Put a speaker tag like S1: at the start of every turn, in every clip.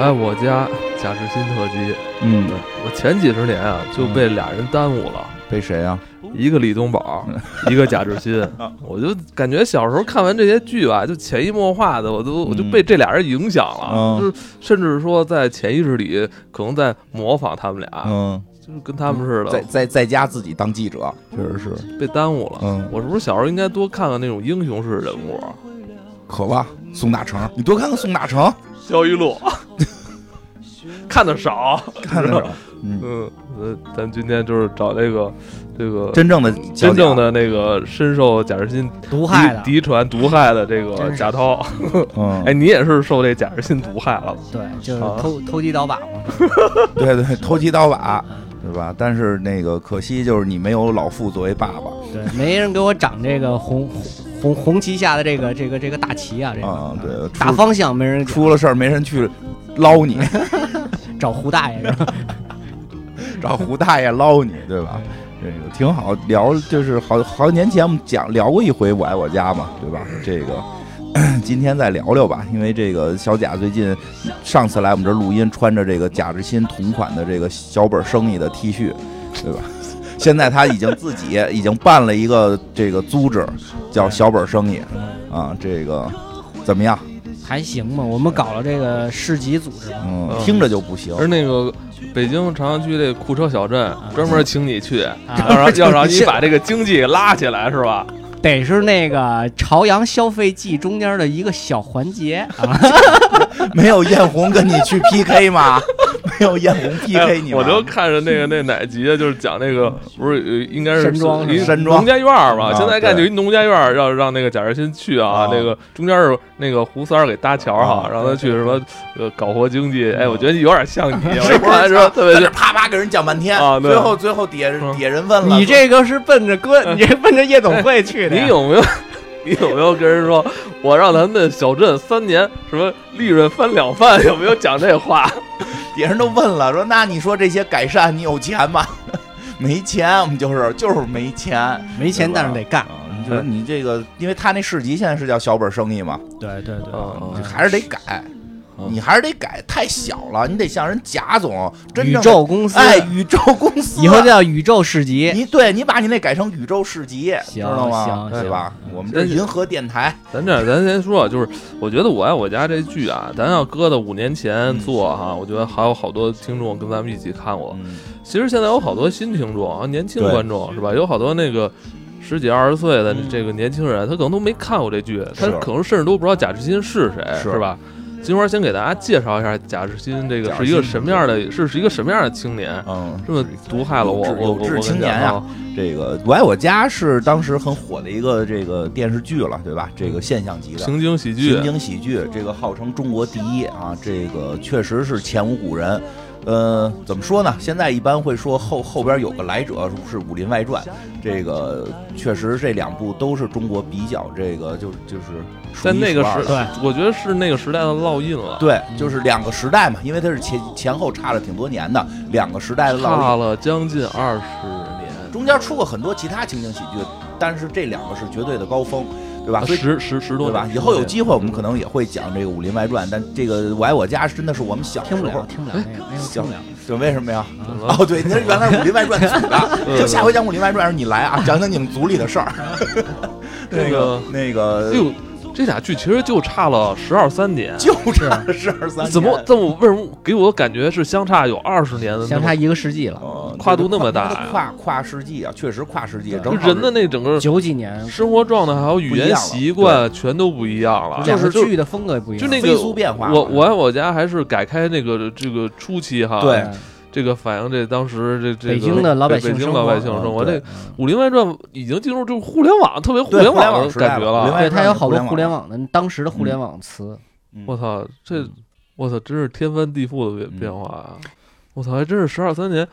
S1: 爱我家》贾志新特辑，
S2: 嗯，
S1: 我前几十年啊就被俩人耽误了，
S2: 被谁啊？
S1: 一个李东宝，
S2: 嗯
S1: 一个贾志新。 我就感觉小时候看完这些剧吧，就潜移默化的，我都我就被这俩人影响了，
S2: 嗯
S1: 就是甚至说在潜意识里可能在模仿他们俩，
S2: 嗯，
S1: 就是跟他们似
S3: 在
S1: 的，
S3: 在在家自己当记者，
S2: 确实是，
S1: 被耽误了。
S2: 嗯，
S1: 我是不是小时候应该多看看那种英雄式人物？啊
S3: 可吧？宋大成，你多看看宋大成，
S1: 焦裕禄，看的少。
S2: 看着点儿，嗯，
S1: 嗯，呃，咱今天就是找这个这个
S2: 真正的啊
S1: 真正的那个深受贾日新
S4: 毒
S1: 敌
S4: 害的，
S1: 敌传毒害的这
S4: 真
S1: 个
S4: 是
S1: 贾涛。
S2: 嗯，
S1: 哎，你也是受这贾日新毒害了。
S4: 对，就是
S1: 啊
S4: 偷偷鸡倒把嘛。
S2: 对对，投机倒把，对吧？但是那个可惜就是你没有老傅作为爸爸
S4: 对，没人给我长这个红红红旗下的这个这个这个大旗啊，这个、
S2: 啊，对，出
S4: 大方向没人给
S2: 出了事儿没人去捞你，
S4: 找胡大爷是吧？
S2: 找胡大爷捞你，对吧？这个挺好聊，就是好好几年前我们讲聊过一回《我爱我家》嘛，对吧？这个今天再聊聊吧，因为这个小贾最近上次来我们这儿录音，穿着这个贾志新同款的这个小本生意的 T 恤，对吧？ 现在他已经自己已经办了一个这个组织，叫小本生意啊，这个怎么样？
S4: 嗯还行嘛，我们搞了这个市级组织嘛，
S2: 嗯，听着就不行，
S1: 而那个北京朝阳区这库车小镇，
S2: 嗯
S1: 专门请你去，
S4: 啊
S1: 要 让要让你把这个经济拉起来，是吧？
S4: 得是那个朝阳消费季中间的一个小环节啊。
S2: 没有艳红跟你去 PK 吗？ 没有艳红 PK 你
S1: 哎
S2: 吗？
S1: 我就看着那个那哪集啊，就是讲那个不是呃应该是
S4: 山庄是吧
S1: 一
S2: 山庄
S1: 农家院儿嘛，
S2: 啊
S1: 现在看就
S2: 对
S1: 一农家院儿，让让那个贾日新去啊
S2: 啊，
S1: 那个中间是那个胡三儿给搭桥哈
S2: 啊，
S1: 让他去什么呃搞活经济，哎，我觉得有点像你，啊我
S2: 是
S1: 一
S2: 不是
S1: 看之后特别
S2: 在这
S1: 像。
S2: 啪啪给人讲半天，
S1: 啊对
S2: 最后最后底下
S1: 嗯
S2: 底下人问了，
S4: 你这个是奔着哥，你这奔着夜总会去的呀？
S1: 你有没有？你有没有跟人说，我让咱们小镇三年什么利润翻两番？有没有讲这话？
S2: 底下人都问了，说那你说这些改善你有钱吗？ 没钱，我们就是就是没钱。
S4: 没钱，
S2: 对吧
S4: 但是得干。
S2: 你说你这个，因为他那市集现在是叫小本生意嘛，
S4: 对对对，
S1: 哦
S2: 你还是得改，你还是得改，太小了，你得像人贾总真
S4: 宇
S2: 正的
S4: 宙公司，
S2: 哎宇宙公司
S4: 以后叫宇宙市集。
S2: 你对你把你那改成宇宙市集，知
S4: 行
S2: 道吗？
S4: 行
S2: 对吧？
S4: 行
S2: 我们这是银河电台，
S1: 咱这样咱先说，啊，就是我觉得《我爱我家》这剧啊，咱要搁到五年前做哈、我觉得还有好多听众跟咱们一起看过。
S2: 嗯
S1: 其实现在有好多新听众啊，年轻
S2: 对
S1: 观众是吧？有好多那个十几二十岁的
S4: 嗯
S1: 这个年轻人，他可能都没看过这剧，他
S2: 是
S1: 可能甚至都不知道贾志新是谁，
S2: 是
S1: 是吧？金花先给大家介绍一下贾志新这个
S2: 贾
S1: 是
S2: 志新
S1: 一个什么样的，是是一个什么样的青年，
S2: 嗯，
S1: 这么毒害了我
S2: 有志
S1: 我我
S2: 有志
S1: 我
S2: 青年啊
S1: 啊！
S2: 这个《我爱我家》是当时很火的一个这个电视剧了，对吧？这个现象级的
S1: 情景喜剧
S2: 情，景喜剧，这个号称中国第一啊，这个确实是前无古人。呃，怎么说呢？现在一般会说后后边有个来者是《武林外传》，这个确实这两部都是中国比较这个就就是数
S1: 在
S2: 一
S1: 那
S2: 数
S1: 个
S2: 二
S1: 时
S2: 的
S4: 对，
S1: 我觉得是那个时代的烙印了。
S2: 对，就是两个时代嘛，因为它是前前后差了挺多年的，两个时代的烙
S1: 差
S2: 印。啊
S1: 了将近二十年，
S2: 中间出过很多其他情景喜剧，但是这两个是绝对的高峰，对吧？所以
S1: 啊十十十多
S2: 对吧？
S1: 年
S2: 以后有机会我们可能也会讲这个《武林外传》，但这个《我爱我家》真的是我们小时
S4: 听不
S2: 候
S4: 了，，听不了
S1: 哎
S4: 那个，那个听不了。
S2: 对，为什么呀？
S1: 怎么了
S2: 哦，对，您是原来《武林外传》组
S1: 嗯
S2: 的，就下回讲《武林外传》时候你来啊，讲讲你们组里的事儿。那个那个
S1: 哎呦，这俩剧其实就差了十二三年，
S2: 就是是二三年，
S1: 怎么这么为什么给我感觉是相差有二十年的那
S4: 相
S1: 么
S4: 差一个世纪了，
S2: 呃
S1: 跨度那么大呀
S2: 跨跨世纪啊，确实跨世纪，
S4: 对
S2: 正好
S1: 人的那整个
S4: 九几年，
S1: 生活状态还有语言习惯全都不一样了，
S4: 两
S1: 是
S4: 个
S1: 就
S4: 剧的风格也不一样。
S1: 就那个
S2: 飞速变化嘛。
S1: 我我爱我家还是改开那个这个初期哈，
S4: 嗯
S2: 对
S1: 这个反映这当时这这个
S4: 北京的老百
S1: 北
S4: 姓
S1: 北京
S4: 生活
S1: 老百姓生活，
S2: 嗯
S1: 这
S2: 对
S1: 《武林外传》已经进入就是互联网特别互
S2: 对
S1: 联
S2: 互联
S1: 网
S2: 网
S1: 的
S2: 时代
S1: 感觉
S2: 了
S1: 了
S2: 互
S4: 对，
S2: 联，
S4: 它有好多
S2: 互
S4: 互
S2: 联
S4: 联网的当时的互联网词，
S1: 我操，这
S2: 嗯
S1: 我操，真是天翻地覆的变
S2: 嗯
S1: 变化啊！我操，还真是十二三年，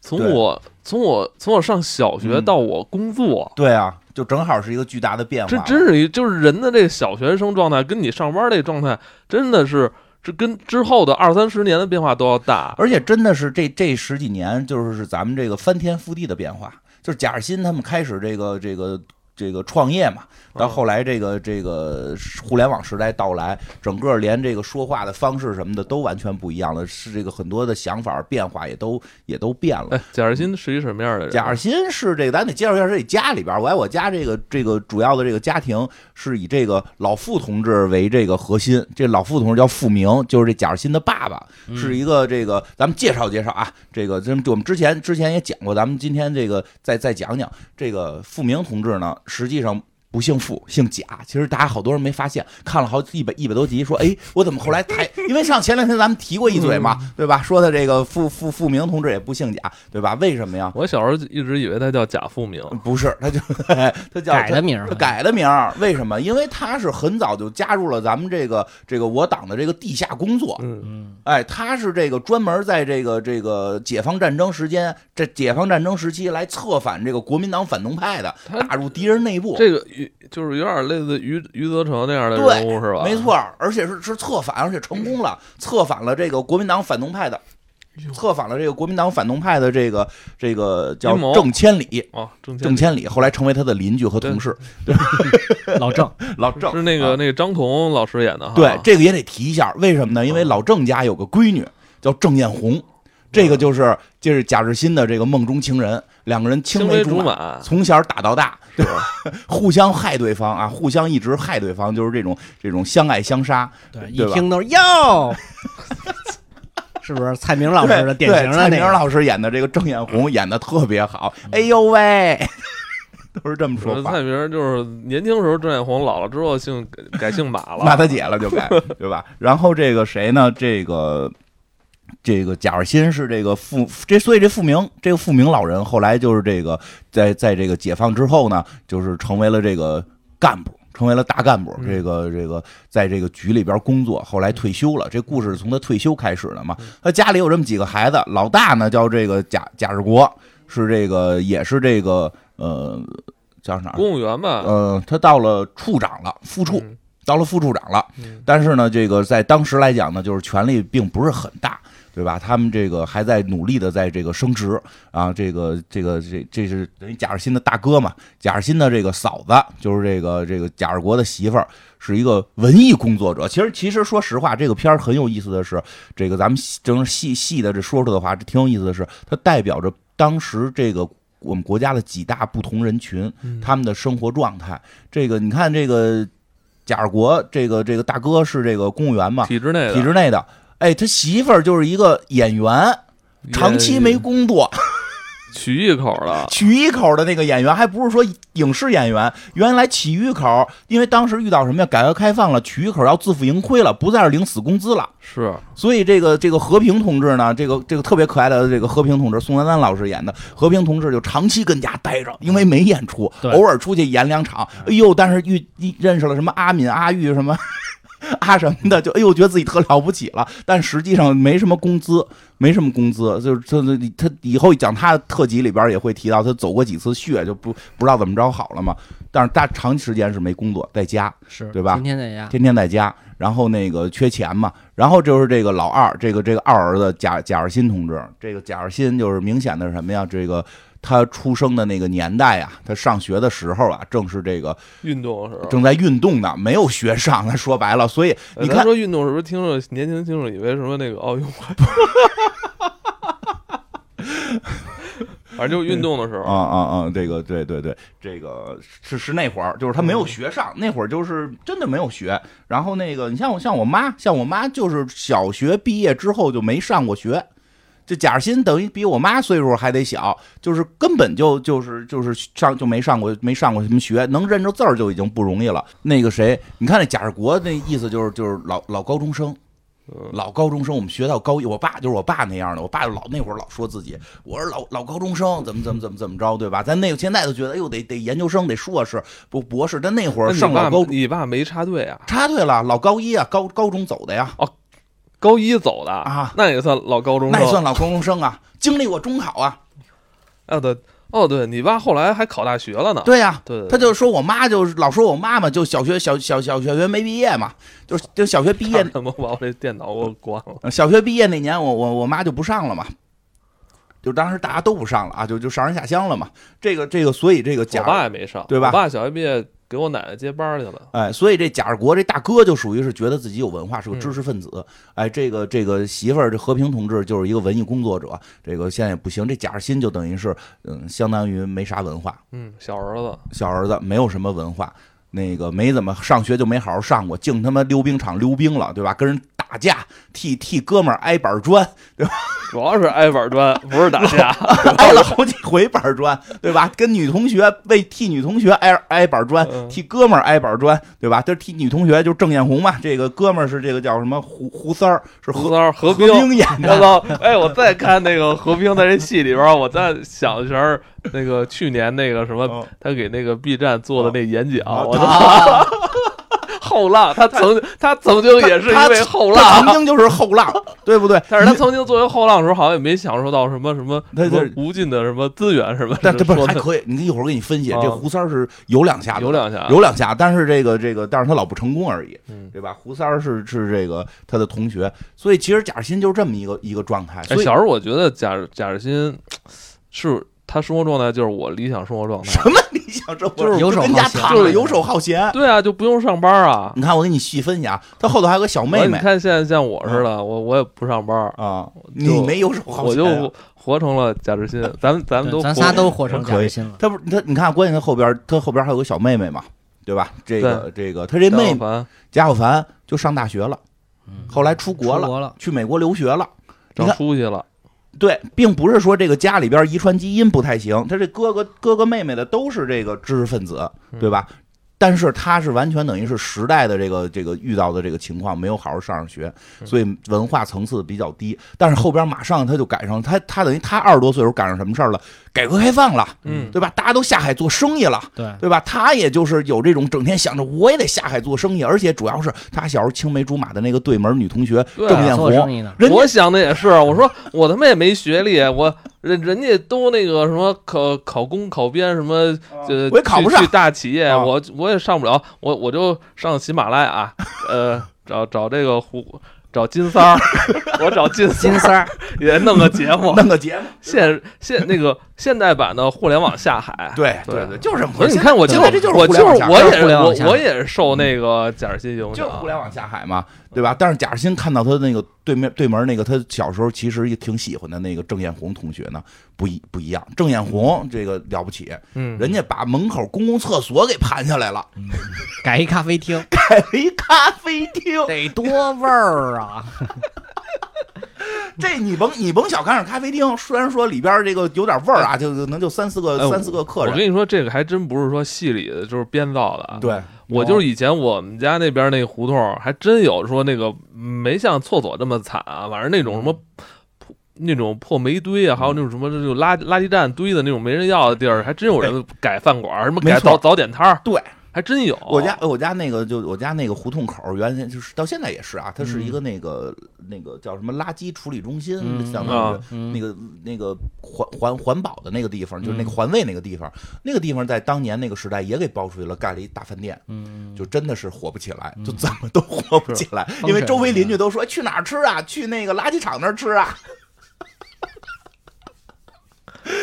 S1: 从
S2: 对
S1: 我从我从我上小学
S2: 嗯
S1: 到我工作，
S2: 对啊，就正好是一个巨大的变化
S1: 这
S2: 嘛。
S1: 真是一就是人的这个小学生状态，跟你上班这状态，真的是这跟之后的二三十年的变化都要大。
S2: 而且真的是这这十几年，就是咱们这个翻天覆地的变化。就是贾尔新他们开始这个这个这个创业嘛，到后来这个这个互联网时代到来，整个连这个说话的方式什么的都完全不一样了，是这个很多的想法变化也都也都变了。
S1: 哎，贾日新是一什么样的人？
S2: 嗯
S1: 啊
S2: 贾尔新是这个，咱得介绍一下自己家里边儿。我爱我家这个这个主要的这个家庭是以这个老傅同志为这个核心。这老傅同志叫傅明，就是这贾尔新的爸爸，
S1: 嗯
S2: 是一个这个咱们介绍介绍啊。这个咱们我们之前之前也讲过，咱们今天这个再再讲讲这个傅明同志呢，实际上。不姓傅，姓贾。其实大家好多人没发现，看了好一百一百多集，说，哎，我怎么后来才？因为上前两天咱们提过一嘴嘛，
S1: 嗯
S2: 对吧？说的这个傅傅傅明同志也不姓贾，对吧？为什么呀？
S1: 我小时候一直以为他叫贾富明，
S2: 不是，他就 他叫
S4: 改的名儿
S2: 他，改的名儿，为什么？因为他是很早就加入了咱们这个这个我党的这个地下工作，
S1: 嗯，
S4: 嗯，
S2: 哎，他是这个专门在这个这个解放战争时间，这解放战争时期来策反这个国民党反动派的，
S1: 他
S2: 打入敌人内部，
S1: 这个于就是有点类似于余则成那样的
S2: 对
S1: 人物是吧？
S2: 没，错，而且是是策反，而且成功了，策反了这个国民党反动派的，
S1: 哎
S2: 策反了这个国民党反动派的这个这个叫
S1: 阴谋
S2: 郑千里。
S1: 哦，郑
S2: 郑
S1: 千
S2: 千里后来成为他的邻居和同事，
S4: 老 郑，
S2: 老郑
S1: 是那个
S2: 啊
S1: 那个张彤老师演
S4: 啊
S1: 的哈，
S2: 对，这个也得提一下，为什么
S4: 嗯
S2: 呢？因为老郑家有个闺女叫郑艳红，这个就是就是贾志新的这个梦中情人，两个人青
S1: 青梅
S2: 竹
S1: 竹
S2: 马，
S1: 马，
S2: 从小打到大，对吧？互相害对方啊，互相一直害对方，就是这种这种相爱相杀。
S4: 对，
S2: 对
S4: 一
S2: 吧
S4: 听都是哟，是不是蔡明老师的典型的
S2: 对对
S4: 那
S2: 蔡明
S4: 个？嗯
S2: 老师演的这个郑艳红演的特别好，哎呦喂， 都是这么 说话。
S1: 蔡明就是年轻时候郑艳红，老了之后姓改姓马 了，
S2: 骂他姐了就 该，对吧？然后这个谁呢？这个这个贾尔新是这个傅这，所以这傅明这个傅明老人后来就是这个在在这个解放之后呢，就是成为了这个干部。成为了大干部，
S1: 嗯
S2: 这个这个在这个局里边工作，后来退休了。这故事是从他退休开始的
S1: 嗯
S2: 嘛。他家里有这么几个孩子，老大呢叫这个贾贾志国，是这个也是这个呃叫哪儿？
S1: 公务员吧，
S2: 呃，他到了处长了，副处
S1: 嗯
S2: 到了副处长了。
S1: 嗯
S2: 但是呢，这个在当时来讲呢，就是权力并不是很大，对吧？他们这个还在努力的在这个升职啊，这个这个这这是等于贾世新的大哥嘛，贾世新的这个嫂子就是这个这个贾世国的媳妇儿，是一个文艺工作者。其实其实说实话，这个片儿很有意思的是，这个咱们细正细细的这说出的话，这挺有意思的是，它代表着当时这个。我们国家的几大不同人群，
S1: 嗯
S2: 他们的生活状态，这个你看，这个贾尔国这个这个大哥是这个公务员嘛，
S1: 体制内的
S2: 体制内的。哎，他媳妇儿就是一个演员，
S1: 也
S2: 长期没工作，
S1: 取一口了，
S2: 曲艺口的那个演员，还不是说影视演员。原来曲艺口，因为当时遇到什么呀？改革开放了，曲艺口要自负盈亏了，不再是领死工资了。
S1: 是
S2: 所以这个这个和平同志呢，这个这个特别可爱的这个和平同志，宋丹丹老师演的和平同志就长期跟家待着，因为没演出，
S4: 对
S2: 偶尔出去演两场。哎呦，但是遇一认识了什么阿敏、阿玉什么。 啊什么的，就哎呦，觉得自己特了不起了，但实际上没什么工资，没什么工资，就是他他他以后讲他的特辑里边也会提到，他走过几次穴，就不不知道怎么着好了嘛。但是大长时间是没工作，在家，
S4: 是
S2: 对吧
S4: 今天在家，
S2: 天天在家，然后那个缺钱嘛，然后就是这个老二，这个这个二儿子贾贾尔新同志，这个贾尔新就是明显的是什么呀？这个他出生的那个年代啊，他上学的时候啊，正是这个
S1: 运动是吧？
S2: 正在运动呢，没有学上，他说白了，所以
S1: 呃
S2: 你
S1: 咱
S2: 看
S1: 说运动是不是听着年轻听着以为什么那个奥运会？ 反正就运动的时
S2: 啊
S1: 候，
S2: 啊啊！这个对对对，这个是是那会儿，就是他
S1: 嗯
S2: 没有学上，那会儿就是真的没有学。然后那个，你像我像我妈，像我妈就是小学毕业之后就没上过学。这贾世新等于比我妈岁数还得小，就是根本就就是就是上就没上过没上过什么学，能认着字儿就已经不容易了。那个谁，你看那贾志国那意思就是就是老老高中生，
S1: 嗯
S2: 老高中生，我们学到高一，我爸就是我爸那样的，我爸就老那会儿老说自己，我是老老高中生，怎么怎么怎么怎么着，对吧？咱那个现在都觉得，哎呦，得得研究生，得硕士，不博士，但那会
S1: 那
S2: 儿
S1: 你
S2: 上
S1: 爸
S2: 老高
S1: 你爸没插队啊？
S2: 插队了，老高一啊，高高中走的呀，
S1: 高一走的
S2: 啊，
S1: 那也算老高中
S2: 那
S1: 生
S2: 也算老高中生啊，经历过中考啊，
S1: 啊？对，哦，对你爸后来还考大学了呢。
S2: 对呀、
S1: 对，对
S2: 他就说我妈就是老说我妈妈就小学小小小小学没毕业嘛，就是就小学 毕业
S1: 看他妈把我这电脑给我关了。
S2: 小学毕业那年我，我我妈就不上了嘛。就当时大家都不上了啊，就就上山下乡了嘛。这个这个，所以这个
S1: 我
S2: 贾
S1: 爸也没上，
S2: 对吧
S1: 我爸小学毕业给我奶奶接班去了。
S2: 哎，所以这贾志国这大哥就属于是觉得自己有文化，是个
S1: 嗯
S2: 知识分子。哎，这个这个媳妇儿这和平同志就是一个文艺工作者，这个现在也不行。这贾志新就等于是嗯，相当于没啥文化，
S1: 嗯，小儿子，
S2: 小儿子没有什么文化，那个没怎么上学就没好好上过，净他妈溜冰场溜冰了，对吧？跟人打架，替替哥们儿挨板砖，
S1: 主要是挨板砖，不是打架。
S2: 挨了好几回板砖，对吧？跟女同学为替女同学挨挨板砖，
S1: 嗯
S2: 替哥们儿挨板砖，对吧？这替女同学就是郑艳红嘛，这个哥们儿是这个叫什么胡胡三儿，是
S1: 胡
S2: 何
S1: 三儿何冰，
S2: 何冰演
S1: 我
S2: 的。
S1: 操！哎，我再看那个何冰在这戏里边儿，我再想一下儿那个去年那个什么，
S2: 嗯
S1: 他给那个 B 站做的那演讲，
S2: 哦
S1: 我操，
S4: 啊，
S1: 后浪，他曾他曾经也是一位后
S2: 他曾
S1: 浪，
S2: 经就是后 浪，对不对？
S1: 但是他曾经作为后浪的时候，好像也没享受到什么什么
S2: 他
S1: 什么
S2: 他
S1: 无尽的什么资源什么的，
S2: 但这不是
S1: 说
S2: 还
S1: 的
S2: 可以？你一会儿我给你分析，
S1: 哦
S2: 这胡三儿是有两下子的，
S1: 有两下，
S2: 有两下，但是这个这个，但是他老不成功而已，
S1: 嗯
S2: 对吧？胡三儿是是这个他的同学，所以其实贾欣就是这么一个一个状态。
S1: 哎，
S2: 所以
S1: 小时候我觉得贾贾志新是他生活状态就是我理想生活状态，
S2: 什么理想生活？
S1: 就是
S4: 游手
S2: 跟家
S4: 好闲
S2: 躺着游手好闲。
S1: 对啊，就不用上班啊。
S2: 你看，我给你细分析啊，他后头还有个小妹
S1: 我
S2: 妹嗯
S1: 你看现在像我似的，我我也不上班，
S2: 啊，
S1: 就
S2: 你没游手好
S1: 我
S2: 闲啊、
S1: 就活成了贾志新，咱们咱们都
S4: 对咱
S1: 活
S4: 仨都活成
S2: 可
S4: 贾
S2: 以
S4: 志新了。
S2: 他不他，你看，关键他后边他后边还有个小妹妹嘛，对吧？这个这个，他这
S1: 贾
S2: 妹
S1: 小
S2: 妹
S1: 凡
S2: 贾小凡就上大学了，
S4: 嗯
S2: 后来出国了，
S4: 出国了
S2: 去美国留学了。你
S1: 找
S2: 看，
S1: 出息了，
S2: 对，并不是说这个家里边遗传基因不太行，他这哥哥哥哥妹妹的都是这个知识分子，对吧？但是他是完全等于是时代的这个这个遇到的这个情况，没有好好上上学，所以文化层次比较低。但是后边马上他就赶上他他等于他二十多岁时候赶上什么事儿了？改革开放了，
S1: 嗯，
S2: 对吧？大家都下海做生意了。
S4: 对，
S2: 对吧？他也就是有这种整天想着我也得下海做生意，而且主要是他小时候青梅竹马的那个对门女同学
S1: 对啊
S2: 郑艳
S4: 做
S2: 红，
S4: 生意呢，
S2: 人家
S1: 我想的也是，啊我说我他妈也没学历，啊我人人家都那个什么考考公考编什么，呃，
S2: 我也考不
S1: 去
S2: 上
S1: 去大企业，
S2: 啊
S1: 我我也上不了，我我就上喜马拉雅，呃，找找这个胡。找金三儿，我找金
S4: 金
S1: 三
S4: 丝
S1: 儿
S4: 儿，
S1: 也弄个节目，
S2: 弄个节目，
S1: 现现那个现代版的互联网下 海。
S2: 对
S1: 对
S2: 对对，就是这么
S1: 不
S2: 回
S1: 是，
S2: 事。
S1: 你看我就
S2: 现在这就是
S1: 我就
S2: 互
S1: 是
S2: 联网下
S1: 我
S4: 就是互
S1: 也
S4: 联网
S1: 我
S4: 下
S1: 我也是受那个贾尔新影
S2: 就是互
S1: 响，
S2: 联网下海嘛，对吧？但是贾欣看到他那个对面对门那个，他小时候其实也挺喜欢的那个郑艳红同学呢，不一不一样。郑艳红这个了不起，
S1: 嗯，
S2: 人家把门口公共厕所给盘下来了，
S4: 改一咖啡 厅，
S2: 改了一咖啡厅。
S4: 得多味儿啊！
S2: 这你甭你甭小看这咖啡厅，虽然说里边这个有点味儿啊，就就能就三四
S1: 哎
S2: 个三四个客
S1: 我跟
S2: 人，
S1: 你说，这个还真不是说戏里的，就是编造的啊。
S2: 对，
S1: 我就是以前我们家那边那胡同儿，还真有说那个没像厕所这么惨啊，反正那种什么
S2: 嗯
S1: 破那种破煤堆啊，还有那种什么这种垃垃圾站堆的那种没人要的地儿，还真有人改饭馆儿，什么
S2: 没
S1: 改
S2: 错
S1: 早早点摊儿，
S2: 对，
S1: 还真有。
S2: 我
S4: 哦
S2: 家我家那个就我家那个胡同口儿，原先就是到现在也是啊，它是一个那个、那个叫什么垃圾处理中心，
S4: 嗯
S2: 相当于
S1: 啊
S2: 是
S4: 嗯
S2: 那个那个环环环保的那个地方，就是那个环卫那个地方，那个地方在当年那个时代也给包出去了，盖了一大饭店，
S4: 嗯，
S2: 就真的是火不起来，就怎么都火不起来，
S4: 是
S2: 因为周围邻居都说哎去哪儿吃啊，去那个垃圾场那儿吃啊。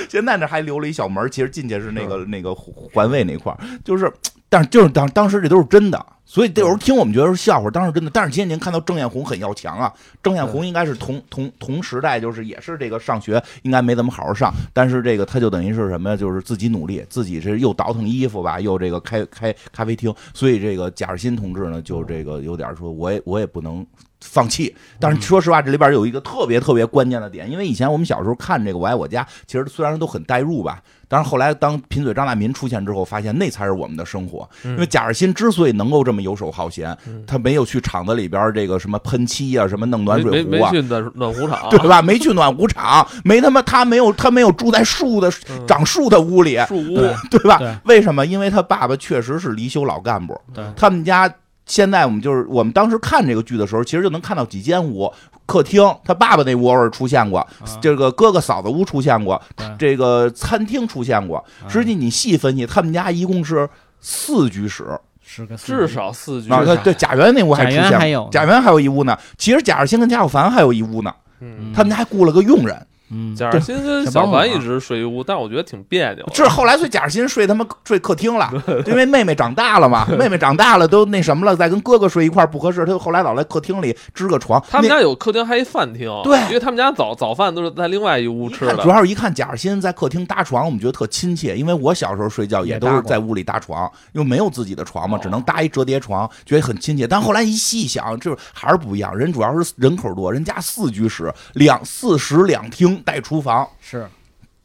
S2: 现在那还留了一小门儿，其实进去是那个
S4: 嗯
S2: 那个环卫那块儿，就是，但是就是当当时这都是真的，所以有
S4: 嗯
S2: 时候听我们觉得是笑话，当时真的。但是今天您看到郑艳红很要强啊，郑艳红应该是同同同时代，就是也是这个上学应该没怎么好好上，但是这个他就等于是什么呀？就是自己努力，自己是又倒腾衣服吧，又这个开开咖啡厅，所以这个贾日新同志呢，就这个有点说，我也我也不能放弃。但
S1: 嗯
S2: 是说实话，这里边有一个特别特别关键的点，因为以前我们小时候看这个《我爱我家》，其实虽然都很代入吧，但是后来当贫嘴张大民出现之后，发现那才是我们的生活。因为
S1: 嗯
S2: 贾日新之所以能够这么游手好闲，他没有去厂子里边这个什么喷漆啊，什么弄暖
S1: 没没
S2: 水壶
S1: 没
S2: 啊。
S1: 去暖暖壶厂，
S2: 对吧？没去暖壶厂，没他妈他没有他没有住在树的长树的屋里，
S1: 嗯树屋
S2: 对对吧？
S4: 对
S2: 为什么？因为他爸爸确实是离休老干部，
S4: 对
S2: 他们家现在我们就是我们当时看这个剧的时候，其实就能看到几间屋。客厅，他爸爸那屋偶尔出现过，
S5: 啊
S2: 这个哥哥嫂子屋出现过，
S4: 对
S2: 这个餐厅出现
S5: 啊
S2: 过。
S4: 啊
S2: 实际你细分析，他们家一共是四居室，
S4: 是个四
S1: 至少四居
S2: 啊，
S4: 少
S2: 对对，贾元那屋还出
S4: 贾元
S2: 现过，
S4: 还有呢
S2: 贾元还有一屋呢。其实贾日新跟贾小凡还有一屋呢，
S1: 嗯
S5: 哦
S2: 他们家还雇了个佣人，
S4: 嗯，
S1: 贾尔新跟
S4: 小
S1: 小
S4: 保姆
S1: 凡
S4: 啊
S1: 一直睡一屋，但我觉得挺别扭的。
S2: 这后来睡贾欣睡他妈睡客厅了，因为妹妹长大了嘛，妹妹长大了都那什么了，再跟哥哥睡一块儿不合适，他就后来老来客厅里支个床。
S1: 他们
S2: 那
S1: 家有客厅，还一饭厅。
S2: 对
S1: 因为他们家早早饭都是在另外一屋吃
S2: 一看主
S1: 的。
S2: 要是一看贾欣在客厅搭床，我们觉得特亲切，因为我小时候睡觉也
S4: 也
S2: 都
S4: 搭
S2: 是
S4: 过哦
S2: 在屋里搭床，因为没有自己的床嘛，只能搭一折叠床，觉得很亲切。但后来一细想，就是还是不一样，人主要是人口多，人家四居室，两四室两厅带厨房，
S4: 是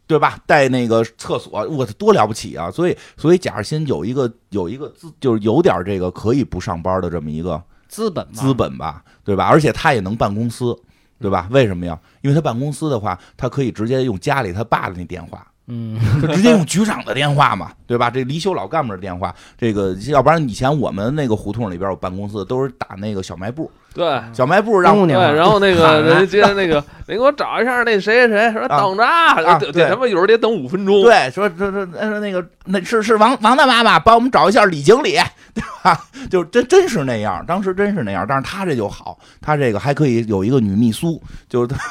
S2: 对吧？带那个厕所，我操，多了不起啊！所以，所以贾日新有一个有一个资，就是有点这个可以不上班的这么一个
S4: 资本嘛，
S5: 啊
S2: 资本吧，对吧？而且他也能办公司，对吧？为什么呀？因为他办公司的话，他可以直接用家里他爸的那电话，
S4: 嗯，
S2: 就直接用局长的电话嘛，对吧？这离休老干部的电话，这个要不然以前我们那个胡同里边有办公室，都是打那个小卖部，
S1: 对
S2: 小卖部让
S4: 姑
S1: 对，
S4: 娘嘛，
S1: 然后那个
S4: 喊
S1: 人家接着那个，你给我找一下那谁谁谁，说
S2: 啊
S1: 等着啊，
S2: 啊
S1: 得
S2: 对
S1: 得他妈有时候得等五分钟。
S2: 对，说说说，那说那个那是是王王大妈吧，帮我们找一下李经理，对吧？ 就真真是那样，当时真是那样，但是他这就好，他这个还可以有一个女秘书，就是他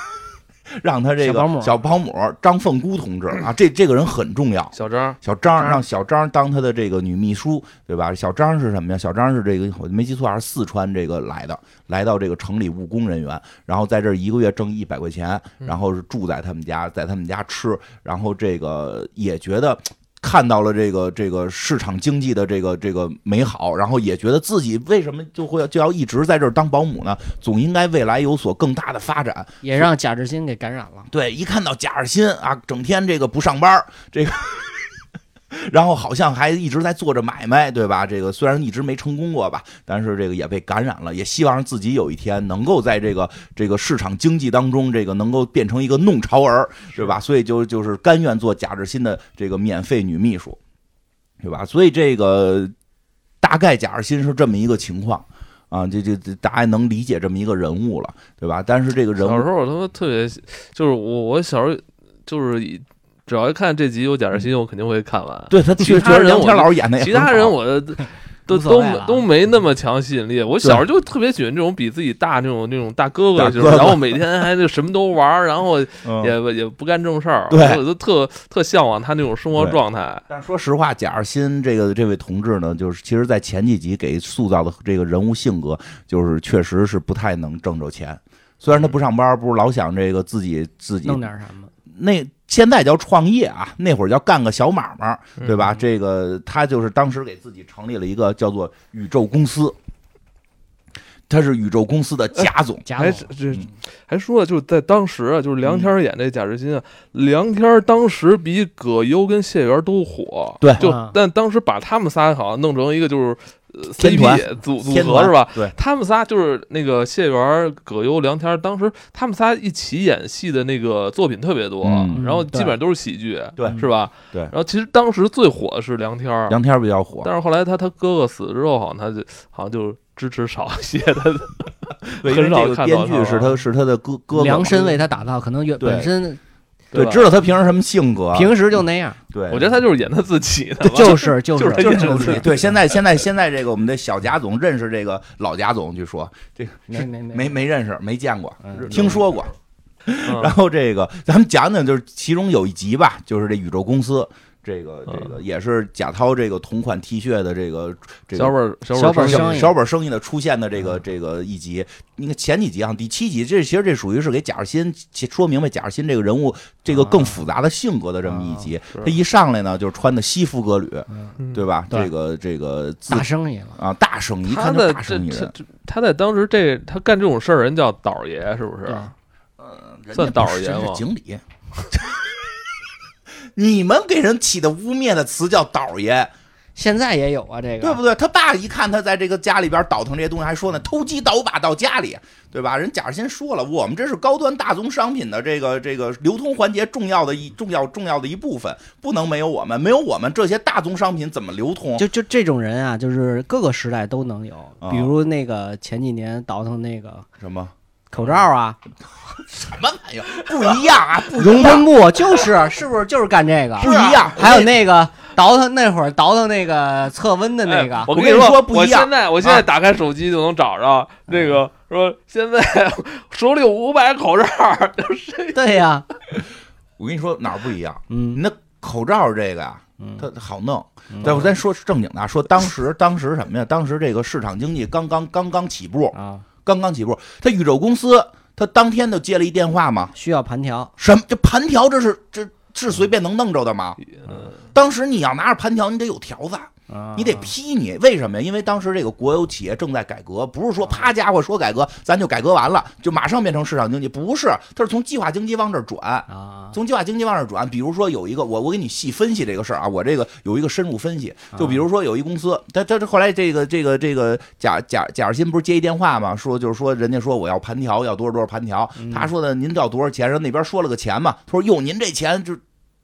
S2: 让他这个
S4: 小保姆
S2: 保姆张凤姑 同志啊，这这个人很重要。
S1: 小张，
S2: 小张
S4: 张
S2: 让小张当他的这个女秘书，对吧？小张是什么呀？小张是这个我没记错，还啊是四川这个来的，来到这个城里务工人员，然后在这儿一个月挣一百块钱，
S1: 嗯
S2: 然后是住在他们家，在他们家吃，然后这个也觉得。看到了这个这个市场经济的这个这个美好，然后也觉得自己为什么就会就要一直在这儿当保姆呢？总应该未来有所更大的发展。
S4: 也让贾志新给感染了。
S2: 对，一看到贾日新啊，整天这个不上班儿，这个， 然后好像还一直在做着买卖，对吧？这个虽然一直没成功过吧，但是这个也被感染了，也希望自己有一天能够在这个这个市场经济当中，这个能够变成一个弄潮儿，对吧？所以就就是甘愿做贾志新的这个免费女秘书，对吧？所以这个大概贾志新是这么一个情况。啊，这这这，大家能理解这么一个人物了，对吧？但是这个人
S1: 小
S2: 物
S1: 时候我他妈特别，就是我我小时候就是一只要一看这集有贾日新，我肯定会看完。
S2: 对他
S1: 其
S2: 确
S1: 他
S2: 确实
S1: 人
S2: 梁
S1: 我
S2: 天
S1: 就
S2: 老师演的也
S1: 其
S2: 很
S1: 他
S2: 好
S1: 人我都
S4: 无所
S1: 都
S4: 谓
S2: 啊
S4: 了
S1: 都没那么强吸引力。我小时候就特别喜欢这种比自己大那种那种大哥哥
S2: 大
S1: 的
S2: 哥
S1: 型，
S2: 哥
S1: 然后每天还就什么都玩儿，然后
S2: 嗯
S1: 也也不干正事儿，
S2: 对
S1: 我都特特向往他那种生活
S2: 对
S1: 状态。
S2: 但说实话，贾日新这个这位同志呢，就是其实，在前几集给塑造的这个人物性格，就是确实是不太能挣着钱。虽然他不上班，不是老想这个自己自己
S4: 弄点什么，
S2: 那现在叫创业啊，那会儿叫干个小买卖，
S1: 嗯
S2: 对吧？这个他就是当时给自己成立了一个叫做宇宙公司，他是宇宙公司的
S1: 呃
S2: 贾总。
S4: 贾
S1: 还
S4: 总
S1: 是哎这
S2: 嗯
S1: 还说就是在当时啊，就是梁天儿演这贾志新啊，梁天儿当时比葛优跟谢元都火，
S2: 对
S1: 就
S4: 嗯
S1: 但当时把他们仨好像弄成一个就是呃
S2: 天团
S1: CP 组组
S2: 天
S1: 合
S2: 团
S1: 是吧？？
S2: 对，
S1: 他们仨就是那个谢元、葛优、梁天儿，当时他们仨一起演戏的那个作品特别多，
S2: 嗯
S1: 然后
S4: 嗯
S1: 基本上都是喜剧，
S2: 对
S1: 是吧？
S2: 对
S1: 然后其实当时最火的是梁天儿，
S2: 梁天比较火，
S1: 但是后来他他哥哥死之后，好像他就好像就支持少一些的。
S2: 对，因
S1: 很
S2: 为
S1: 少
S2: 这个
S1: 看
S2: 编
S1: 到
S2: 剧
S1: 他
S2: 是
S1: 了啊
S2: 他是他的哥哥哥
S4: 量
S2: 嘛
S4: 身为他打造，可能原
S2: 对啊
S4: 本身
S2: 对，
S1: 吧
S2: 知道他平时什么性格，
S4: 平时就那样，
S2: 对，
S1: 我觉得他就是演他自己的吧，
S4: 就是就
S1: 就是
S4: 是
S2: 哎就是
S1: 就
S2: 这
S1: 是
S2: 个对，现在现在现在这个我们的小贾总认识这个老贾总，据说这个
S4: 没没
S2: 没没认识，没见过，
S4: 嗯
S2: 听说过。
S1: 嗯
S2: 然后这个咱们讲讲，就是其中有一集吧，就是这宇宙公司。这个
S1: 嗯
S2: 这个也是贾涛这个同款 T 恤的这个这
S1: 小
S2: 个
S1: 本小
S4: 小
S1: 本
S4: 本
S1: 儿
S4: 儿
S1: 生
S4: 生
S1: 意嗯
S4: 意
S2: 小本生意的出现的这个这个一集，你看前几集啊，第七集，这其实这属于是给贾日新其说明白贾日新这个人物这个更复杂的性格的这么一集。
S1: 啊
S2: 他一上来呢，就是穿的西服革履，
S1: 嗯
S2: 对吧？
S4: 对
S2: 这个这个自
S4: 大生意了，
S2: 啊大生意，一
S1: 他
S2: 看就
S1: 在
S2: 大
S1: 这
S2: 生意
S1: 这
S2: 人，
S1: 这他在当时这他干这种事儿，人叫倒爷是啊不是？
S4: 对
S2: 呃人
S1: 算
S2: 家
S1: 倒
S2: 不是
S1: 爷
S2: 人家
S1: 吗
S2: 经理。你们给人起的污蔑的词叫倒爷，
S4: 现在也有啊，这个
S2: 对不对？他爸一看他在这个家里边倒腾这些东西，还说呢，偷鸡倒把到家里，对吧？人贾日新说了，我们这是高端大宗商品的这个这个流通环节重要的一重要重要的一部分，不能没有我们，没有我们这些大宗商品怎么流通？
S4: 就就这种人啊，就是各个时代都能有
S2: 啊，
S4: 比如那个前几年倒腾那个
S2: 什么
S4: 口罩啊，
S2: 什么玩意儿？不一样啊，不一
S4: 熔
S2: 样
S4: 喷，布，就是是不是就是干这个？
S2: 不一样。
S4: 还有那个倒腾那会儿倒腾那个测温的那
S1: 哎
S4: 个，
S1: 我
S2: 我
S1: 跟
S2: 跟你说
S1: 说，
S2: 不
S1: 我
S2: 一样
S1: 现在我现在
S2: 啊
S1: 打开手机就能找着那个说现在 手里有五百口罩，
S4: 对呀，
S2: 我跟你说哪儿不一样？
S4: 嗯
S2: 那口罩这个呀，
S4: 嗯
S2: 它它好弄。
S4: 嗯
S2: 但我咱说正经的啊，说当时当时什么呀？当时这个市场经济刚刚刚刚起步，
S4: 啊，
S2: 刚刚起步。他宇宙公司，他当天就接了一电话嘛，
S4: 需要盘条，
S2: 什么这盘条这是这是随便能弄着的吗？
S1: 嗯
S2: 当时你要拿着盘条，你得有条子，
S4: 啊
S2: 你得批你。为什么呀？因为当时这个国有企业正在改革，不是
S4: 啊
S2: 说啪家伙说改革，咱就改革完了，就马上变成市场经济，不是，它是从计划经济往这儿转。
S4: 啊，
S2: 从计划经济往这儿转，比如说有一个，我我给你细分析这个事儿啊，我这个有一个深入分析，就比如说有一公司，他他他后来这个这个这个贾贾贾尔新不是接一电话嘛，说就是说人家说我要盘条，要多少多少盘条，
S5: 嗯
S2: 他说的您要多少钱，然后那边说了个钱嘛，他说哟您这钱就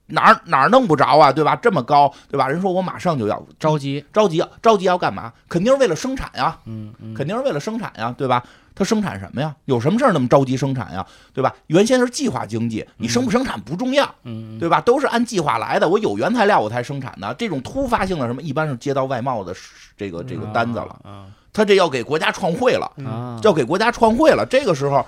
S2: 哪儿哪儿弄不着啊，对吧？这么高，对吧？人说我马上就要
S4: 着急，
S2: 着急啊着急要干嘛？肯定是为了生产呀，
S4: 嗯嗯，
S2: 肯定是为了生产呀，对吧？他生产什么呀？有什么事儿那么着急生产呀，对吧？原先是计划经济，你生不生产不重要，
S4: 嗯，
S2: 对吧？都是按计划来的，我有原材料我才生产的。这种突发性的什么，一般是接到外贸的这
S1: 嗯
S2: 个这个单子了，嗯
S4: 啊
S2: 他这要给国家创汇了，
S1: 嗯
S4: 啊，
S2: 要给国家创汇了。这个时候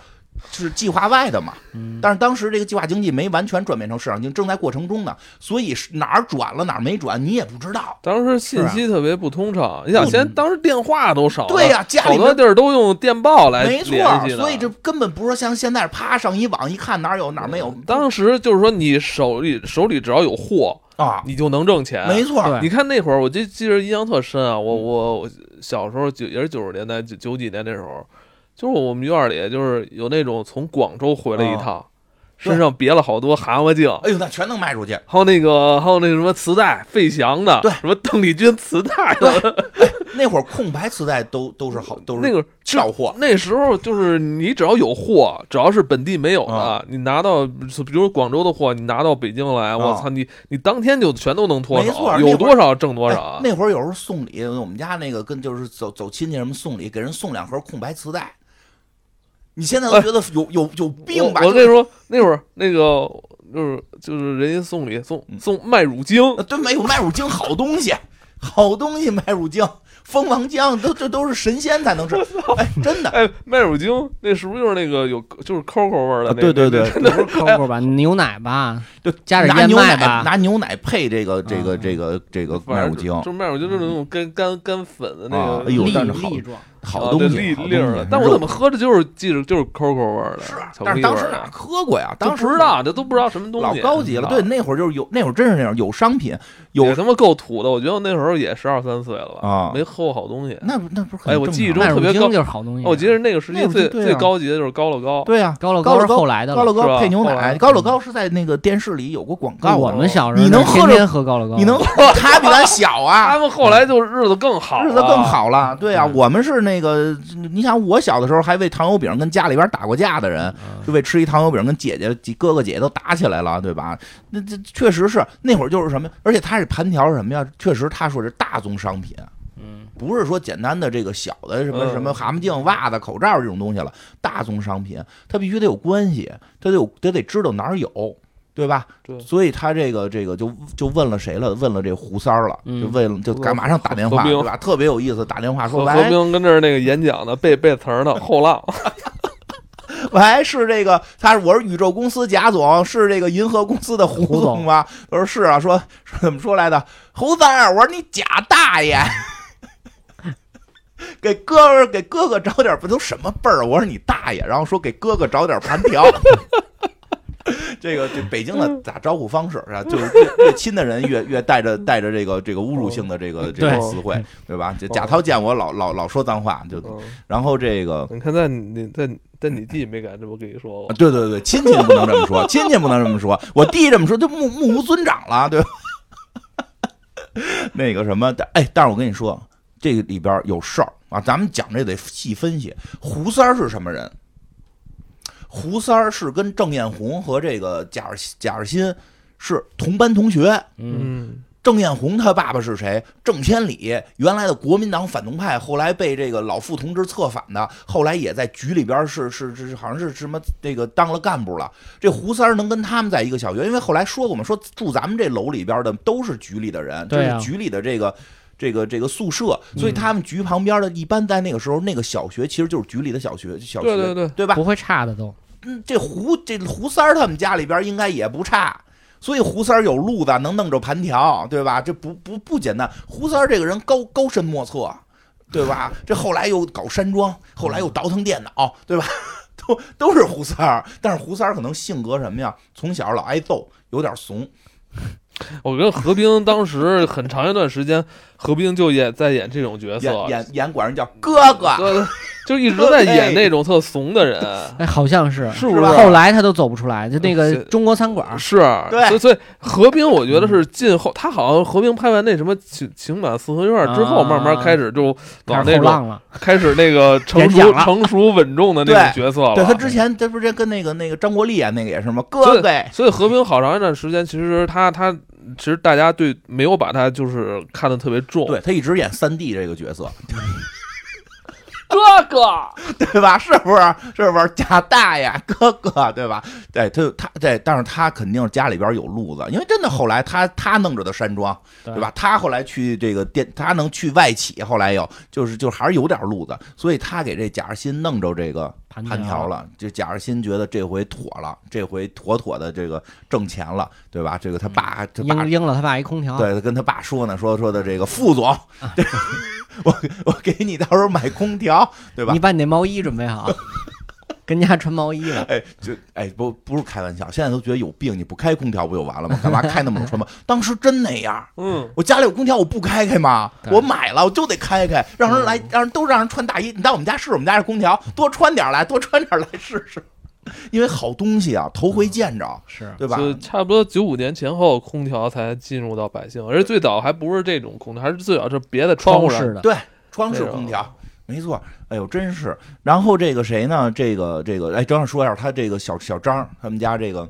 S2: 是计划外的嘛，
S4: 嗯
S2: 但是当时这个计划经济没完全转变成市场经济，正在过程中呢，所以是哪儿转了哪儿没转你也不知道。
S1: 当时信息特别不通畅。你想，
S2: 不
S1: 现在当时电话都少了，
S2: 啊嗯对呀、家
S1: 好
S2: 里
S1: 多
S2: 面
S1: 地儿都用电报来
S2: 没错
S1: 联系，呢
S2: 所以这根本不是像现在啪上一网一看哪儿有哪儿没有，
S1: 当时就是说，你手里手里只要有货，
S2: 啊，
S1: 嗯你就能挣钱。
S2: 没错，
S4: 对
S1: 你看那会儿，我就记着印象特深啊。我我
S2: 嗯
S1: 我小时候九也是九十年代九九几年那时候，就是我们院儿里就是有那种从广州回来一趟，
S2: 啊
S1: 身上别了好多蛤蟆镜，
S2: 哎呦，那全能卖出去。
S1: 还有那个还有那什么磁带，费翔的，
S2: 对
S1: 什么邓丽君磁带，
S2: 那会儿空白磁带都都是好，都是
S1: 那个
S2: 俏货。
S1: 那时候就是你只要有货，只要是本地没有的，
S2: 啊
S1: 你拿到，比如广州的货，你拿到北京来，我操，你你当天就全都能脱
S2: 啊没错
S1: 手，有
S2: 那会儿
S1: 多少挣多少啊
S2: 哎。那会儿有时候送礼，我们家那个跟就是走走亲戚什么送礼，给人送两盒空白磁带。你现在都
S1: 哎
S2: 觉得有、有有病吧？
S1: 我我
S2: 就
S1: 跟你
S2: 是
S1: 说，那会儿那个就是就是人家送礼送送麦乳精，
S2: 嗯呃对，没有麦乳精好东西，好东西麦乳精、蜂王浆都这都是神仙才能吃。哎，真的，
S1: 哎，麦乳精那是不是就是那个有就是 COCO 味
S4: 啊
S1: 儿的、那个？
S2: 啊对对对，
S4: 不是 Coco 吧，牛奶吧，
S2: 就
S4: 加点
S2: 拿
S4: 燕
S2: 牛
S4: 麦
S2: 奶
S4: 吧
S2: 拿牛奶配这个这个
S4: 啊
S2: 这个这个
S1: 反
S2: 麦
S1: 正
S2: 乳精嗯
S1: 就，是麦乳精就是那种干干干粉的那
S2: 啊
S1: 个，
S2: 哎呦
S4: 粒
S2: 但是好
S4: 粒状，
S2: 好东
S1: 啊对
S2: 西，
S1: 粒
S2: 好
S1: 粒儿的
S2: 东西。哎
S1: 但我
S2: 肉
S1: 怎么喝着就是记着就是 COCO 味儿的，
S2: 是啊？
S1: 巧克
S2: 但是
S1: 力
S2: 当
S1: 味
S2: 时
S1: 儿的
S2: 哪喝过呀？
S1: 都
S2: 当时
S1: 不知道，这都不知道什么东
S2: 老
S1: 西，啊
S2: 高级了。对，那会儿就是有，那会儿真是那样，有商品，有
S1: 也他妈够土的。我觉得我那时候也十二三岁了吧，
S2: 啊
S1: 没喝过好东西。
S2: 那不那不是很
S1: 哎我
S2: 正
S1: 记忆
S2: 常
S1: 中
S2: 吗
S4: 麦乳
S1: 特别
S4: 精
S1: 高
S4: 就是好
S5: 啊
S4: 东西。
S1: 哦我记得那个时期
S2: 那会
S1: 最
S2: 儿对啊
S1: 最高级的就是高乐高，
S2: 对呀、啊
S4: 高乐
S2: 高
S4: 高
S2: 乐
S4: 是
S2: 高
S4: 后来的
S2: 高乐
S4: 了，
S1: 是吧
S2: 高配牛奶，
S1: 哦
S2: 高乐高是在那个电视里有过广告
S4: 那
S2: 的，
S4: 我们小时候
S2: 你能喝
S4: 天
S2: 着
S4: 天喝高乐高，
S2: 你能他比咱小啊
S1: 他。们后来就日子更好，
S2: 日子更。好了，对啊，
S4: 嗯
S2: 我们是那个，你想我小的时候还为糖油饼跟家里边打过架的人，
S1: 嗯
S2: 就为吃一糖油饼跟姐姐、几哥哥姐姐都打起来了，对吧？那这确实是那会儿就是什么，而且它这盘条是什么呀？确实他说是大宗商品，
S4: 嗯？
S2: 不是说简单的这个小的什么
S1: 嗯
S2: 什么蛤蟆镜、袜子、口罩这种东西了，大宗商品，它必须得有关系，它得有，它得知道哪儿有，对吧？
S1: 对
S2: 所以他这个这个就就问了谁了？问了这胡三儿了，
S4: 嗯
S2: 就问了就赶马上打电话，
S1: 何冰
S2: 对吧？特别有意思，打电话说
S1: 何
S2: 喂
S1: 何冰跟这儿那个演讲的背背词儿呢，后浪
S2: 喂，哎是这个，他是我是宇宙公司贾总，是这个银河公司的胡
S4: 胡
S2: 总
S4: 总
S2: 吗？我说是啊，说 说怎么说来的？胡三儿，我说你贾大爷， 给哥们儿给哥哥找点不都什么辈儿？我说你大爷，然后说给哥哥找点盘条。 这个这北京的打招呼方式 啊，就是越越亲的人越越带着带着这个这个侮辱性的这个这个
S4: 对哦
S2: 词汇，对吧？这贾涛见我老老老说脏话，就
S1: 嗯
S2: 然后这个
S1: 你看在你在在你弟没敢这么跟你说
S2: 啊
S1: 过，
S2: 对对对，亲戚不能这么说，亲戚不能这么说，我弟这么说就目目无尊长了，对吧？ 那个什么，但哎，但是我跟你说，这个里边有事儿啊，咱们讲这得细分析。胡三儿是什么人？胡三儿是跟郑艳红和这个贾尔贾尔新是同班同学。
S4: 嗯，
S1: 嗯，
S2: 郑艳红她爸爸是谁？郑千里，原来的国民党反动派，后来被这个老傅同志策反的，后来也在局里边是是是，好像是什么这个当了干部了。这胡三儿能跟他们在一个小学，因为后来说过嘛，说住咱们这楼里边的都是局里的人，这
S4: 对啊嗯
S2: 是局里的这个。这个这个宿舍，所以他们局旁边的，一般在那个时候那个小学其实就是局里的小学小学，
S1: 对对对，
S2: 对吧？
S5: 不会差的都。
S2: 嗯，这胡这胡三儿他们家里边应该也不差，所以胡三儿有路子，能弄着盘条，对吧？这不不不简单。胡三儿这个人高高深莫测，对吧？这后来又搞山庄，后来又倒腾电脑，对吧？ 都都是胡三儿，但是胡三儿可能性格什么呀？从小老挨揍，有点怂。
S1: 我觉得何冰当时很长一段时间，何冰就演在演这种角色，
S2: 演演演管人叫哥啊哥，
S1: 对，就一直在演那种特怂的 人，
S5: 哎，好像是，
S1: 是不
S2: 是吧呃
S5: 后来他都走不出来，就那个
S1: 是
S5: 中国餐馆，
S1: 是，
S2: 对
S1: 所以所以何冰，我觉得
S5: 嗯
S1: 是进后，他好像何冰拍完那什么《情情满四合院》之后，
S5: 啊
S1: 慢慢开始就往
S5: 开
S1: 那
S5: 始
S1: 种
S5: 后浪了。
S1: 开始那个成
S5: 演
S1: 熟
S5: 讲了
S1: 成熟稳重的那种角色了。
S2: 对他之前这不是跟那个那个张国立演那个也是吗？
S1: 所
S2: 哥
S1: 以
S2: 哥，
S1: 所以何冰好长一段时间，其实他他其实大家对没有把他就是看得特别重，
S2: 对他一直演三弟这个角色，
S1: 哥哥，
S2: 对吧？是不是？是不是贾大爷哥哥，对吧？对，他他对，但是他肯定家里边有路子，因为真的后来他他弄着的山庄，
S5: 对
S2: 对吧？他后来去这个电，他能去外企，后来又就是就还是有点路子，所以他给这贾二新弄着这个
S5: 盘
S2: 盘条了。这贾二新觉得这回妥了，这回妥妥的这个挣钱了，对吧？这个他爸他爸
S5: 应应了他爸一空调，
S2: 对，跟他爸说呢，说说的这个副总，对， 我我给你到时候买空调，对吧
S5: 你？把你那毛衣准备好， 跟家穿毛衣了。
S2: 哎，就哎不不是开玩笑，现在都觉得有病，你不开空调不就完了吗？干嘛开那么冷穿吗？ 当时真那样，
S1: 嗯，
S2: 我家里有空调，我不开开吗？我买了，我就得开开，让人
S1: 嗯
S2: 来，让人都让人穿大衣。你到我们家试，我们家是空调，多穿点儿来，多穿点儿来试试， 因为好东西啊，头回见着，
S5: 是
S2: 对吧？
S1: 嗯就差不多九五年前后，空调才进入到百姓，而且最早还不是这种空调，还是最早是别的窗户
S5: 窗
S1: 上
S5: 式的，
S2: 对，窗式
S1: 对啊
S2: 空调，没错。哎呦，真是。然后这个谁呢？这个这个，哎，正好说一下，他这个小小张，他们家这个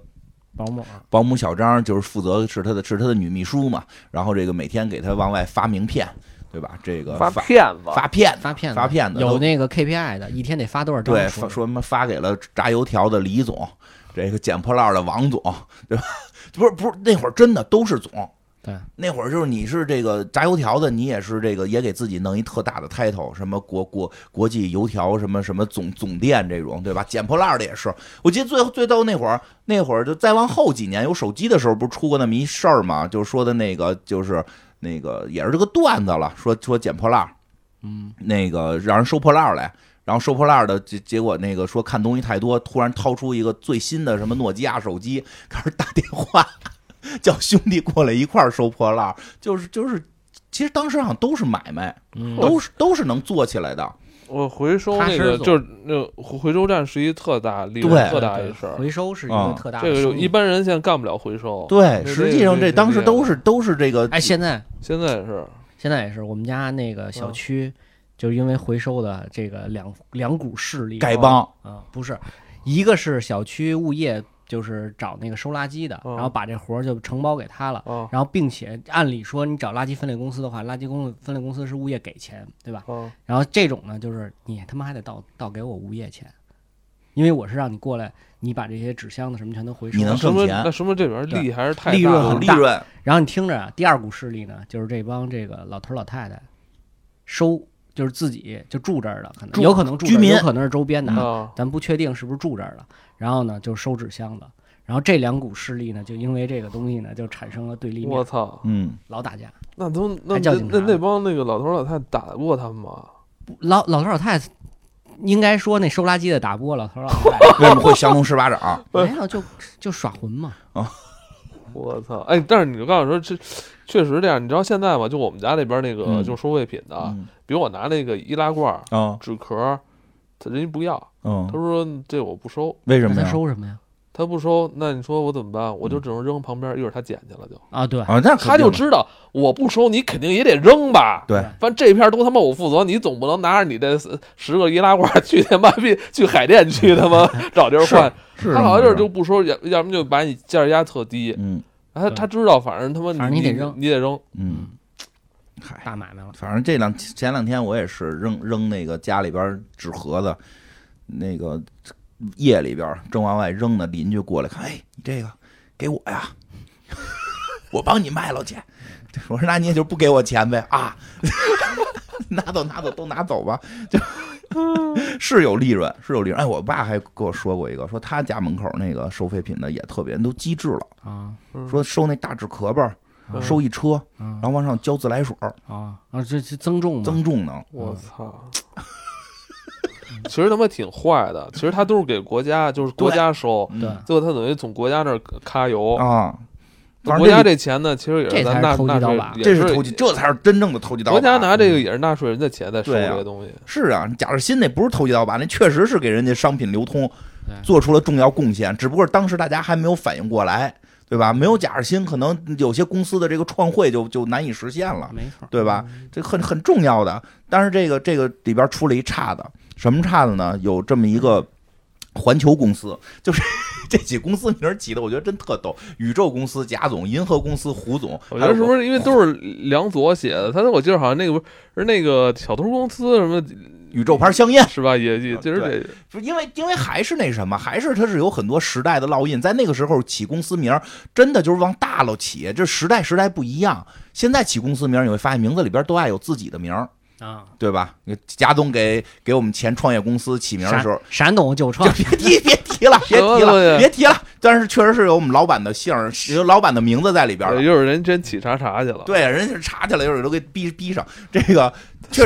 S5: 保姆
S2: 保姆小张，就是负责是他的是他的女秘书嘛。然后这个每天给他往外发名片，对吧？这个发
S1: 骗子
S2: 发片
S5: 发片子
S2: 发片子
S5: 有
S2: 都
S5: 那个 KPI 的，一天得发多少张
S2: 对，
S5: 出
S2: 发
S5: 去？
S2: 说什么发给了炸油条的李总，这个捡破烂的王总，对吧？ 不是不是，那会儿真的都是总。
S5: 对，
S2: 那会儿就是你是这个炸油条的，你也是这个也给自己弄一特大的 title，什么国国国际油条什么什么总总店这种，对吧？捡破烂的也是。我记得最最逗那会儿，那会儿就再往后几年有手机的时候，不是出过那么一事儿吗？就是说的那个就是那个也是这个段子了，说说捡破烂，嗯，那个让人收破烂来。然后收破烂的结结果，那个说看东西太多，突然掏出一个最新的什么诺基亚手机，开始打电话，叫兄弟过来一块儿收破烂，就是就是，其实当时好像都是买卖，
S5: 嗯
S2: 都是都是能做起来的。
S1: 我回收
S5: 踏
S1: 那
S5: 实
S1: 个
S5: 做
S1: 就是那个回回收站是一特大利润
S2: 对
S1: 特大一事儿，嗯
S5: 回收是一
S2: 啊
S5: 个特大
S1: 这
S5: 的
S1: 个就
S5: 收
S1: 一
S5: 益。
S1: 般人现在干不了回收。，
S2: 对，
S1: 对
S2: 实际上
S1: 对对
S2: 这当时
S1: 对
S2: 都是都是这个，
S5: 哎，现在
S1: 现在是
S5: 现在也是，我们家那个小
S1: 嗯
S5: 区就因为回收的这个两两股势力
S2: 丐帮
S5: 啊，不是，一个是小区物业就是找那个收垃圾的，
S1: 嗯
S5: 然后把这活儿就承包给他了。
S1: 啊
S5: 然后，并且按理说，你找垃圾分类公司的话，垃圾公分类公司是物业给钱，对吧？
S1: 啊，
S5: 然后这种呢，就是你他妈还得倒倒给我物业钱，因为我是让你过来，你把这些纸箱子什么全都回收
S2: 你
S5: 了。
S2: 能
S1: 什
S2: 挣
S1: 么
S2: 钱
S1: 那什么这边利还是太
S5: 利
S1: 大
S5: 润
S1: 了
S2: 有
S5: 很
S2: 利
S5: 大
S2: 润，
S5: 然后你听着啊，第二股势力呢，就是这帮这个老头老太太收，就是自己就住这儿的，可能
S2: 住
S5: 有可能住这儿
S2: 居民嗯
S5: 有可能是周边的，啊，
S1: 啊，
S5: 咱不确定是不是住这儿的。然后呢，就收纸箱子。然后这两股势力呢，就因为这个东西呢，就产生了对立
S1: 我
S5: 面，
S1: 操，
S2: 嗯，
S5: 老打架。
S1: 那都那
S5: 还叫
S1: 那
S5: 警察
S1: 那那帮那个老头儿老太太打得过他们吗？
S5: 老老头老太太应该说那收垃圾的打不过老头老太 太，
S2: 为什么会降龙十八掌？
S5: 没有就就耍混嘛。
S1: 我操，哎，但是你就告诉我说这。确实这样，你知道现在吗？就我们家那边那个
S2: 嗯
S1: 就收废品的，
S2: 嗯
S1: 比如我拿那个易拉罐儿、
S2: 啊
S1: 纸壳儿，他人家不要，他
S2: 嗯，
S1: 说这我不收，
S2: 为什么
S5: 那他
S2: 呀？
S5: 收什么呀？
S1: 他不收，那你说我怎么办？我就只能扔旁边，一会儿他捡去了就。
S5: 啊，对，
S2: 啊，嗯
S1: 他
S2: 那肯定
S1: 就
S2: 的
S1: 知道我不收，你肯定也得扔吧。
S2: 对
S1: 反正这片儿都他妈我负责，你总不能拿着你这十十个易拉罐儿去他妈 逼去海淀去他妈找地儿换。他
S2: 是这么
S1: 好像
S2: 回
S1: 就是
S2: 事
S1: 就不收，要要么就把你价儿压特低。
S2: 嗯
S1: 然后他他知道，反正他妈
S5: 反正你得
S1: 你
S5: 扔
S1: 你得扔。
S2: 嗯，嗨。
S5: 大买卖了。
S2: 反正这两前两天我也是扔扔那个家里边纸盒子，那个夜里边正往外扔呢， 邻居过来看，哎，你这个给我呀，我帮你卖了去。我说那你也就不给我钱呗啊， 拿走拿走都拿走吧， 就是有利润是有利润。哎，我爸还跟我说过一个，说他家门口那个收废品的也特别都机智了，
S5: 啊
S2: 说收那大纸壳儿
S1: 嗯
S2: 收一车，
S5: 啊
S2: 然后往上浇自来水儿
S5: 啊啊！这这增重嘛，
S2: 哦增重能。
S1: 我操！其实他妈挺坏的，其实他都是给国家，就是国家收，
S5: 嗯
S2: 嗯
S5: 对
S1: 最后他等于从国家那儿揩油。
S2: 啊，
S1: 那
S2: 反正
S1: 国家
S2: 这
S1: 这钱呢，其实也
S5: 这才
S1: 咱
S5: 是
S1: 纳
S5: 投机
S1: 纳
S5: 倒
S1: 税
S5: 把，
S1: 也
S2: 这
S1: 是
S2: 投机，这才是真正的投机倒把。
S1: 国家拿这个也是纳税人的钱在收
S2: 对
S1: 这
S2: 啊
S1: 个东西。
S2: 是啊，贾士新那不是投机倒把，那确实是给人家商品流通
S5: 对
S2: 做出了重要贡献，只不过当时大家还没有反应过来，对吧？没有贾士新，可能有些公司的这个创汇就就难以实现了，
S5: 没错，
S2: 对吧？这很很重要的。但是这个这个里边出了一差的，什么差的呢？有这么一个。环球公司就是 这几公司名儿起的，我觉得真特逗。宇宙公司贾总，银河公司胡总，
S1: 我觉
S2: 还有
S1: 得是不是因为都是梁左写的？他我记得好像那个不是那个小偷公司什么
S2: 宇宙牌香烟？
S1: 是吧？也也就是
S2: 对
S1: 这
S2: 不是因为因为还是那什么，还是它是有很多时代的烙印，在那个时候起公司名儿真的就是往大了起，这时代时代不一样。现在起公司名儿，你会发现名字里边都爱有自己的名儿，
S5: 啊，
S2: 对吧？贾总给给我们前创业公司起名儿的时候
S5: 闪。闪董九
S2: 就
S5: 创
S2: 别提别提了，别提
S1: 什么东
S2: 了，
S1: 西
S2: 别提了。但是确实是有我们老板的姓儿，有老板的名字在里边
S1: 对，
S2: 了。
S1: 又有人真起查查去了。
S2: 对，人家查起来，有人都给逼逼上。这个 确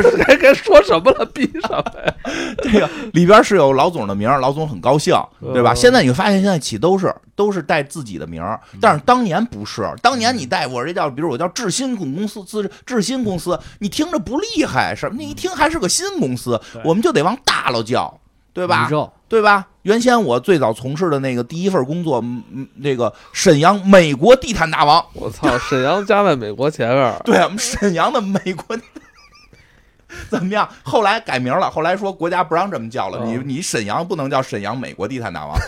S2: 实
S1: 该该说什么了？闭上呗。
S2: 这个 里边是有老总的名儿，老总很高兴，对吧？
S1: 嗯
S2: 现在你会发现，现在起都是都是带自己的名儿，但是当年不是，当年你带我这叫，比如我叫智新公司，自智新公司，你听着不厉害，什么？你一听还是个新公司，我们就得往大了叫，对吧
S5: 宇？宙
S2: 对吧？原先我最早从事的那个第一份工作，嗯嗯，那个沈阳美国地毯大王，
S1: 我操！沈阳夹在美国前面儿，
S2: 对我们沈阳的美国。怎么样？后来改名了，后来说国家不让这么叫了，你
S1: 哦
S2: 你沈阳不能叫沈阳美国地毯大 王，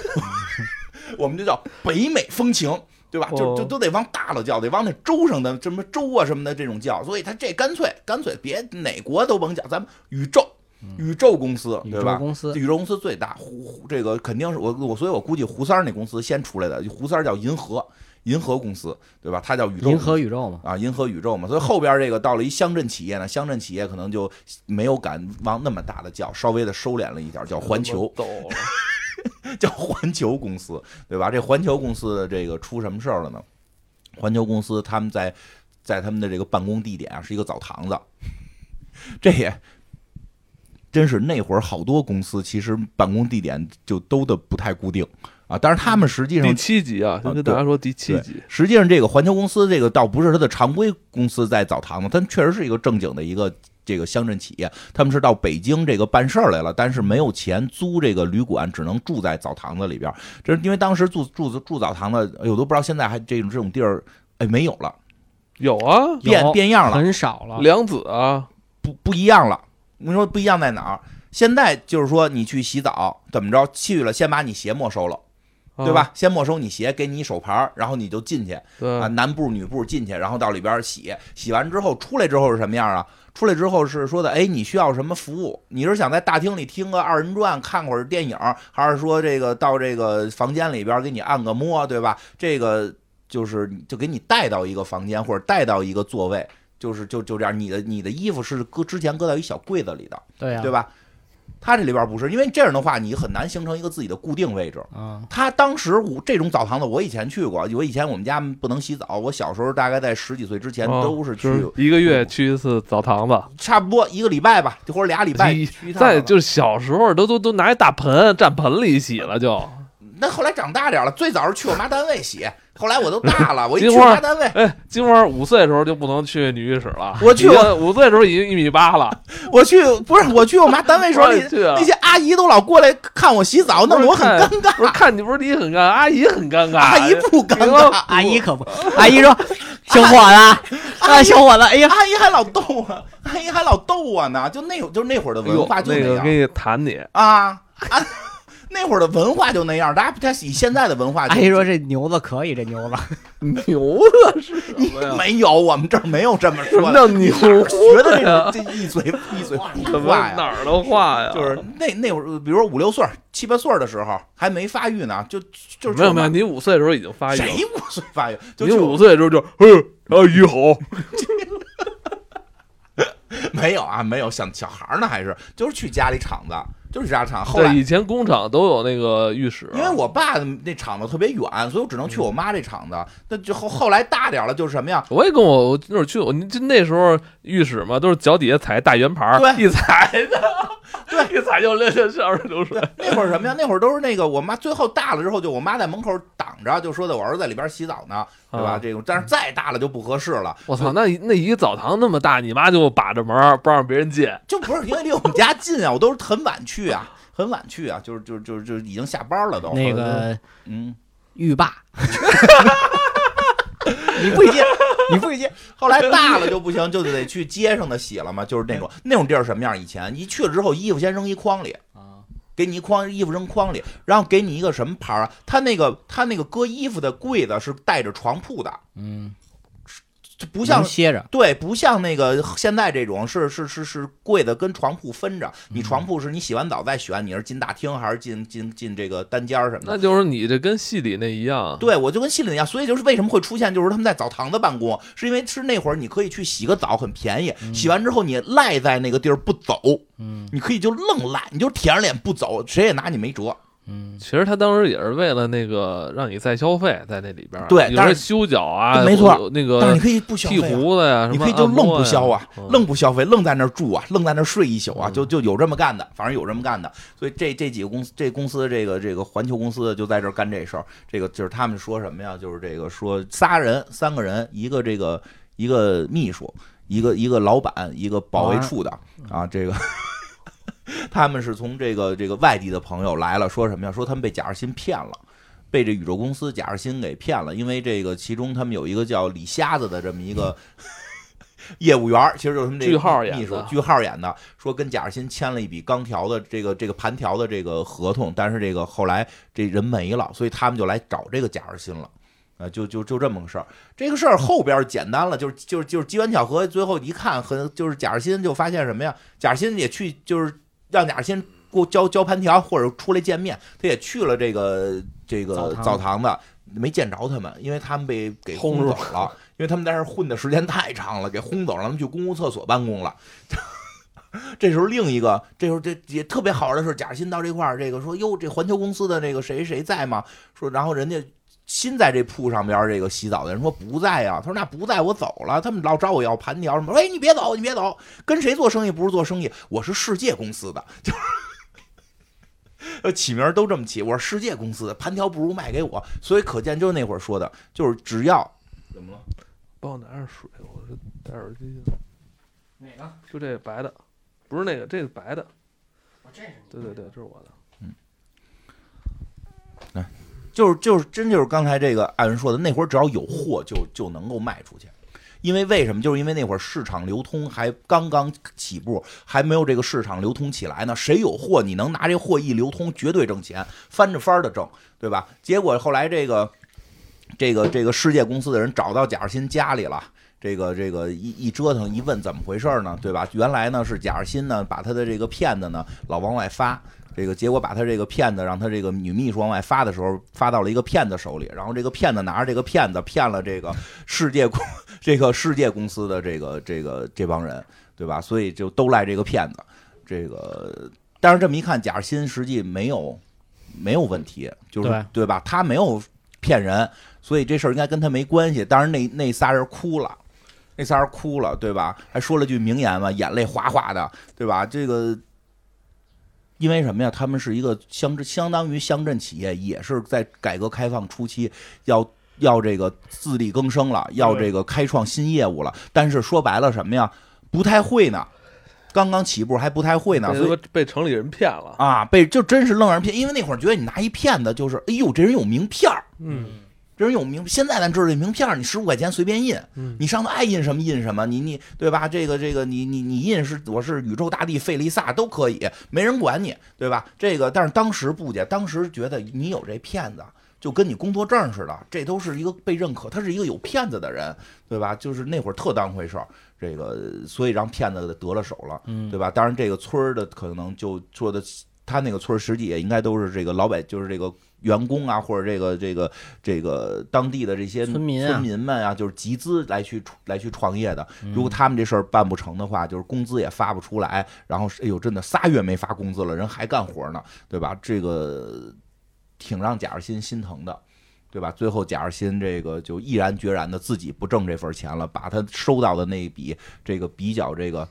S2: 我们就叫北美风情，对吧？就
S1: 哦
S2: 就都得往大了叫，得往那州上的什么州啊什么的这种叫，所以他这干脆干脆别哪国都甭叫，咱们宇宙宇宙公司
S5: 嗯宇
S2: 对
S5: 宙
S2: 吧？
S5: 公司
S2: 这宇宙公司最大，胡胡这个肯定是我我，所以我估计胡三儿那公司先出来的，胡三儿叫银河银河公司，对吧？它叫宇宙
S5: 银
S2: 公司
S5: 河宇宙嘛，
S2: 啊，银河宇宙嘛，所以后边这个到了一乡镇企业呢，乡镇企业可能就没有敢往那么大的叫，稍微的收敛了一点，叫环球，
S1: 逗了。
S2: 叫环球公司，对吧？这环球公司的这个出什么事儿了呢？环球公司他们在在他们的这个办公地点啊，是一个澡堂子，这也。真是那会儿好多公司其实办公地点就都的不太固定啊，但是他们实际上
S1: 第七集啊，先跟大家说第七
S2: 对
S1: 集。
S2: 实际上，这个环球公司这个倒不是它的常规公司在澡堂子，它确实是一个正经的一个这个乡镇企业。他们是到北京这个办事儿来了，但是没有钱租这个旅馆，只能住在澡堂子里边儿。这是因为当时住住住澡堂子，哎呦，我都不知道现在还这种这种地儿，哎，没有了，
S1: 有啊，
S5: 有
S2: 变变样了，
S5: 很少了，
S1: 梁子啊，
S2: 不不一样了。你说不一样在哪儿？现在就是说，你去洗澡怎么着，去了先把你鞋没收了，
S1: 啊
S2: 对？吧？先没收你鞋，给你一手牌儿，然后你就进去。
S1: 对
S2: 啊，男部女部进去，然后到里边洗，洗完之后出来之后是什么样啊？出来之后是说的，哎，你需要什么服务？你是想在大厅里听个二人转，看会儿电影，还是说这个到这个房间里边给你按个摩，对吧？这个就是就给你带到一个房间或者带到一个座位，就是就就这样。你的你的衣服是搁之前搁到一小柜子里的，
S5: 对啊呀
S2: 对，吧？他这里边不是，因为这样的话你很难形成一个自己的固定位置。
S5: 啊，
S2: 他当时我这种澡堂子，我以前去过。我以前我们家不能洗澡，我小时候大概在十几岁之前
S1: 哦
S2: 都是去，哦
S1: 就是一个月去一次澡堂子，
S2: 差不多一个礼拜吧，或者俩礼拜
S1: 一
S2: 去一趟澡堂。
S1: 再就是小时候都都都拿一大盆站盆里洗了就，
S2: 那后来长大点了，最早是去我妈单位洗，后来我都大 了，我一
S1: 金
S2: 去我
S1: 花
S2: 妈单位，
S1: 哎，金花五岁的时候就不能去女浴室了。
S2: 我去
S1: 已经五岁的时候已经一米八了，
S2: 我去不是我去我妈单位时 候，
S1: 我也
S2: 那
S1: 去啊
S2: 那些阿姨都老过来看我洗澡，弄得我很尴尬。
S1: 不是看你不是你很尴尬，阿姨很尴尬，
S2: 阿姨不尴
S1: 你
S2: 尬
S1: 说，
S4: 阿姨可不，阿姨说，小伙 子，啊，小伙子，哎呀，
S2: 阿姨还老逗我，阿姨还老逗我呢。就那会就那会儿的
S1: 哎呦
S2: 文化就
S1: 那
S2: 样。
S1: 个给你弹你，
S2: 啊啊！ 那会儿的文化就那样，大家他以现在的文化就，
S4: 阿姨说这牛子可以，这牛子
S1: 牛子是什么呀？
S2: 没有，我们这儿没有这么
S1: 什么
S2: 说的，
S1: 叫 牛？
S2: 学的这种这一嘴一嘴
S1: 什
S2: 土
S1: 么
S2: 话呀。
S1: 哪儿的话呀？
S2: 就是那那会儿，比如说五六岁儿、七八岁儿的时候，还没发育呢，就就是
S1: 没有没有，你五岁的时候已经发育了，
S2: 谁五岁发育？就
S1: 你
S2: 就
S1: 五岁的时候就哼，阿姨好，
S2: 没有啊，没有像小孩儿呢，还是就是去家里厂子，就是家里厂。后来
S1: 对，以前工厂都有那个浴室，啊
S2: 因为我爸那厂子特别远，所以我只能去我妈这厂子。那就后后来大点儿了，就是什么呀？
S1: 我也跟我我那会儿去，我就那时候浴室嘛，都是脚底下踩大圆盘儿，
S2: 对
S1: 一踩的， 对，一踩就溜溜下边流水。
S2: 那会儿什么呀？那会儿都是那个我妈最后大了之后，就我妈在门口挡着，就说的我儿子在里边洗澡呢，对吧？
S1: 啊
S2: 这种，但是再大了就不合适了，
S1: 我操，那一那一个澡堂那么大，你妈就把着门儿不让别人进，
S2: 就不是因为离我们家近啊，我都是很晚去啊， 很晚去啊，就是就是就是就是已经下班了都。
S4: 那个
S2: 嗯，
S4: 浴霸，
S2: 你不接。
S4: 你不许接，
S2: 后来大了就不 行，就得去街上的洗了嘛，就是那
S4: 嗯
S2: 种那种地儿什么样？以前一去了之后，衣服先扔一筐里
S4: 啊，
S2: 给你一筐衣服扔筐里，然后给你一个什么牌儿啊？他那个他那个搁衣服的柜子是带着床铺的，
S4: 嗯，
S2: 就不像
S4: 能歇着，
S2: 对，不像那个现在这种是是是是柜子跟床铺分着，你床
S1: 嗯
S2: 铺是你洗完澡再选，你是进大厅还是进进进这个单间儿什么
S1: 那
S2: 的。
S1: 就是你这跟戏里那一样。
S2: 对，我就跟心里一样，所以就是为什么会出现，就是他们在澡堂子办公，是因为是那会儿你可以去洗个澡，很便宜，
S1: 嗯
S2: 洗完之后你赖在那个地儿不走，
S4: 嗯
S2: 你可以就愣赖，你就舔着脸不走，谁也拿你没辙。
S4: 嗯，
S1: 其实他当时也是为了那个让你再消费，在那里边儿
S2: 对
S1: 有
S2: 但
S1: 时候
S2: 是
S1: 修脚啊，
S2: 没错
S1: 有那
S2: 但
S1: 个
S2: 是你可以不消
S1: 剃
S2: 费、啊。
S1: 胡子呀，
S2: 你
S1: 什么
S2: 可以就
S1: 按摩
S2: 愣不
S1: 呀
S2: 消啊
S1: 嗯，
S2: 愣不消费，愣在那儿住啊，愣在那儿睡一宿啊，
S1: 嗯
S2: 就就有这么干的，反正有这么干的。所以这这几个公司，这公司这个这个环球公司就在这儿干这事儿。这个就是他们说什么呀？就是这个说仨人，三个人，一个这个一个秘书，一个一个老板，一个保卫处的啊，这个。 他们是从这个这个外地的朋友来了，说什么呀？说他们被贾士新骗了，被这宇宙公司贾士新给骗了。因为这个其中他们有一个叫李瞎子的这么一 个业务员儿，其实就是他们这
S1: 句号演的
S2: 秘书句号演的，说跟贾士新签了一笔钢条的这个这个盘条的这个合同，但是这个后来这人没了，所以他们就来找这个贾士新了。啊，就就就这么个事儿，这个事儿后边儿简单了，就是就是就是机缘巧合，最后一看很就是贾士新就发现什么呀？贾士新也去就是让贾先过交交盘条，或者出来见面，他也去了这个这
S4: 澡
S2: 个
S4: 堂
S2: 澡堂子，没见着他们，因为他们被给
S1: 轰
S2: 轰
S1: 出
S2: 走了，因为他们在那儿混的时间太长了，给轰走了，他们去公共厕所办公了。 这时候另一个，这时候这也特别好玩的是，贾新到这块儿，这个说哟，这环球公司的那个谁谁在吗？说，然后人家新在这铺上边儿这个洗澡的人说不在呀、他说那不在，我走了。他们老找我要盘条什么，哎，你别走，你别走，跟谁做生意不是做生意，我是世界公司的，就是。 呃，起名儿都这么起，我是世界公司的，盘条不如卖给我，所以可见就是那会儿说的，就是只要怎么了？
S1: 帮我拿点水，我这戴耳机。
S4: 哪个？
S1: 就这白的，不是那个，这个白的。
S4: 我这是
S1: 对对对，这是我的。
S2: 就是就是真就是刚才这个艾文说的，那会儿只要有货就就能够卖出去，因为为什么？就是因为那会儿市场流通还刚刚起步，还没有这个市场流通起来呢。谁有货，你能拿这货一流通，绝对挣钱，翻着番儿的挣，对吧？结果后来这个这个这个世界公司的人找到贾士新家里了。这个这个一一折腾一问怎么回事儿呢？对吧？原来呢是贾士新呢把他的这个骗子呢老往外发，这个结果把他这个骗子，让他这个女秘书往外发的时候，发到了一个骗子手里，然后这个骗子拿着这个骗子骗了这个世界公 这个世界公司的这个这个这帮人，对吧？所以就都赖这个骗子。这个，但是这么一看，贾新实际没有没有问题，就是
S4: 对
S2: 吧？他没有骗人，所以这事儿应该跟他没关系。当然那那仨人哭了。那仨人哭了，对吧？还说了句名言嘛，眼泪哗哗的，对吧？这个因为什么呀？他们是一个乡镇，相当于乡镇企业，也是在改革开放初期要要这个自力更生了，要这个开创新业务了。但是说白了什么呀？不太会呢，刚刚起步还不太会呢，所
S1: 被
S2: 以
S1: 他妈被城里人骗了。
S2: 啊，被就真是愣让人骗，因为那会儿觉得你拿一骗子就是，哎呦，这人有名片儿，
S1: 嗯，
S2: 这人有名，现在咱知道这名片儿，你十五块钱随便印，
S1: 嗯
S2: 你上头爱印什么印什么，你你对吧？这个这个你你你印是我是宇宙大帝费利萨都可以，没人管你，对吧？这个但是当时不解，当时觉得你有这骗子。就跟你工作证似的，这都是一个被认可，他是一个有骗子的人，对吧？就是那会儿特当回事儿，这个所以让骗子得了手了，
S5: 嗯
S2: 对吧？当然，这个村儿的可能就做的，他那个村儿实际也应该都是这个老百，就是这个员工啊，或者这个这个这个当地的这些
S5: 村民啊
S2: 村民们啊，就是集资来去来去创业的。
S5: 嗯
S2: 如果他们这事儿办不成的话，就是工资也发不出来，然后是哎呦，真的仨月没发工资了，人还干活呢，对吧？这个挺让贾日新心疼的。对吧？最后贾日新这个就毅然决然的自己不挣这份钱了，把他收到的那一笔这个比较这个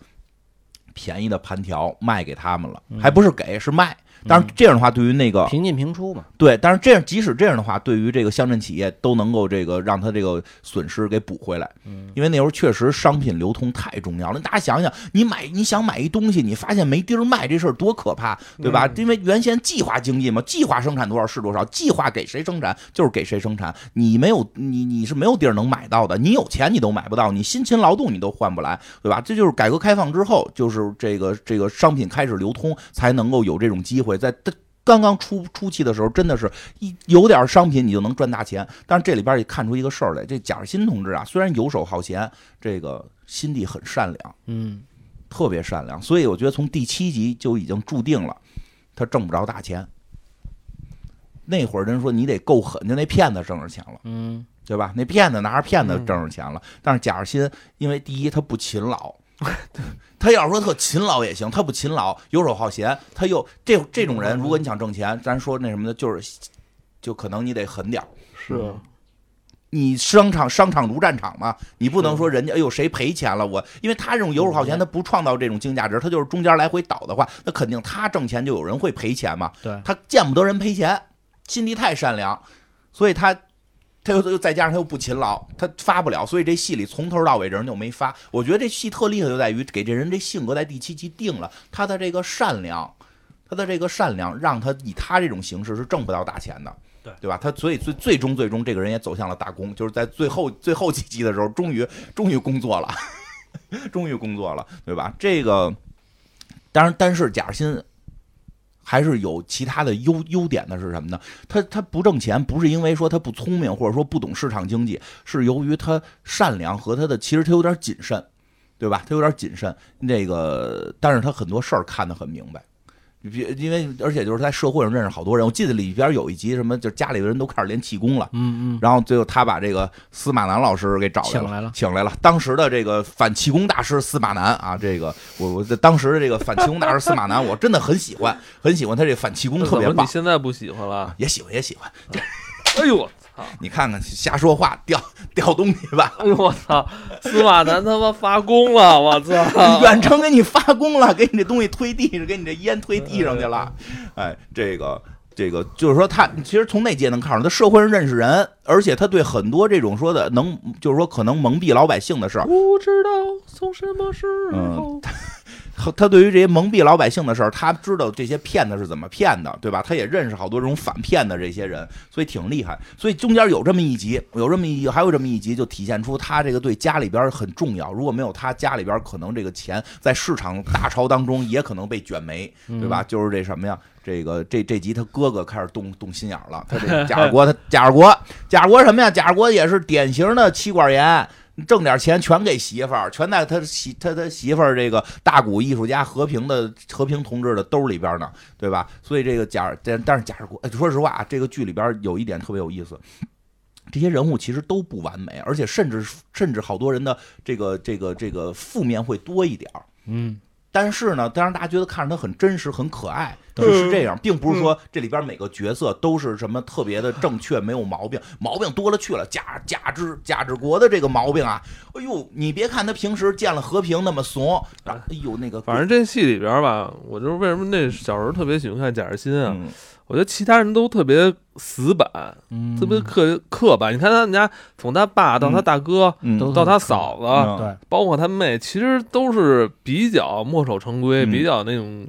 S2: 便宜的盘条卖给他们了，还不是给是卖。但是这样的话，对于那个
S5: 平进平出嘛，
S2: 对，但是这样即使这样的话，对于这个乡镇企业都能够这个让他这个损失给补回来，因为那时候确实商品流通太重要了。大家想想，你买你想买一东西，你发现没地儿卖这事儿多可怕，对吧？因为原先计划经济嘛，计划生产多少是多少，计划给谁生产就是给谁生产，你没有你你是没有地儿能买到的，你有钱你都买不到，你辛勤劳动你都换不来，对吧？这就是改革开放之后，就是这个这个商品开始流通，才能够有这种机会在。刚刚出初期的时候，真的是一有点商品你就能赚大钱。但是这里边也看出一个事儿来，这贾日新同志啊，虽然游手好闲，这个心地很善良，
S5: 嗯，
S2: 特别善良，所以我觉得从第七集就已经注定了他挣不着大钱。那会儿人说你得够狠，就那骗子挣着钱了，
S5: 嗯，
S2: 对吧？那骗子拿着骗子挣着钱了，但是贾日新因为第一他不勤劳。他要是说特勤劳也行，他不勤劳，游手好闲，他又这这种人，如果你想挣钱，咱说那什么的，就是就可能你得狠点儿
S1: 是
S2: 你商场商场如战场嘛，你不能说人家哎呦谁赔钱了我，因为他这种游手好闲，他不创造这种竞价值，他就是中间来回倒的话，那肯定他挣钱就有人会赔钱嘛。
S5: 对
S2: 他见不得人赔钱，心地太善良，所以他他又又再加上他又不勤劳，他发不了，所以这戏里从头到尾这人就没发。我觉得这戏特厉害就在于给这人这性格在第七集定了，他的这个善良，他的这个善良让他以他这种形式是挣不到大钱的。
S1: 对
S2: 对吧？他所以最最终最终这个人也走向了打工，就是在最后最后几集的时候，终于终于工作了， 终于工作了，对吧？这个当然，但是贾欣还是有其他的优优点的是什么呢？他他不挣钱，不是因为说他不聪明，或者说不懂市场经济，是由于他善良和他的其实他有点谨慎，对吧？他有点谨慎，那个但是他很多事儿看得很明白。别，因为而且就是在社会上认识好多人，我记得里边有一集什么，就是家里的人都开始练气功了，
S5: 嗯嗯，
S2: 然后最后他把这个司马南老师给找来
S5: 请来
S2: 了
S5: 了，
S2: 请来了。当时的这个反气功大师司马南啊，这个我我在当时的这个反气功大师司马南，我真的很喜欢，很喜欢他这反气功
S1: 那
S2: 特
S1: 怎
S2: 别
S1: 么
S2: 棒啊
S1: 你，现在不喜欢了？
S2: 也喜欢也喜欢。
S1: 哎呦我操！
S2: 你看看瞎说话掉掉东西吧，
S1: 哎呦我操！司马南他妈发功了！我 操！
S2: 远程给你发功了，给你这东西推地上，给你这烟推地上去了。哎，这个这个就是说他，其实从那届能看出来，他社会上认识人，而且他对很多这种说的能，就是说可能蒙蔽老百姓的事儿，
S1: 不知道从什么时候
S2: 嗯，他他对于这些蒙蔽老百姓的事儿，他知道这些骗子是怎么骗的，对吧？他也认识好多这种反骗的这些人，所以挺厉害。所以中间有这么一集，有这么一还有这么一集，就体现出他这个对家里边很重要。如果没有他，家里边可能这个钱在市场大潮当中也可能被卷没，
S5: 嗯
S2: 对吧？就是这什么呀？这个这这集他哥哥开始动动心眼儿了，他这贾二国，他贾二国，贾二国什么呀？贾二国也是典型的妻管严，挣点钱全给媳妇儿，全在他媳他他媳妇儿这个大古艺术家和平的和平同志的兜里边呢，对吧？所以这个贾但但是贾二国，哎说实话啊，这个剧里边有一点特别有意思。这些人物其实都不完美，而且甚至甚至好多人的这个这个这个负面会多一点儿。
S5: 嗯，
S2: 但是呢，当然大家觉得看着他很真实、很可爱，
S1: 嗯
S2: 是是这样，并不是说这里边每个角色都是什么特别的正确、没有毛病， 毛病多了去了。贾贾志贾志国的这个毛病啊，哎呦，你别看他平时见了和平那么怂，
S1: 呃
S2: 然后哎呦那个，
S1: 反正这戏里边吧，我就是为什么那小时候特别喜欢看贾日新啊，
S2: 嗯
S1: 我觉得其他人都特别死板，
S5: 嗯
S1: 特别刻刻板。你看他们家从他爸到他大哥，
S2: 嗯
S5: 都
S1: 到他嫂子，
S2: 嗯
S5: 对
S1: 包括他妹，其实都是比较墨守成规，
S2: 嗯
S1: 比较那种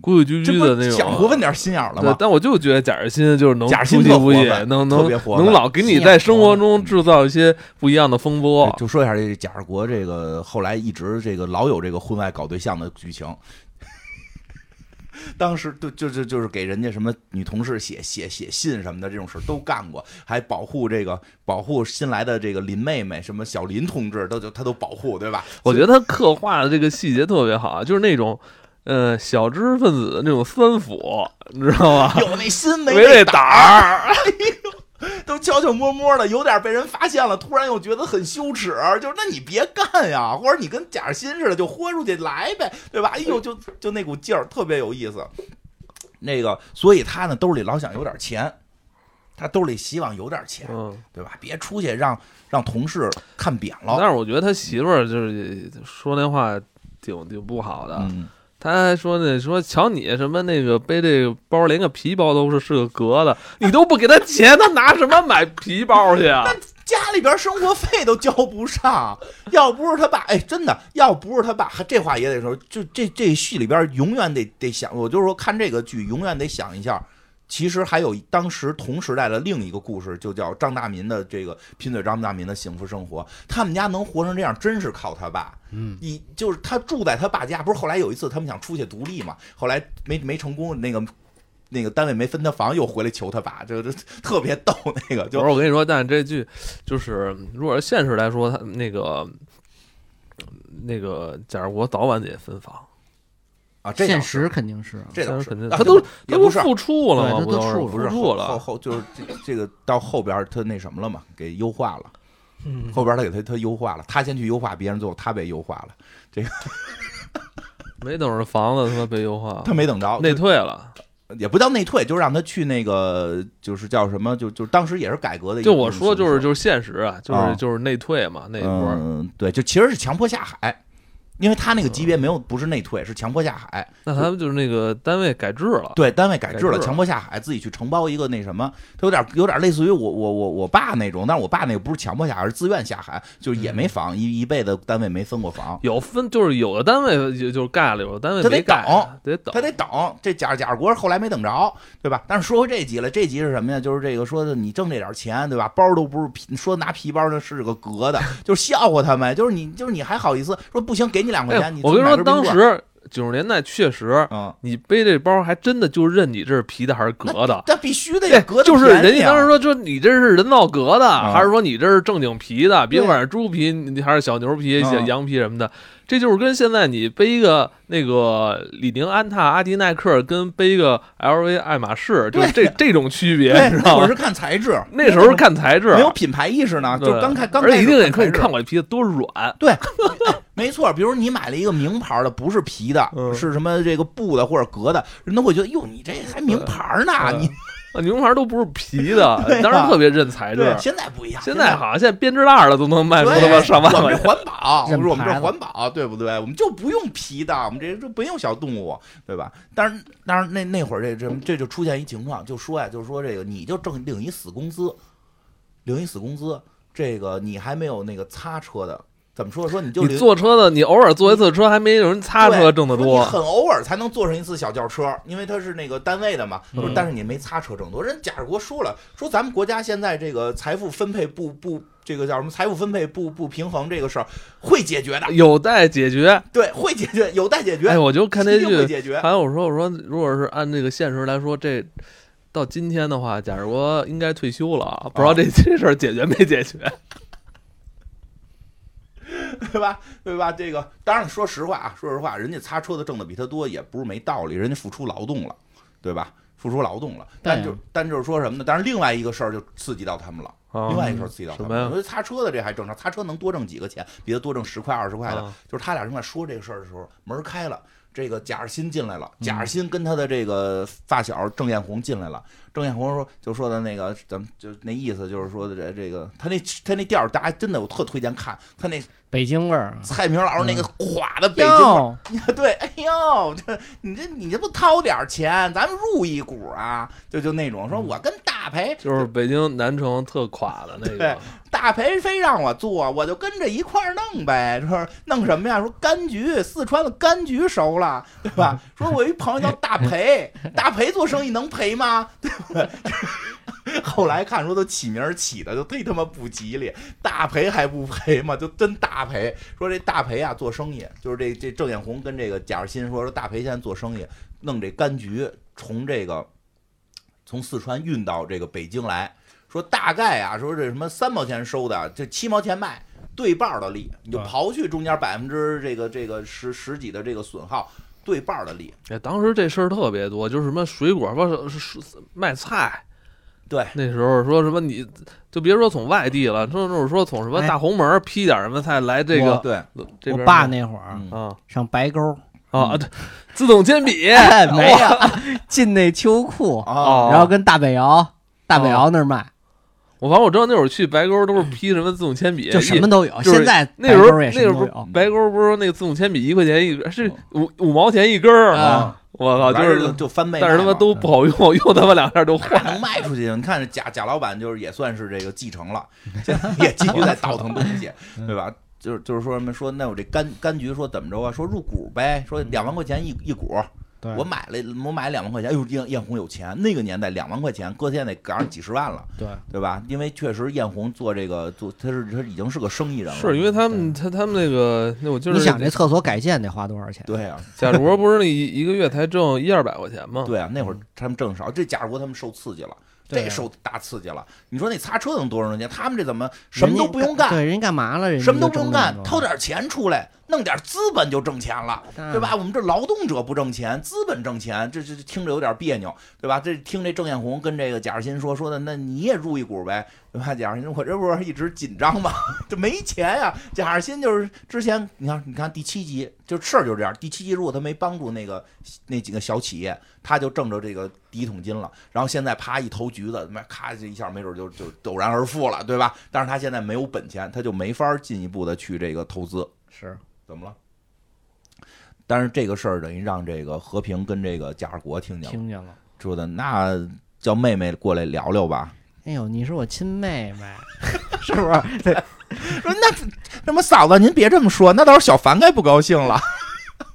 S1: 规规矩
S6: 这
S1: 矩
S6: 不
S1: 的那种。啊
S6: 想活分点心眼儿了
S1: 对
S6: 吗，？
S1: 但我就觉得贾日新就是能
S6: 贾日
S1: 出
S6: 新
S1: 其
S6: 特活
S1: 不意，
S6: 泛
S1: 能
S6: 特
S1: 能
S6: 别活嗯
S1: 能
S6: 泛
S1: 老给你在生活中制造一些不一样的风波
S2: 对。就说一下这贾二国这个后来一直这个老有这个婚外搞对象的剧情。 当时就就就就是给人家什么女同事写写写信什么的这种事儿都干过，还保护这个保护新来的这个林妹妹，什么小林同志都就他都保护，对吧？
S1: 我觉得他刻画的这个细节特别好，就是那种，呃，小知识分子的那种酸腐，你知道吧？
S2: 有那心没
S1: 没
S2: 那
S1: 这 胆儿，
S2: 都悄悄摸摸的，有点被人发现了，突然又觉得很羞耻，就是那你别干呀，或者你跟贾欣似的就豁出去来呗，对吧？哎呦，就就那股劲儿特别有意思。那个，所以他呢兜里老想有点钱，他兜里希望有点钱，
S1: 嗯。
S2: 对吧？别出去让让同事看扁了。
S1: 但是我觉得他媳妇儿就是说那话挺挺不好的，
S2: 嗯，
S1: 他还说那说瞧你什么那个背这个包，连个皮包都是是个格的，你都不给他钱，他拿什么买皮包去啊？
S2: 家里边生活费都交不上，要不是他爸，哎，真的，要不是他爸，还这话也得说，就这这戏里边永远得得想，我就是说看这个剧永远得想一下。其实还有当时同时代的另一个故事，就叫张大民的这个贫嘴张大民的幸福生活。他们家能活成这样，真是靠他爸。
S5: 嗯，
S2: 你就是他住在他爸家，不是后来有一次他们想出去独立嘛，后来没没成功，那个那个单位没分他房，又回来求他爸，就就特别逗那个，
S1: 不
S2: 就是
S1: 我跟你说，但是这剧就是如果是现实来说，他那个那个贾如国早晚得分房，
S2: 啊，这
S5: 现
S2: 样
S5: 实肯定是
S2: 这倒
S1: 但
S2: 是
S1: 肯定
S2: 啊
S1: 他都
S2: 对
S1: 他
S2: 也
S1: 都
S2: 不是
S1: 付出了吗？
S5: 对他
S1: 不
S5: 都
S1: 都是
S5: 付了
S1: 付
S2: 不是
S1: 出
S2: 后
S1: 了
S2: 后，后就是这这个到后边儿他那什么了嘛，给优化了。后边儿他给他他优化了，他先去优化别人，最后他被优化了，
S1: 没等着房子他妈被优化，
S2: 他没等着，
S1: 哦内
S2: 就
S1: 退了。
S2: 也不叫内退，就让他去那个就是叫什么，就就当时也是改革的一个
S1: 就
S2: 什么
S1: 我
S2: 手术。
S1: 说就是就是现实啊，就是、
S2: 啊
S1: 就是内退嘛那一波。
S2: 嗯，对，就其实是强迫下海，因为他那个级别没有不是内退，是强迫下海。
S1: 那他们就是那个单位改制了，
S2: 对，单位改制
S1: 改制
S2: 了，
S1: 了
S2: 强迫下海，自己去承包一个那什么，他有点有点类似于我我我我爸那种，但是我爸那个不是强迫下海，是自愿下海，就是也
S1: 嗯
S2: 没房，一一辈子单位没分过房，
S1: 有分就是有的单位就就是盖了，有的单位
S2: 他得
S1: 没盖，得哎等，
S2: 他得等。这贾贾国后来没等着，对吧？但是说回这集了，这集是什么呀？就是这个说的你挣这点钱，对吧？包都不是皮，说拿皮包那是个革的，就是笑话他们，就是你就是你还好意思说不行，给你两块钱，
S1: 哎
S2: 你，
S1: 我跟你说，
S2: 买根冰
S1: 当
S2: 棍儿
S1: 时九十年代确实，
S2: 嗯，
S1: 你背这包还真的就认你这是皮的还是革 的。
S2: 那必须的
S1: 对
S2: 呀，革，的
S1: 就是
S2: 便宜
S1: 人家
S2: 啊
S1: 当时说，说你这是人造革的，还是说你这是正经皮的？别管是猪皮你还是小牛皮、
S2: 啊
S1: 小羊皮什么的，这就是跟现在你背一个那个李宁、安踏、阿迪、耐克，跟背一个 LV、爱马仕，就是这这种区别，你
S2: 对
S1: 知，
S2: 那
S1: 道
S2: 会
S1: 吗
S2: 儿是？看材质，
S1: 那时候是看材质，啊
S2: 没有品牌意识呢，
S1: 对
S2: 就刚开刚
S1: 而
S2: 开
S1: 且
S2: 始
S1: 一定得看
S2: 看
S1: 你
S2: 材质
S1: 看我这皮子多软，啊
S2: 对，没错。比如你买了一个名牌的，不是皮的，
S1: 嗯
S2: 是什么这个布的或者革的，人都会觉得哟，你这还名牌呢，
S1: 对
S2: 你
S1: 啊牛排都不是皮的
S2: 对，啊
S1: 当然特别认材质
S2: 对。现在不一样，
S1: 哎现
S2: 在
S1: 在好像现在编织袋儿的都能卖出他
S2: 对
S1: 妈上万
S2: 我
S1: 块
S2: 们
S1: 钱，
S2: 这环保，我
S5: 认
S2: 说我们
S5: 牌
S2: 这
S5: 子
S2: 环保，对不对？我们就不用皮的，我们这就不用小动物，对吧？但是，但是那那会儿这
S1: 嗯
S2: 这这就出现一情况，就说呀，就说这个你就挣领一死工资，领一死工资，这个你还没有那个擦车的，怎么说？说你就
S1: 你
S2: 领
S1: 坐车的，你偶尔坐一次车，还没有人擦车
S2: 对
S1: 挣得
S2: 说你
S1: 多。
S2: 很偶尔才能坐上一次小轿车，因为它是那个单位的嘛。
S1: 嗯
S2: 说但是你没擦车挣多。人贾志国说了，说咱们国家现在这个财富分配不不这个叫什么财富分配不不平衡这个事儿会解决的，
S1: 有待解决。
S2: 对，会解决，有待解决，
S1: 哎，我就看那
S2: 一定会
S1: 剧，
S2: 解决。
S1: 还有我说我说，如果是按这个现实来说，这到今天的话，假如我应该退休了啊，不知道这这事儿解决没解决？
S2: 对吧？对吧？这个当然，说实话啊，说实话，人家擦车的挣的比他多，也不是没道理，人家付出劳动了，对吧？付出劳动了，但
S5: 对
S2: 就
S5: 啊
S2: 但就是说什么呢？当然，另外一个事儿就刺激到他们了，
S1: 啊
S2: 另外一个事儿刺激到他们
S1: 什么呀
S2: 了。我觉得擦车的这还正常，擦车能多挣几个钱，比他多挣十块二十块的
S1: 啊。
S2: 就是他俩正在说这个事儿的时候，门儿开了。这个贾日新进来了，
S1: 嗯
S2: 贾日新跟他的这个发小郑艳红进来了。郑艳红说，就说的那个，咱们就那意思就是说的这这个，他那他那调儿，大家真的我特推荐看，他那
S5: 北京味儿啊。
S2: 蔡明老师那个
S1: 嗯
S2: 垮的北京味儿，
S5: 哟，
S2: 对，哎呦，这你这你这不掏点钱，咱们入一股啊？就就那种说，我跟大培
S1: 嗯就是北京南城特垮的那
S2: 对
S1: 个，
S2: 大培非让我做，我就跟着一块儿弄呗。说弄什么呀？说柑橘，四川的柑橘熟了，对吧？说我一朋友叫大培，大培做生意能赔吗？对 不对？后来看说都起名儿起的就忒他妈不吉利，大赔还不赔吗？就真大赔。说这大赔啊做生意，就是这这郑艳红跟这个贾日新说说大赔现在做生意弄这柑橘，从这个从四川运到这个北京来，说大概啊说这什么三毛钱收的，这七毛钱卖，对半儿的利，你就
S1: 对
S2: 刨去中间百分之这个这个十十几的这个损耗，对半儿的利。
S1: 哎，当时这事儿特别多，就是什么水果，不是是是卖菜，
S2: 对，
S1: 那时候说什么你就别说从外地了，说就是说从什么
S5: 哎
S1: 大红门批点什么菜来这个
S2: 对，
S1: 这
S5: 我
S1: 边
S5: 爸
S1: 卖
S5: 那会嗯儿
S2: 嗯
S1: 啊
S5: 上白沟，
S1: 啊，对，自动铅笔
S5: 哎，没有 进那秋裤，
S2: 啊，
S5: 然后跟大北窑、大北窑那儿
S2: 哦
S5: 卖，
S1: 我反正我知道那会儿去白沟都是批什么自动铅笔，
S5: 就什么都有。
S1: 一就是
S5: 现在
S1: 那时候
S5: 白沟也
S1: 那
S5: 什
S1: 时
S5: 么都
S1: 候
S5: 有。嗯
S1: 白沟不是说那个自动铅笔一块钱一根，是五五毛钱一根儿，
S5: 啊，
S1: 我靠，就
S2: 完事儿
S1: 是
S2: 就翻倍卖
S1: 但
S2: 嘛，
S1: 是他妈都不好
S5: 嗯
S1: 用，用他妈两下就坏。
S2: 能卖出去。你看贾贾老板就是也算是这个继承了， 现在也继续在倒腾东西，对吧？就是就是说什么说那我这柑柑橘说怎么着啊？说入股呗，说两万块钱一一股，
S5: 对
S2: 我买了我买两万块钱，哎呦艳艳红有钱，那个年代两万块钱搁现在赶上几十万了，
S5: 对
S2: 对吧？因为确实艳红做这个做他是他已经是个生意人了，
S1: 是因为他们他他们那个嗯那我就
S5: 你
S1: 是
S5: 想这厕所改建得花多少钱？
S2: 对啊
S1: 贾卓不是那一一个月才挣一二百块钱吗？
S2: 对啊，那会儿他们挣少，这贾国他们受刺激了。
S5: 对啊
S2: 这受大刺激了！你说那擦车能多少钱？他们这怎么什么
S5: 人家
S2: 都不用干？
S5: 对，人家干嘛了？人家
S2: 什么都不用
S5: 就挣那
S2: 干
S5: 么，多
S2: 掏点钱出来，弄点资本就挣钱了，
S5: 嗯
S2: 对吧？？我们这劳动者不挣钱，资本挣钱，这这这听着有点别扭，对吧？这听这郑艳红跟这个贾日新说说的，那你也入一股呗，对吧？贾日新，我这不是一直紧张吗？ 这没钱呀、贾日新就是之前，你看，你看第七集，就事儿就是这样。第七集如果他没帮助那个那几个小企业，他就挣着这个第一桶金了。然后现在啪一投橘子，他妈咔这一下，没准就就陡然而富了，对吧？但是他现在没有本钱，他就没法进一步的去这个投资。
S5: 是
S2: 怎么了？但是这个事儿等于让这个和平跟这个贾二国听见了，
S5: 听见了。
S2: 说的那叫妹妹过来聊聊吧。
S5: 哎呦，你是我亲妹妹，是不是？
S2: 说那那么嫂子，您别这么说，那到时候小凡该不高兴了，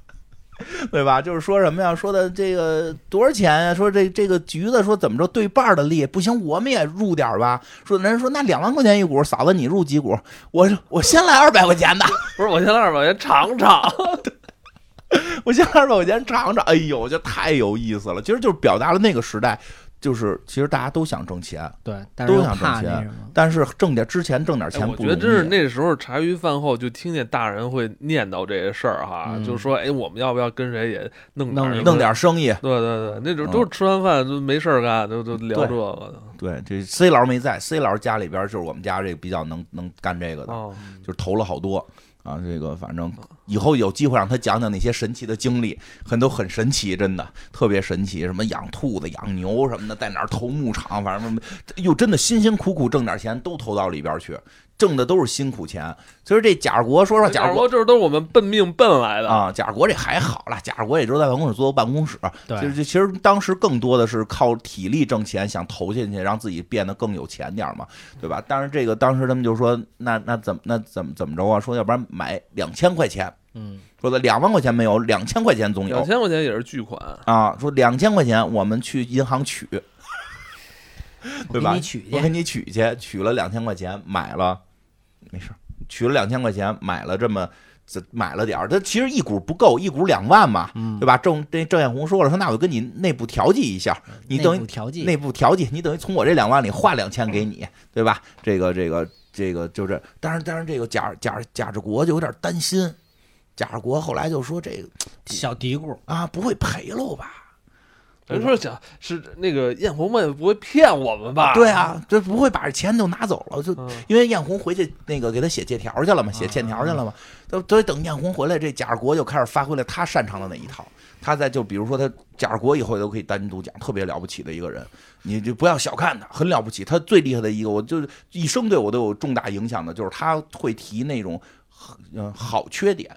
S2: 对吧？就是说什么呀？说的这个多少钱呀？说这这个橘子说怎么着对半儿的利，不行，我们也入点儿吧。说人家说那两万块钱一股，嫂子你入几股？我我先来二百块钱的，
S1: 不是，我先二百块钱尝尝。
S2: 我先二百块钱尝尝。哎呦，我觉得太有意思了。其实就是表达了那个时代，就是其实大家都想挣钱，
S5: 对，但是又
S2: 都想挣
S5: 怕那
S2: 钱
S5: 什么。
S2: 但是挣点之前挣点
S1: 哎
S2: 钱
S1: 我觉
S2: 不容易。
S1: 得真是那时候茶余饭后就听见大人会念叨这些事儿哈，
S5: 嗯
S1: 就说哎，我们要不要跟谁也弄点
S5: 弄
S1: 儿
S5: 一
S1: 什么
S2: 弄点生意，
S1: 对对对，那时候都是吃完饭就没事儿干，就就聊这个的。
S2: 对，这 C 老师没在，C 老师家里边就是我们家这个比较能能干这个的，
S1: 哦，
S2: 就是投了好多啊。这个反正以后有机会让他讲讲那些神奇的经历，很多很神奇，真的特别神奇。什么养兔子、养牛什么的，在哪儿投牧场，反正又真的辛辛苦苦挣点钱，都投到里边去，挣的都是辛苦钱。所以这贾国，说实话，贾
S1: 假
S2: 国
S1: 如这都是我们奔命奔来的，
S2: 啊，贾国这还好啦，贾国也就在办公室坐办公室，
S5: 对
S2: 就是其实当时更多的是靠体力挣钱，想投进去，让自己变得更有钱点儿嘛，对吧？但是这个当时他们就说，那那怎么那怎么怎么着啊？说要不然买两千块钱，
S5: 嗯，
S2: 说的两万块钱没有，两千块钱总
S1: 两
S2: 有
S1: 千块钱也是巨款。
S2: 啊，说两千块钱我们去银行取，对
S5: 我
S2: 吧
S5: 给你取
S2: 我
S5: 去。
S2: 给你取去，取了两千块钱，买了，没事儿，取了两千块钱，买了这么。这买了点儿，他其实一股不够，一股两万嘛，
S5: 嗯
S2: 对吧？郑这郑艳红说了，说那我就跟你内部调剂一下，你等于
S5: 内部调剂，
S2: 内部调剂，你等于从我这两万里划两千给你，对吧？这个这个这个就是，当然当然，这个贾贾贾志国就有点担心，贾志国后来就说这个
S5: 小嘀咕，
S2: 啊不会赔喽吧？
S1: 人说想是那个艳红妹不会骗我们吧？
S2: 对啊，这不会把这钱都拿走了，就
S1: 嗯，
S2: 因为艳红回去那个给他写借条去了嘛，写欠条去了嘛，都所以等艳红回来，这贾二国就开始发挥了他擅长的那一套。他在就比如说他贾二国以后都可以单独讲，特别了不起的一个人，你就不要小看他，很了不起。他最厉害的一个，我就是一生对我都有重大影响的，就是他会提那种嗯好缺点，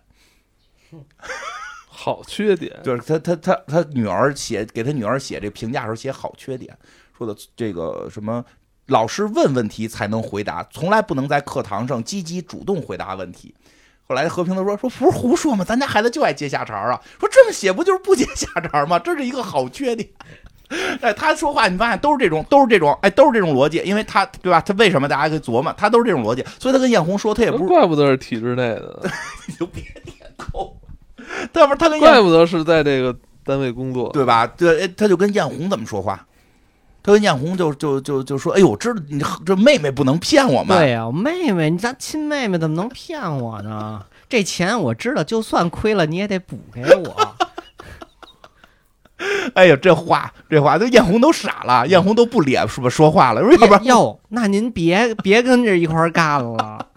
S1: 好缺点，
S2: 就是他他他他女儿写给他女儿写这评价的时候写好缺点，说的这个什么。老师问问题才能回答，从来不能在课堂上积极主动回答问题。后来和平都说说不是胡说吗？咱家孩子就爱接下茬儿啊！说这么写不就是不接下茬儿吗？这是一个好缺点。 哎，他说话你发现都是这种，都是这种，哎，都是这种逻辑，因为他对吧？他为什么大家可以琢磨，他都是这种逻辑，所以他跟艳红说，他也不是
S1: 怪不得是体制内的，
S2: 你就别点头，他不是他跟艳
S1: 怪不得是在这个单位工作。
S2: 对吧？对，哎他就跟艳红怎么说话？他跟艳红就就就就说：“哎呦，我知道你这妹妹不能骗我们。
S5: 对呀、啊我妹妹，你咱亲妹妹怎么能骗我呢？这钱我知道，就算亏了你也得补给我。
S2: 哎呀，这话这话，这艳红都傻了，艳红都不脸说说话了，说 要不然，
S5: 哟，那您别别跟这一块儿干了。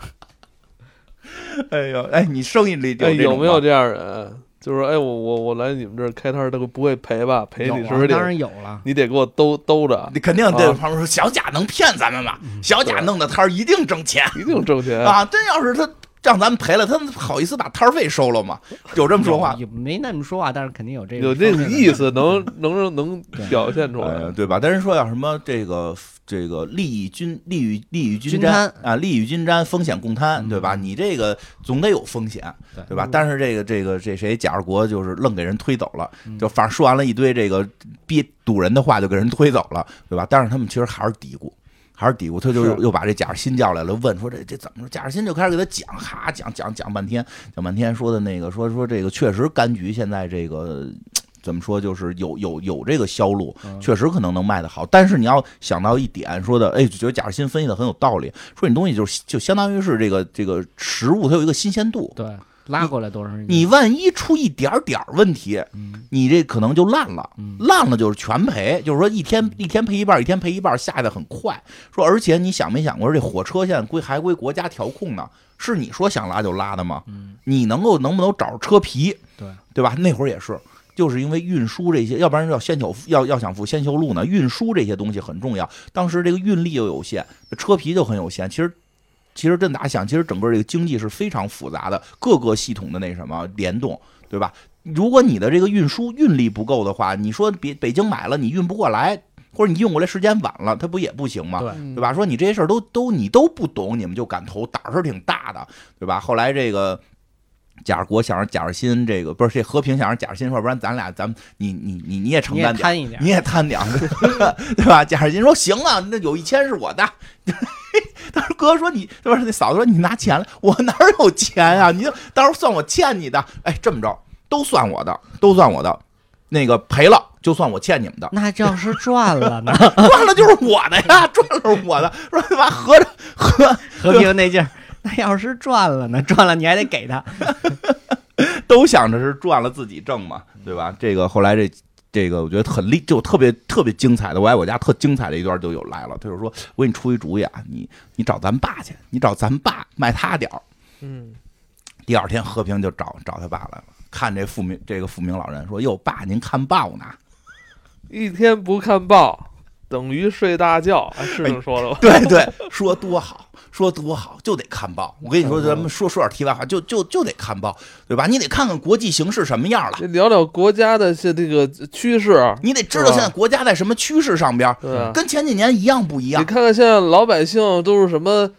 S2: 哎呦，哎，你生意里有
S1: 哎，
S2: 这
S1: 有
S2: 种吗
S1: 没有这样人？就是说，哎，我我我来你们这儿开摊儿，他会不会赔吧？赔
S5: 有
S1: 你
S5: 啊
S1: 是不是
S5: 当
S1: 得
S5: 然有了，
S1: 你得给我兜兜着？
S2: 你肯定对
S1: 啊嗯
S2: 旁边说小贾能骗咱们吗？小贾
S1: 对嗯
S2: 弄的摊儿一定挣钱
S1: 一定挣钱！
S2: 啊！真要是他让咱们赔了，他好意思把摊儿费收了吗？有这么说话
S5: 有有没那么说话，但是肯定有这个
S1: 有这
S5: 方
S1: 个
S5: 面的
S1: 意思， 能能能表现出
S2: 哎呀
S1: 来，。
S2: 对吧？但是说要什么这个这个利益均利益利益均
S5: 均
S2: 沾
S5: 摊
S2: 啊，利益均沾，风险共摊，
S5: 嗯
S2: 对吧？你这个总得有风险，
S5: 对
S2: 对吧？但是这个这个这谁贾二国就是愣给人推走了，
S5: 嗯
S2: 就反正说完了一堆这个逼堵人的话，就给人推走了，对吧？但是他们其实还是嘀咕。还是嘀咕，他就是又把这贾二新叫来了，问说这这怎么说？贾二新就开始给他讲，哈讲讲讲半天，讲半天说的那个说说这个确实柑橘现在这个怎么说就是有有有这个销路，确实可能能卖得好。但是你要想到一点，说的，哎，就觉得贾志新分析的很有道理，说你东西就是就相当于是这个这个食物它有一个新鲜度，
S5: 对拉过来多少人？
S2: 你万一出一点点儿问题，
S5: 嗯
S2: 你这可能就烂了，烂了就是全赔，就是说一天一天赔一半，一天赔一半，下的很快。说而且你想没想过，这火车现在归还归国家调控呢？是你说想拉就拉的吗？你能够能不能找着车皮？
S5: 对
S2: 对吧？那会儿也是。就是因为运输这些，要不然要先求要要想付先修路呢，运输这些东西很重要。当时这个运力又有限，车皮就很有限。其实其实这么打想，其实整个这个经济是非常复杂的，各个系统的那什么联动，对吧？如果你的这个运输运力不够的话，你说别北京买了你运不过来，或者你运过来时间晚了，它不也不行吗？
S1: 嗯
S2: 对吧？说你这些事儿都都你都不懂，你们就敢投，胆儿是挺大的，对吧？后来这个贾二国想让贾二新这个不是这和平想让贾二新说，要不然咱俩咱们你你你你也承
S5: 你也
S2: 担点儿，
S5: 贪一点，
S2: 你也贪点儿， 对吧？贾二新说行啊，那有一千是我的。 当时哥说你，对吧？那嫂子说你拿钱来，我哪有钱啊？你就到时候算我欠你的。哎，这么着，都算我的，都算我的。那个赔了就算我欠你们的，
S5: 那这要是赚了 呢？
S2: 赚了就是我的呀，赚了是我的。说他妈合着合
S5: 和平那劲儿，那要是赚了呢？赚了你还得给他。
S2: 都想着是赚了自己挣嘛，对吧？这个后来这这个我觉得很厉，就特别特别精彩的，我爱我家特精彩的一段就有来了。他就说：“我给你出一主意啊，你你找咱爸去，你找咱爸卖他点儿。”
S1: 嗯，
S2: 第二天，和平就找找他爸来了，看这富民这个富民老人说：“哟，爸，您看报呢？”
S1: 一天不看报等于睡大觉，哎是这么说的 吧？
S2: 对对， 说多好，说多好，就得看报。我跟你说，咱们说说点题外话，就就就得看报，对吧？你得看看国际形势什么样了，
S1: 得聊聊国家的这这个趋势，
S2: 你得知道现在国家在什么趋势上边，
S1: 对吧？
S2: 跟前几年一样不一
S1: 你
S2: 样？
S1: 看看现在老百姓都是什么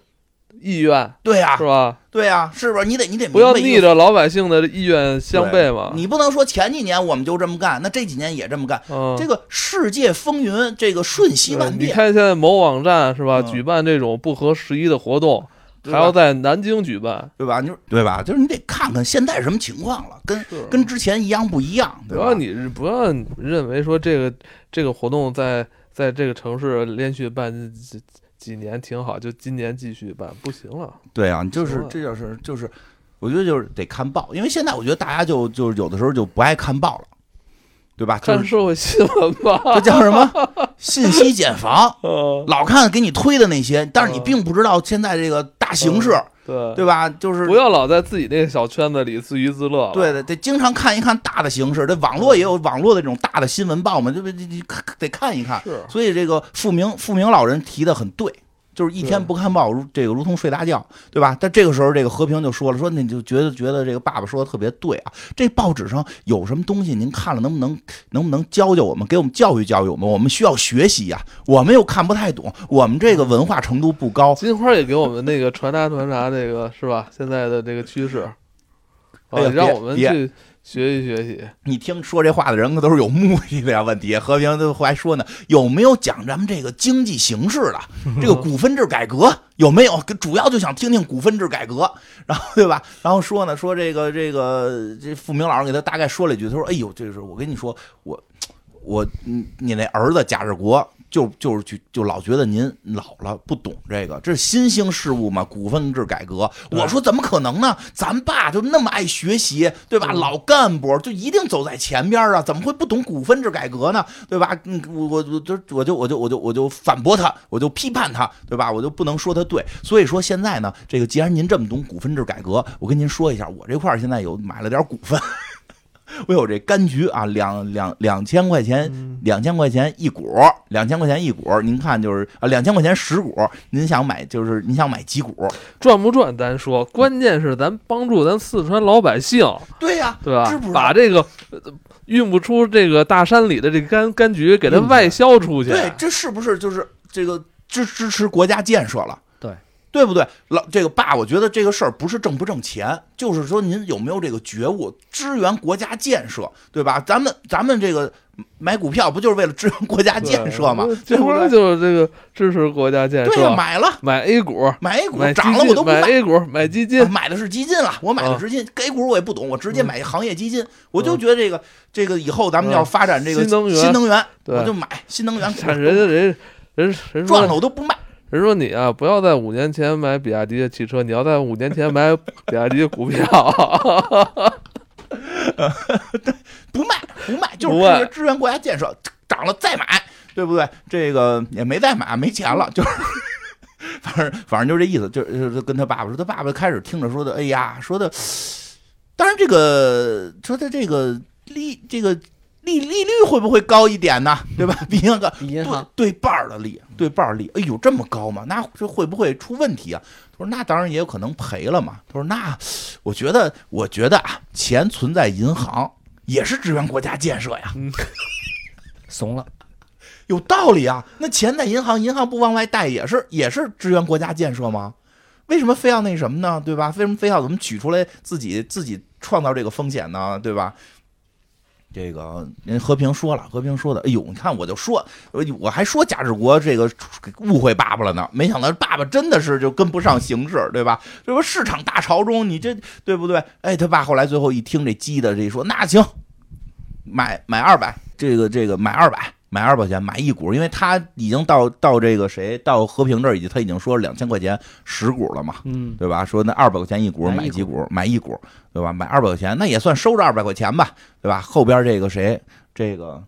S1: 意愿，
S2: 对呀、
S1: 是吧？
S2: 对呀、是不是？你得啊你得
S1: 不要
S2: 明白一
S1: 逆
S2: 个
S1: 着老百姓的意愿相
S2: 对
S1: 悖嘛。
S2: 你不能说前几年我们就这么干，那这几年也这么干。
S1: 嗯，
S2: 这个世界风云，这个瞬息
S1: 对
S2: 万
S1: 呃你
S2: 变，
S1: 看现在某网站是吧，
S2: 嗯
S1: 举办这种不合时宜的活动，还
S2: 对吧
S1: 要在南京举办，
S2: 对吧？你说对吧？就是你得看看现在什么情况了，跟
S1: 是
S2: 跟之前一样不一样，对
S1: 不
S2: 吧
S1: 要？你不要你认为说这个这个活动在在这个城市连续办几几年挺好，就今年继续办不行了。
S2: 对啊，就
S1: 说
S2: 是
S1: 了
S2: 这就是就是，我觉得就是得看报，因为现在我觉得大家就就是有的时候就不爱看报了，对吧？就
S1: 看
S2: 是
S1: 社会新闻 吧，
S2: 这叫 什么信息茧房，
S1: 嗯，
S2: 老看给你推的那些，但是你
S1: 嗯
S2: 并不知道现在这个大形势，
S1: 对
S2: 对吧？就是
S1: 不要老在自己那个小圈子里自娱自乐了。
S2: 对的，得经常看一看大的形势。这网络也有网络的这种大的新闻报嘛，这不这这得看一看。
S1: 是
S2: 所以这个富明富明老人提的很对，就是一天不看报，如这个如同睡大觉，对吧？但这个时候，这个和平就说了，说你就觉得觉得这个爸爸说的特别对啊，这报纸上有什么东西，您看了能不能能不能教教我们，给我们教育教育我们？我们需要学习呀、我们又看不太懂，我们这个文化程度不高，
S1: 金花也给我们那个传达传达这个是吧？现在的这个趋势，啊
S2: 哎呀，别
S1: 让我们
S2: 别
S1: 去学习学习。
S2: 你听说这话的人可都是有目的的呀。问题和平都还说呢，有没有讲咱们这个经济形势的这个股份制改革有没有？主要就想听听股份制改革，然后对吧？然后说呢，说这个这个这付明老师给他大概说了一句，他说：“哎呦，这是我跟你说，我我你你那儿子贾志国。”就就是去就老觉得您老了不懂这个，这是新兴事物嘛，股份制改革。我说怎么可能呢？咱爸就那么爱学习，对吧？老干部就一定走在前边啊，怎么会不懂股份制改革呢？对吧？嗯，我我我就我就我就我就我就反驳他，我就批判他，对吧？我就不能说他对。所以说现在呢，这个既然您这么懂股份制改革，我跟您说一下，我这块儿现在有买了点股份。我有这柑橘啊，两两两千块钱
S1: 嗯，
S2: 两千块钱一股，两千块钱一股，您看就是啊，两千块钱十股，您想买就是您想买几股？
S1: 赚不赚咱
S2: 嗯
S1: 说，关键是咱帮助咱四川老百姓，
S2: 对呀、
S1: 对吧
S2: 知不知？道
S1: 把这个呃运不出这个大山里的这柑柑橘给它外销出去，
S2: 嗯对，啊这是不是就是这个支支持国家建设了？
S5: 对，
S2: 对不对？老这个爸，我觉得这个事儿不是挣不挣钱，就是说您有没有这个觉悟，支援国家建设，对吧？咱们咱们这个买股票不就是为了支援国家
S1: 对
S2: 建设吗？
S1: 这
S2: 对不
S1: 不是
S2: 对？
S1: 就是这个支持国家建
S2: 对呀、
S1: 设，
S2: 买了
S1: 买 A 股，
S2: 买 A 股
S1: 买基
S2: 涨了我
S1: 金
S2: 都不
S1: 买
S2: 卖。
S1: A 股，买基金
S2: 啊，买的是基金了，我买的
S1: 啊
S2: 是基金，A 股我也不懂，我直接
S1: 嗯
S2: 买行业基金，我就
S1: 嗯
S2: 觉得这个这个以后咱们
S1: 嗯
S2: 要发展这个
S1: 新能源
S2: 新能源，
S1: 对
S2: 我就买新能源股，
S1: 看人家人人人
S2: 赚了
S1: 说
S2: 我都不卖。
S1: 人说你啊，不要在五年前买比亚迪的汽车，你要在五年前买比亚迪的股票。
S2: 不卖不卖，就
S1: 不
S2: 是
S1: 卖
S2: 支援支援国家建设，涨了再买，对不对？这个也没再买，没钱了，就是。 反正反正就这意思，就是就是跟他爸爸说，他爸爸开始听着说的，哎呀，说的，当然这个说他这个利这个利利率会不会高一点呢？对吧？ 比那个
S7: 比银行
S2: 对对半儿的利，对半儿利，哎呦这么高吗？那这会不会出问题啊？他说那当然也有可能赔了嘛。他说那我觉得我觉得啊，钱存在银行也是支援国家建设呀，
S5: 怂了，
S2: 有道理啊。那钱在银行，银行不往外贷也是也是支援国家建设吗？为什么非要那什么呢？对吧？为什么非要咱们取出来自己自己创造这个风险呢？对吧？这个人和平说了，和平说的，哎呦，你看我就说，我我还说贾志国这个误会爸爸了呢，没想到爸爸真的是就跟不上形势，对吧？这不市场大潮中，你这对不对？哎，他爸后来最后一听这鸡的，这一说那行，买买二百，这个这个买二百，买二百块钱买一股，因为他已经到到这个谁到和平这儿已经他已经说两千块钱十股了嘛，
S5: 嗯，
S2: 对吧？说那二百块钱一股
S5: 买一
S2: 买几股，买一股，对吧？买二百块钱，那也算收着二百块钱吧，对吧？后边这个谁，这个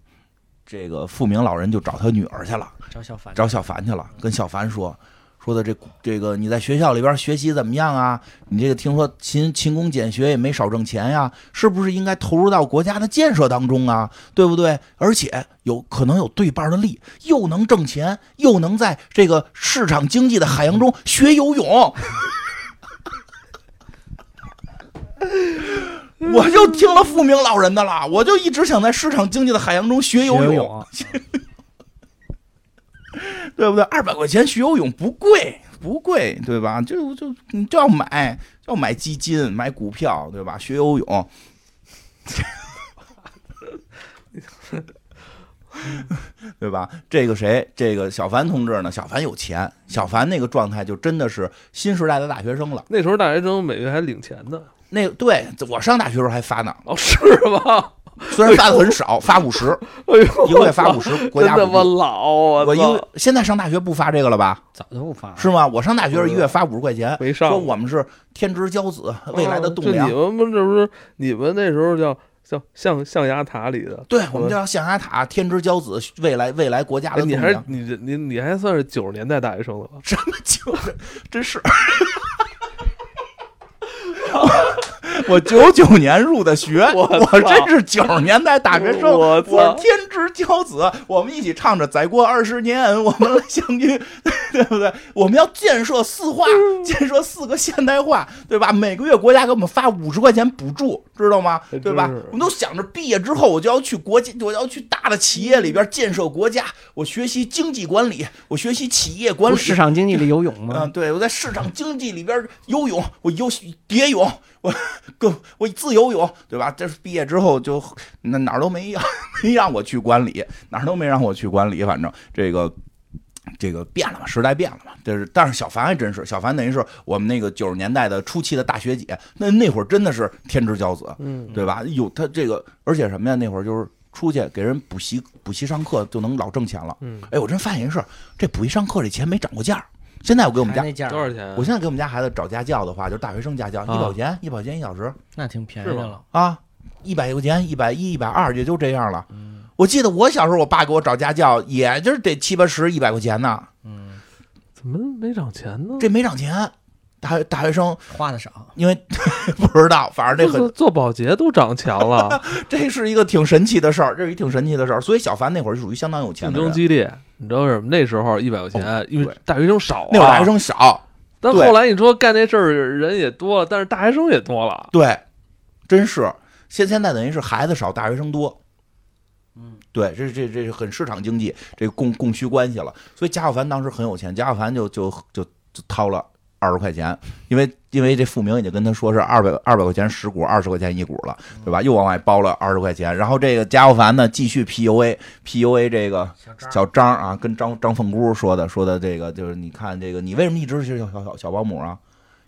S2: 这个富明老人就找他女儿去了，
S5: 找小凡，
S2: 找小凡去了，跟小凡说说的这这个你在学校里边学习怎么样啊？你这个听说勤勤工俭学也没少挣钱呀，是不是应该投入到国家的建设当中啊？对不对？而且有可能有对半的利，又能挣钱，又能在这个市场经济的海洋中学游泳。 我就听了富明老人的了，我就一直想在市场经济的海洋中学游
S5: 游
S2: 泳。啊
S5: 泳，
S2: 对不对？二百块钱学游泳不贵，不贵，对吧？就就你就要买，就要买基金、买股票，对吧？学游泳。 对吧？这个谁，这个小凡同志呢？小凡有钱，小凡那个状态就真的是新时代的大学生了。
S1: 那时候大学生每月还领钱呢，
S2: 那对我上大学时候还发呢，
S1: 哦，是吗？
S2: 虽然发的很少，发五 十，
S1: 哎呦，
S2: 一个月发
S1: 我
S2: 五
S1: 操，
S2: 十，国
S1: 真
S2: 家
S1: 他
S2: 补
S1: 妈
S2: 助。
S1: 老，我
S2: 我一
S1: 操
S2: 个，现在上大学不发这个了吧？
S5: 早就不发了，
S2: 是吗？我上大学是一月发五十块钱，
S1: 没上
S2: 说
S1: 过
S2: 我们是天之骄子，未来的栋
S1: 这
S2: 梁
S1: 你。们不这不是你们那时候叫叫象象牙塔里的，
S2: 对，我们叫象牙塔，天之骄子，未来未来国家
S1: 哎，
S2: 的栋
S1: 你还
S2: 梁。
S1: 你你你还算是九十年代大学生了吧？
S2: 什么就是，真是。 我九九年入的学，我真是九十年代大学生，
S1: 我
S2: 我
S1: 操
S2: 是天之骄子。我们一起唱着《再过二十年，我们来相遇》， 对不对？我们要建设四化，建设四个现代化，对吧？每个月国家给我们发五十块钱补助，知道吗？对吧
S1: 哎真是？
S2: 我们都想着毕业之后我就要去国际，我要去大的企业里边建设国家，我学习经济管理，我学习企业管
S4: 不
S2: 理，
S4: 市场经济里游泳
S2: 嗯，
S4: 吗？
S2: 对，我在市场经济里边儿游泳，我游蝶泳，我更我自由泳，对吧？这是毕业之后就那哪儿都没让 没让我去管理，哪儿都没让我去管理，反正这个。这个变了嘛，时代变了嘛，这是，但是小凡还真是，小凡等于是我们那个九十年代的初期的大学姐，那那会儿真的是天之骄子，
S1: 嗯，
S2: 对吧？有他这个，而且什么呀？那会儿就是出去给人补习，补习上课就能老挣钱了。
S1: 嗯，
S2: 哎，我真发现一事儿，这补习上课这钱没涨过价儿。现在我给我们家
S5: 那价
S1: 多少钱啊？
S2: 我现在给我们家孩子找家教的话，就是大学生家教，一
S1: 啊
S2: 百块钱，一百块钱一小时
S5: 那挺便宜
S1: 是
S5: 的
S1: 吗
S5: 了。
S2: 啊，一百块钱，一百一、一百二，也就这样了。
S1: 嗯
S2: 我记得我小时候，我爸给我找家教，也就是得七八十、一百块钱呢，
S5: 嗯，
S1: 怎么没涨钱呢？
S2: 这没涨钱。大大学生
S5: 花的少，
S2: 因为 不知道，反正 这
S1: 做
S2: 很
S1: 做保洁都涨钱 了，
S2: 这是一个挺神奇的事儿，这是一挺神奇的事儿。所以小凡那会儿是属于相当有钱
S1: 竞
S2: 的
S1: 争
S2: 人，
S1: 激烈。你知道为什么？那时候一百块钱，因为
S2: 哦对
S1: 大学生少啊。
S2: 那会儿大学生少，
S1: 但
S2: 对
S1: 后来你说干这事儿人也多了，但是大学生也多了。
S2: 对，真是现现在等于是孩子少，大学生多。
S5: 嗯，
S2: 对，这这这是很市场经济，这个供供需关系了。所以贾小凡当时很有钱，贾小凡就就就就掏了二十块钱，因为因为这付明已经跟他说是二百二百块钱十股，二十块钱一股了，对吧？又往外包了二十块钱。然后这个贾小凡呢，继续 PUA PUA 这个
S5: 小张
S2: 小张啊，跟张张凤姑说的说的这个就是，你看这个，你为什么一直是小小小小保姆啊？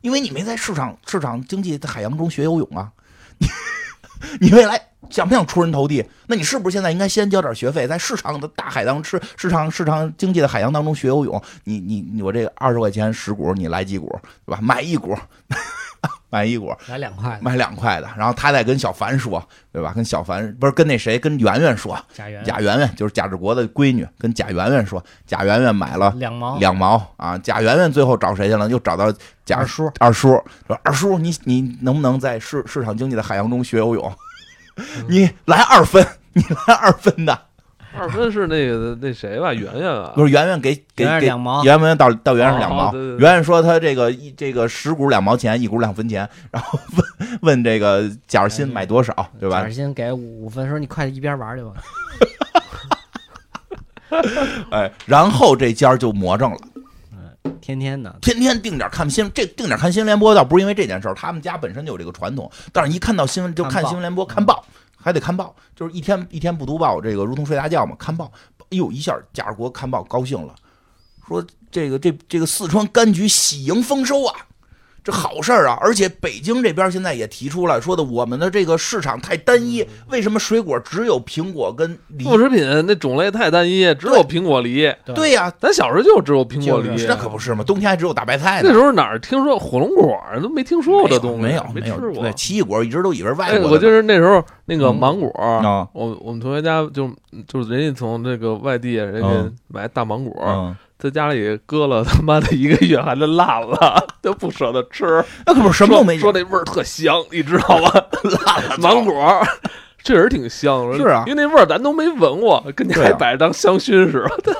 S2: 因为你没在市场市场经济的海洋中学游泳啊！ 你你未来想不想出人头地？那你是不是现在应该先交点学费，在市场的大海当市市场市场经济的海洋当中学游泳？你你你，我这二十块钱十股，你来几股，对吧？买一股， 买一股，
S5: 来两块的，
S2: 买两块的，然后他再跟小凡说，对吧？跟小凡不是跟那谁跟圆圆说，
S5: 贾元
S2: 贾圆圆就是贾志国的闺女，跟贾圆圆说，贾圆圆买了
S5: 两毛，
S2: 两毛啊。贾圆圆最后找谁去了？又找到贾
S5: 二叔
S2: 二叔，说二叔，你你能不能在市市场经济的海洋中学游泳？
S5: 嗯
S2: 你来二分， 你来二分的。
S1: 二分是那个那谁吧，圆圆啊
S2: 不，是圆圆给给
S5: 圆圆
S2: 给
S5: 两毛
S2: 圆圆到到圆圆是两
S1: 哦
S2: 毛。
S1: 对对对
S2: 圆圆说他这个一这个十股两毛钱，一股两分钱， 然后问问这个贾尔新买多少，对吧
S5: 哎贾？新给五五分，说你快一边玩去吧。
S2: 哎，然后这家就魔怔了。
S5: 天天的，
S2: 天天定点看新这定点看新闻联播，倒不是因为这件事儿，他们家本身就有这个传统。但是一看到新闻就
S5: 看
S2: 看
S5: 报
S2: 新闻联播，看报
S1: 嗯
S2: 还得看报，就是一天一天不读报，这个如同睡大觉嘛。看报，哎呦，一下贾志国看报高兴了，说这个这这个四川柑橘喜迎丰收啊。这好事
S1: 嗯
S2: 儿啊！而且北京这边现在也提出了，说的我们的这个市场太单一，
S1: 嗯
S2: 为什么水果只有苹果跟梨？
S1: 副食品那种类太单一，只有苹果梨。
S2: 对呀、
S1: 咱小时候就只有苹果梨
S5: 就是，
S2: 那可不是嘛，冬天还只有大白菜呢
S1: 那时。候哪儿听说火龙果儿都没听说过这东西，
S2: 没有
S1: 没
S2: 没有
S1: 吃过
S2: 对，。奇异果一直都以为是外
S1: 哎，
S2: 国的。嗯
S1: 我就是那时候那个芒果儿，
S2: 啊，
S1: 哎我我们同学家就就是人家从这个外地人家
S2: 嗯
S1: 买大芒果儿，
S2: 嗯，
S1: 在家里搁了他妈的一个月，还能烂了， 都不舍得吃。
S2: 那可不是什么都没
S1: 说那味儿特香，你知道 吗？
S2: 辣了
S1: 芒果儿确实挺香，
S2: 是啊
S1: 因为那味儿咱都没闻过，跟家
S2: 对啊
S1: 还摆着当香薰似的。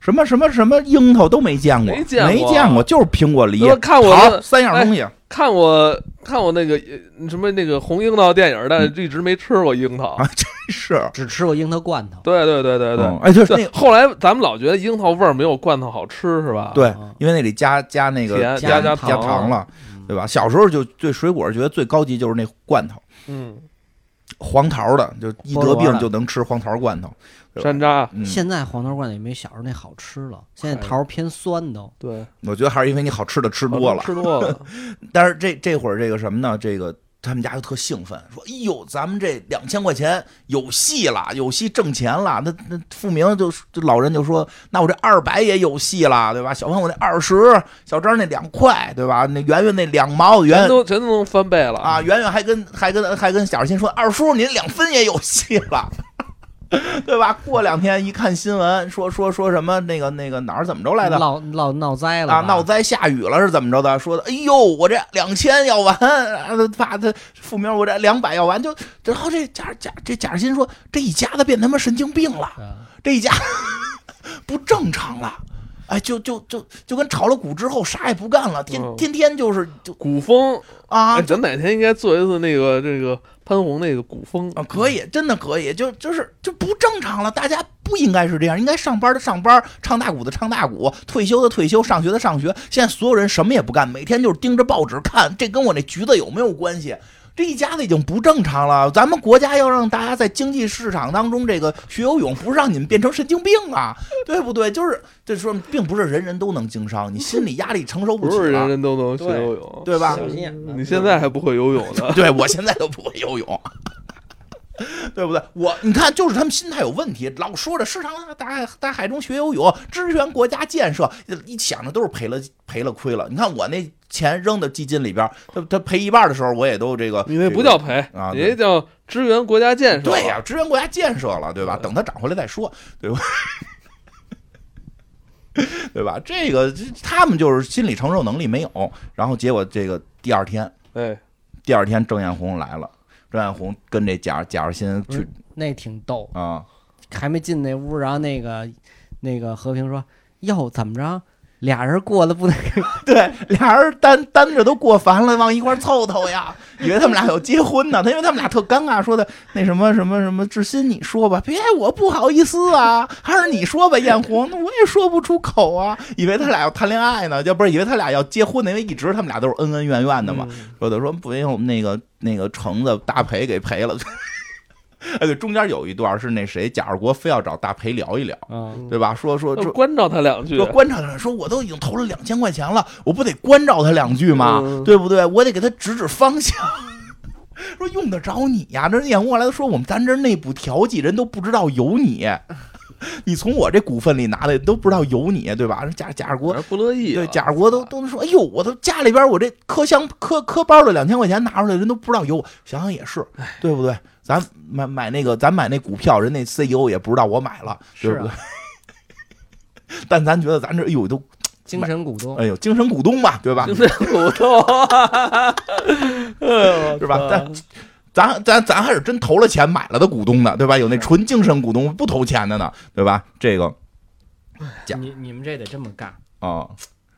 S2: 什么什么什么樱桃都没见过，
S1: 没
S2: 没
S1: 见过
S2: 过就是苹果、梨
S1: 我、看我哎
S2: 桃
S1: 的
S2: 三样东西。
S1: 看我看我那个呃什么那个红樱桃电影，但一直没吃过樱桃。
S2: 啊 是，
S5: 只吃过樱桃罐头。
S1: 对对对对对。
S2: 嗯哎，就是那
S1: 对，后来咱们老觉得樱桃味儿没有罐头好吃，是吧？
S2: 对
S5: 嗯，
S2: 因为那里加加那个
S1: 甜
S5: 加
S2: 加
S1: 糖
S2: 糖了，
S5: 嗯
S2: 对吧？小时候就对水果觉得最高级就是那罐头，
S1: 嗯，
S2: 黄桃的，就一
S5: 菠萝
S2: 得
S5: 的
S2: 病就能吃黄桃罐头。对吧
S1: 山楂，
S2: 嗯，
S5: 现在黄桃罐头也没小时候那好吃了，现在
S1: 哎
S5: 桃儿偏酸都。
S1: 对，
S2: 我觉得还是因为你好吃的吃多了。
S1: 吃多 了，
S2: 但是这这会儿这个什么呢？这个他们家就特兴奋，说：“哎呦，咱们这两千块钱有戏了，有戏挣钱了。那”那富明就就老人就说：“那我这二百也有戏了，对吧？小潘我那二十，小张那两块，对吧？那圆圆那两毛，啊圆
S1: 全
S2: 圆
S1: 都全都能翻倍了
S2: 啊，！圆圆还跟还跟还跟小新说：‘二叔，您两分也有戏了。’ 对吧？过两天一看新闻，说说说什么那个那个哪儿怎么着来的
S8: 闹闹闹灾了
S2: 啊，
S8: 吧
S2: 闹灾下雨了是怎么着的？说的，哎呦，我这两千要完，啊，怕他复明我这两百要完，就然后这贾贾这贾欣说，这一家子变他妈神经病了，
S5: 啊
S2: 这一家 不正常了。哎，就就就就跟炒了股之后啥也不干了，天
S1: 嗯
S2: 天天就是就
S1: 古风，
S2: 啊
S1: 哎，咱哪天应该做一次那个这个潘虹那个古风
S2: 啊，可以，真的可以，就就是就不正常了，大家不应该是这样，应该上班的上班，唱大鼓的唱大鼓，退休的退休，上学的上学。现在所有人什么也不干，每天就是盯着报纸看，这跟我那橘子有没有关系？这一家子已经不正常了。咱们国家要让大家在经济市场当中这个学游泳，不是让你们变成神经病啊，对不对？就是这说明并不是人人都能经商，你心理压力承受不
S1: 不
S2: 起
S1: 是人
S2: 了，
S1: 人都能学游泳，
S2: 对吧？，
S8: 小心眼子
S5: 啊
S1: 你现在还不会游泳呢
S2: 对我现在都不会游泳， 对不对？我你看，就是他们心态有问题，老说着市场大大海中学游泳，支援国家建设，一想着都是赔了赔了亏了。你看我那钱扔到基金里边，他他赔一半的时候，我也都这个
S1: 你那不叫赔
S2: 啊，
S1: 你
S2: 对
S1: 那叫支援国家建设。
S2: 对呀、，支援国家建设了，对吧？等它涨回来再说，对吧？ 对吧？这个这他们就是心理承受能力没有，然后结果这个第二天
S1: 哎，
S2: 第二天郑艳红来了，郑艳红跟这贾贾日新去
S5: 那挺逗。
S2: 啊，
S5: 还没进那屋，然后那个那个和平说：“哟，怎么着？俩人过得不能
S2: 对，俩人单单着都过烦了，往一块儿凑凑呀，以为他们俩要结婚呢。他因为他们俩特尴尬，说的那什么什么什么，志新你说吧，别我不好意思啊，还是你说吧，艳红，那我也说不出口啊，以为他俩要谈恋爱呢，要不是以为他俩要结婚呢，因为一直他们俩都是恩恩怨怨
S5: 嗯
S2: 的嘛。说的说不用那个那个橙子大赔给赔了。 哎，对，中间有一段是那谁贾二国非要找大培聊一聊，
S5: 嗯
S2: 对吧？说说
S1: 那
S2: 说
S1: 关照他两句
S2: 说，观察他，说我都已经投了两千块钱了，我不得关照他两句吗？
S1: 嗯
S2: 对不对？我得给他指指方向。 说用得着你呀？这人眼过来说我们咱这内部调剂，人都不知道有你， 你从我这股份里拿的都不知道有你，对吧？贾贾二国
S1: 还不乐意啊。
S2: 对，贾国都都说，哎呦，我都家里边我这磕箱磕磕包的两千块钱拿出来，人都不知道有我，想想也是，对不对？咱买买那个，咱买那股票，人那 CEO 也不知道我买了，
S5: 啊
S2: 对不对？但咱觉得咱这哎呦都
S5: 精神股东。
S2: 哎呦精神股东吧，对吧
S1: 就？这骨头， 哎呦
S2: 是吧？咱咱咱咱还是真投了钱买了的股东呢，对吧？有那纯精神股东不投钱的呢，对吧？这个贾
S5: 你你们这得这么干，
S2: 啊、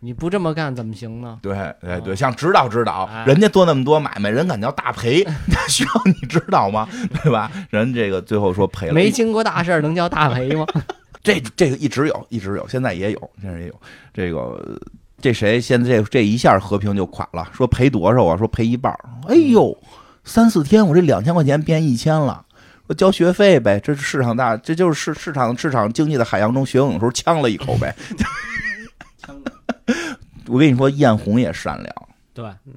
S5: 你不这么干怎么行呢？
S2: 对，哎对，像指导指导，
S5: 啊哎
S2: 人家做那么多买卖，人敢叫大 赔，需要你指导吗？对吧？人这个最后说赔了，
S5: 没经过大事儿能叫大赔 吗？
S2: 这这个一直有，一直有，现在也有，现在也有。这个呃这谁现在这这一下和平就垮了，说赔多少啊？说赔一半儿。哎呦，三四天我这两千块钱变一千了。说交学费呗，这是市场大，这就是市市场市场经济的海洋中学游泳的时候呛了一口呗。 我跟你说，艳红也善良。
S5: 对，
S1: 嗯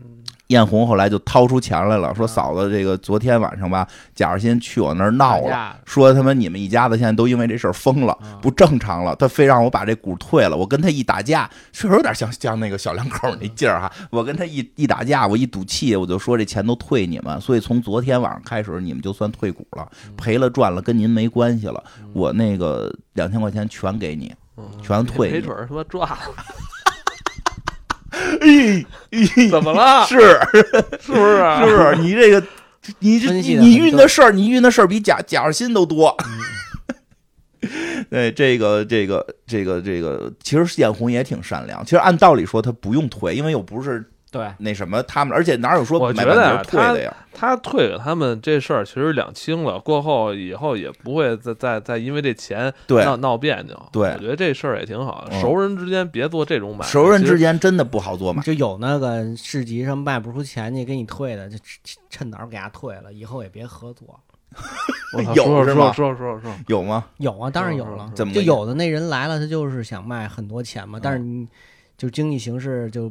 S2: 艳红后来就掏出钱来了，说嫂子，这个昨天晚上吧，贾日新去我那儿闹了，
S5: 了，
S2: 说他妈你们一家子现在都因为这事儿疯了，不正常了。他非让我把这股退了，我跟他一打架，确实有点像像那个小两口那劲儿哈。我跟他一一打架，我一赌气，我就说这钱都退你们，所以从昨天晚上开始，你们就算退股了，赔了赚了跟您没关系了。我那个两千块钱全给你，全退
S1: 赔
S2: 你。
S1: 准儿他妈赚 了，
S2: 哎 哎
S1: 怎么了？
S2: 是。
S1: 是不是啊？
S2: 是不是？ 你这个，你这
S5: 分
S2: 你
S5: 析得
S2: 你
S5: 很
S2: 运
S5: 对
S2: 的事儿，你运的事儿比贾贾尔新都多。
S5: 嗯
S2: 对，这个这个这个这个，其实艳红也挺善良。其实按道理说，他不用退，因为又不是
S5: 对，
S2: 那什么他们，而且哪有说
S1: 我
S2: 买
S1: 觉得
S2: 百
S1: 啊
S2: 分之退的呀？
S1: 他退给他们这事儿其实两清了，过后以后也不会再再再因为这钱
S2: 对
S1: 闹闹别扭。
S2: 对
S1: 我觉得这事儿也挺好，
S2: 嗯
S1: 熟人之间别做这种买卖。
S2: 熟人之
S1: 间
S2: 间真的不好做买。
S5: 就有那个市集上卖不出钱去给你退的，就趁趁早给他退了，以后也别合作。
S2: 有
S1: 说
S2: 是
S1: 说
S2: 吗
S1: 说说说说，
S2: 有吗？
S5: 有啊，当然有
S1: 是是
S5: 了
S1: 是。
S2: 怎么
S5: 就
S2: 个
S5: 有的那人来了，他就是想卖很多钱嘛，但是你就经济形势就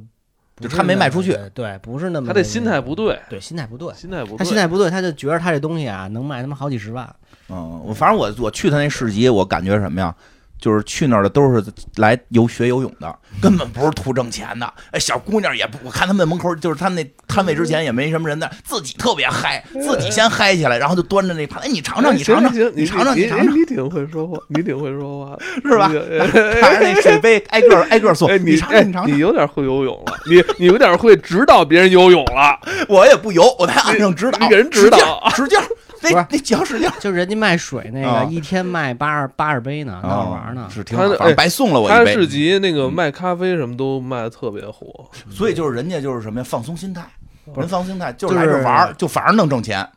S5: 不
S2: 就是他没
S5: 那么
S2: 卖出去
S5: 的，对，不是那么
S1: 他这心态不对，
S2: 嗯
S5: 对，心态不对，
S1: 心态不对。
S5: 他心态不对，他就觉得他这东西啊能卖他妈好几十万，
S2: 嗯，我反正我我去他那市集，我感觉什么呀？
S9: 就是
S2: 去那儿的都是来游学游泳的，根本不是图挣钱的。哎，小姑娘也不，我看他们门口就是他们那摊位之前也没什么人在，自己特别嗨，自己先嗨起来，然后就端着那盘，哎，你尝尝，你尝尝，
S1: 行行行
S2: 你尝尝，
S1: 你
S2: 你尝尝，
S1: 你挺会说话，你挺会说话，
S2: 是吧
S1: 你？
S2: 看着那水杯挨个挨个送
S1: 哎，，
S2: 你
S1: 你
S2: 尝
S1: 哎
S2: 尝，你尝尝。
S1: 你有点会游泳了，你你有点会指导别人游泳了，
S2: 我也不游，我在岸上指导，
S1: 你给人指导
S2: 使劲儿，使劲
S9: 不
S2: 儿
S9: 是
S2: 那那脚使劲儿，
S5: 就人家卖水那
S9: 啊
S5: 个，一天卖八十八十杯
S2: 啊
S5: 呢，闹着玩呢
S9: 哦。是挺好，
S1: 他的
S9: 反正
S1: 哎
S9: 白送了我一嗯
S1: 他
S9: 杯。
S1: 市集那个卖咖啡什么都卖的特别火，
S2: 所以就是人家就是什么呀，放松心态，人放松心态就是
S5: 就
S2: 来
S5: 是
S2: 这玩儿，就反而能挣钱。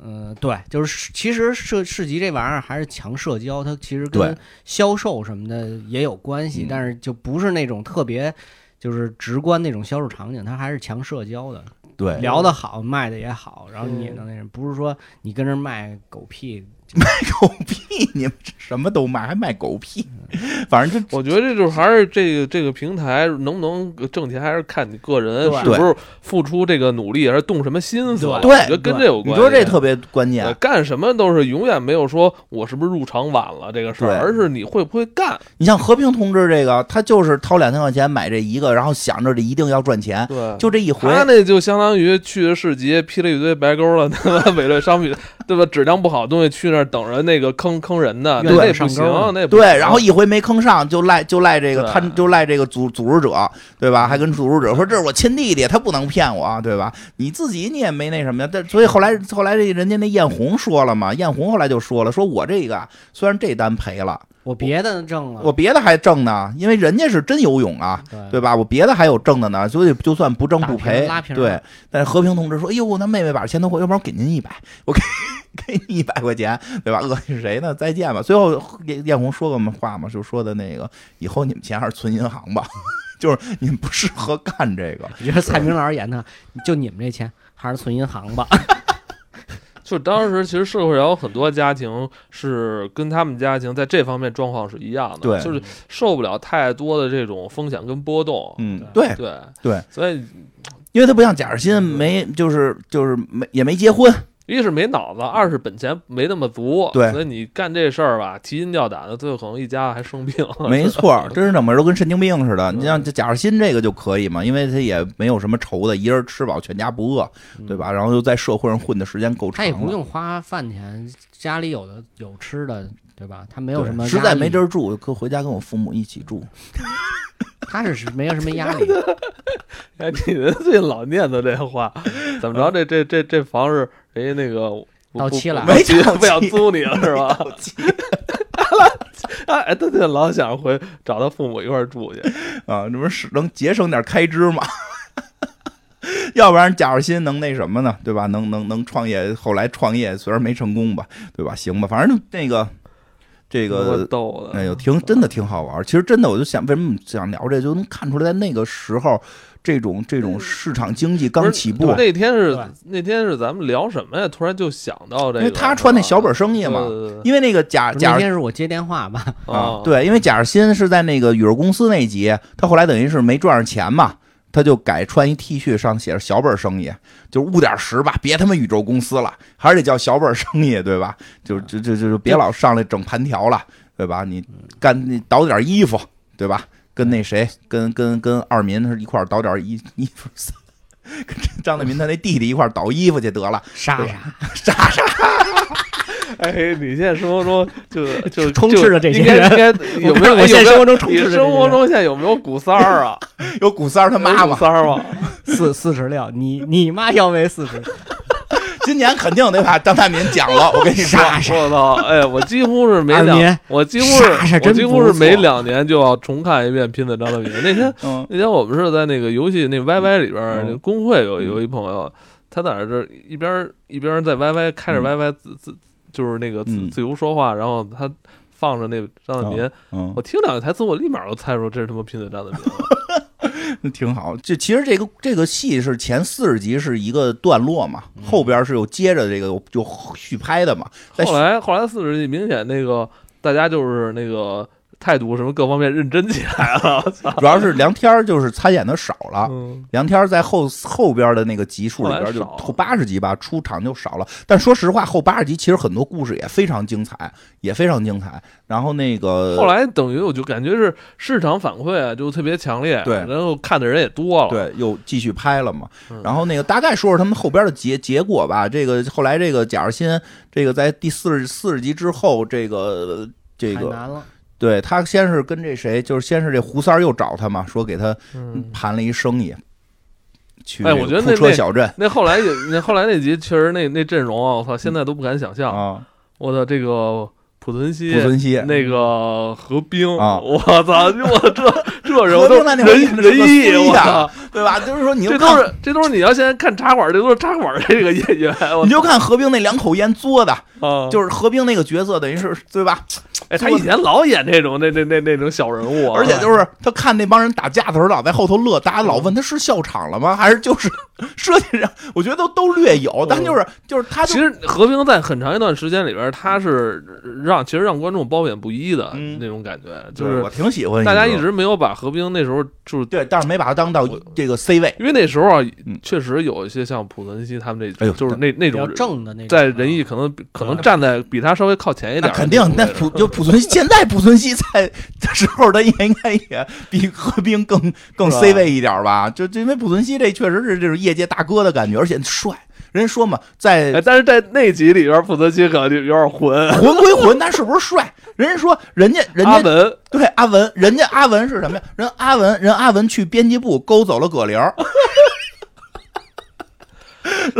S5: 嗯，对，就是其实市市集这玩意儿还是强社交，它其实
S9: 对
S5: 跟销售什么的也有关系
S9: 嗯，
S5: 但是就不是那种特别就是直观那种销售场景，它还是强社交的。
S9: 对，
S5: 聊得好，卖的也好，然后你也能那什么，不是说你跟这儿卖狗屁，
S2: 狗屁！ 你们这什么都卖，还卖狗屁？反正
S1: 我觉得这就是还是这个这个平台能不能挣钱，还是看你个人
S5: 对
S1: 是不是付出这个努力，还是动什么心思。
S5: 对
S1: 我
S2: 对
S1: 觉得跟这有
S2: 这
S1: 关系。
S2: 你说这特别啊关
S1: 呃
S2: 键。
S1: 干什么都是永远没有说我是不是入场晚了这个事
S2: 对
S1: 儿，而是你会不会干。
S2: 你像和平同志这个，他就是掏两千块钱买这一个，然后想着这一定要赚钱，
S1: 对，
S2: 就这一回。
S1: 他那就相当于去市集批了一堆白钩了， 他妈伪劣商品，对吧？质量不好的东西去那儿等着那个坑坑人的，那
S5: 对
S1: 那不
S5: 上
S1: 行
S5: 钩了，
S1: 那不行
S2: 对，然后一回没坑上，就赖就赖这个
S1: 嗯对
S2: 他就赖这个组组织者，对吧？还跟组织者说这是我亲弟弟，他不能骗我，啊对吧？你自己你也没那什么呀。但所以后来后来这人家那艳红说了嘛，艳红后来就说了，说我这个啊虽然这单赔了，
S5: 我别的挣了，
S2: 我别的还挣呢，因为人家是真游泳啊，对
S5: 对
S2: 吧？我别的还有挣的呢，所以就算不挣不赔，
S5: 打平拉平
S2: 对。但是和平同志说：“哎呦，那妹妹把钱都给我，要不然我给您一百，我给给你一百块钱，对吧？恶心谁呢？再见吧。”最后艳艳红说过嘛话嘛，就说的那个，以后你们钱还是存银行吧， 就是你们不适合干这个。
S5: 你说蔡明老师演的，就你们这钱还是存银行吧。
S2: 嗯
S1: 就当时其实社会上有很多家庭是跟他们家庭在这方面状况是一样的，
S9: 对
S1: 就是受不了太多的这种风险跟波动。
S9: 嗯，
S5: 哦
S2: 对，
S1: 对
S9: 对，
S1: 所以
S2: 因为他不像贾日新，没就是就是没也没结婚，
S1: 一是没脑子，二是本钱没那么足，
S9: 对
S1: 所以你干这事儿吧，提心吊胆的，最后可能一家还生病。
S5: 嗯
S9: 没错儿，
S2: 真是怎么都跟神经病似的。你像这贾日新这个就可以嘛，因为他也没有什么愁的，一人吃饱全家不饿，对吧？然后又在社会上混的时间够
S5: 嗯他
S2: 长
S5: 也
S2: 了，
S5: 不用花饭钱，家里有的有吃的，对吧？他没
S2: 对
S5: 有什么
S2: 实在没地
S5: 这，
S2: 儿住，就可回家跟我父母一起住。
S5: 他是是没有什么压力。
S1: 哎，你们最近老念叨这话，怎么着？这这这这房是人家那个不
S5: 到期了
S1: 不不
S2: 没到期
S1: 不想租你了是吧？ 哎，他就老想回找他父母一块儿住去。
S9: 啊，这不是能节省点开支 吗？要不然贾尔新能那什么呢，对吧？能能能创业，后来创业虽然没成功吧，对吧？行吧，反正那个这
S1: 多
S9: 个，
S1: 逗
S9: 哎
S1: 的，
S9: 呦，挺真的挺好玩儿。其实真的，我就想为什么想聊这，就能看出来，在那个时候，这种这种市场经济
S1: 不
S9: 刚
S1: 是
S9: 起
S2: 啊
S9: 步，
S1: 那天是
S5: 嗯对
S1: 那天是咱们聊什么呀？突然就想到这
S9: 啊因为
S1: 个，
S9: 他穿那小本生意
S1: 是吧
S9: 嘛，
S1: 对对对
S9: 因为那个
S2: 啊
S9: 贾
S5: 不是那
S9: 贾
S5: 天是我接电话吧，
S9: 啊
S1: 啊，，
S9: 对，因为贾日新是在那个宇宙公司那一集，他后来等于是没赚上钱嘛，他就改穿一 T 恤，上写着小本生意，就是误点实吧，别他妈宇宙公司了，还是得叫小本生意，对吧？就就就就就别老上来整盘条了，对吧？你干你倒点衣服，对吧？跟那谁，跟跟跟二民是一块儿倒点衣 衣服，跟张大民他那弟弟一块儿倒衣服去得了，
S5: 莎莎，
S1: 哎，你现在生活中就就
S10: 充斥着这些人
S1: 就应该应该有没有？
S10: 我现在
S1: 有没
S10: 生活
S1: 有
S10: 中充斥着这
S1: 你
S10: 些
S1: 生活
S10: 人
S1: 中现在有没有古三儿啊？
S9: 有古三儿他妈
S1: 有
S9: 妈
S1: 古，三儿吗？
S10: 四四十六，你你妈要为四 十，
S9: 今年肯定得把张大民讲了，我跟你说。
S1: 我操！哎，我几乎是每
S10: 二
S1: 两
S10: 年，
S1: 我几乎
S10: 傻傻
S1: 是我
S10: 真
S1: 几
S10: 不
S1: 乎是
S10: 错
S1: 每两年就要重看一遍《拼死张大民》。那天
S9: 嗯
S1: 那天我们是在那个游戏那 YY 里边儿，
S9: 嗯
S1: 那工会有有一朋友，他在那儿这儿一边儿一边儿在 YY 开着
S9: 嗯
S1: YY 自自就是那个自
S9: 嗯
S1: 自由说话，然后他放着那张大民，
S9: 嗯
S1: 我听两句台词，我立马就猜出这是他妈拼死张大民了。
S9: 挺好。这其实这个这个戏是前四十集是一个段落嘛，
S1: 嗯
S9: 后边是有接着这个有有续拍的嘛。在续
S1: 后来后来四十集明显那个大家就是那个态度什么各方面认真起来了。我操！
S2: 主要是梁天儿就是参演的少了，
S1: 嗯，
S2: 梁天儿在后后边的那个集数里边
S1: 后来
S2: 就
S1: 少
S2: 后八十集吧，出场就少了。但说实话，后八十集其实很多故事也非常精彩，也非常精彩。然后那个
S1: 后来等于我就感觉是市场反馈啊就特别强烈，
S2: 对
S1: 然后看的人也多了，，
S2: 对，又继续拍了嘛
S1: 嗯。
S2: 然后那个大概说说他们后边的结结果吧。这个后来这个贾日新，这个在第四十四十集之后，这个这
S5: 太
S2: 个
S5: 难了，
S2: 对他先是跟这谁，就是先是这胡三儿又找他嘛，说给他
S1: 嗯。
S2: 盘了一生意，去
S1: 哎
S2: 这
S1: 我
S2: 个
S1: 觉得
S2: 库
S1: 那
S2: 车
S1: 那
S2: 小镇
S1: 那后来也，那后来那集确实那那阵容啊，我操，现在都不敢想象。
S2: 啊，
S1: 我的这个濮存昕，
S2: 濮存昕。
S1: 那个何冰
S2: 啊
S1: 我操！我这这人
S2: 何
S1: 我
S2: 冰
S1: 都
S2: 在那
S1: 仁
S2: 会儿演的是
S1: 仁
S2: 个
S1: 义，
S2: 孙
S1: 我
S2: 呀
S1: 操！
S2: 对吧？就是说你就
S1: 这
S2: 看
S1: 都是这都是你要现在看茶馆，这都是茶馆这个演员，我
S2: 你就看何冰那两口烟嘬的，
S1: 啊，
S2: 就是何冰那个角色，等于是对吧？
S1: 哎，他以前老演这种那那那那种小人物啊，
S2: 而且就是他看那帮人打架的时候，老在后头乐，大家老问他是笑场了吗？还是就是设计上？我觉得都都略有，但就是就是他
S1: 哦
S2: 就
S1: 其实何冰在很长一段时间里边，他是让其实让观众褒贬不一的
S2: 嗯
S1: 那种感觉，就
S2: 对
S1: 是
S2: 我挺喜欢你知道
S1: 大
S2: 吗，
S1: 家一直没有把何冰那时候就是
S2: 对，但是没把他当到
S1: 我
S2: 这个 C 位。
S1: 因为那时候啊
S2: 嗯，
S1: 确实有一些像濮存昕他们
S2: 哎
S1: 这
S2: 呦
S1: 就是那那
S5: 比较
S1: 种
S5: 正的那种，啊
S1: 在仁义可能可能站在比他稍微靠前一
S2: 那
S1: 点儿种
S2: 肯定
S1: 位置，，
S2: 那濮就濮存昕，现在濮存昕在的时候，他也应该也比何冰更更
S1: 是吧
S2: C 位一点吧？就就因为濮存昕这确实是这种业界大哥的感觉，而且帅。人家说嘛，在
S1: 哎，但是在那集里边，濮存昕可能就有点混。
S2: 混归混，但是不是帅？人家说，人家人
S1: 哎阿
S2: 家
S1: 文，
S2: 对阿文，人家阿文是什么呀？人阿文，人阿文去编辑部勾走了葛玲儿，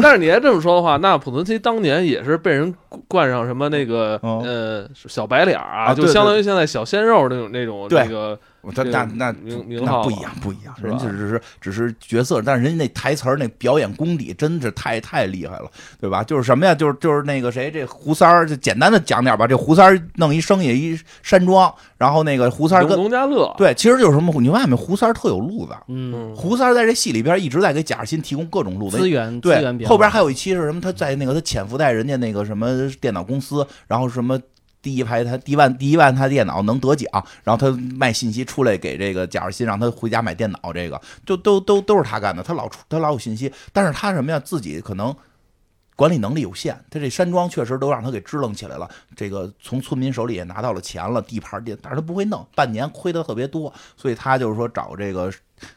S1: 但是你要这么说的话，那濮存昕当年也是被人冠上什么那个、
S2: 哦
S1: 呃小白脸儿啊，
S2: 啊对
S1: 就相当于现在小鲜肉那种那种
S2: 对
S1: 那个
S2: 我说
S1: 这
S2: 那
S1: 个
S2: 那
S1: 名名
S2: 那
S1: 号
S2: 不一样，不一样，
S1: 是吧
S2: 人家只是只是角色，但是人家那台词儿、那表演功底真是太太厉害了，对吧？就是什么呀？就是就是那个谁，这胡三儿，就简单的讲点儿吧。这胡三儿弄一生意，一山庄，然后那个胡三儿
S1: 农
S2: 跟
S1: 农家乐，
S2: 对，其实就是什么？你发现没？胡三儿特有路子，
S5: 嗯，
S1: 嗯，
S2: 胡三儿在这戏里边一直在给贾日新提供各种路子，
S5: 资源资
S2: 对
S5: 源比，较
S2: 后边还有一期是什么？他在那个他潜伏在人家那个什么电脑公司，然后什么第一排他第一万第一万他电脑能得奖，然后他卖信息出来给这个贾日新，让他回家买电脑，这个就都都都是他干的，他老出他老有信息，但是他什么呀？自己可能。管理能力有限，他这山庄确实都让他给支棱起来了。这个从村民手里也拿到了钱了，地盘儿地，但是他不会弄，半年亏的特别多，所以他就是说找这个，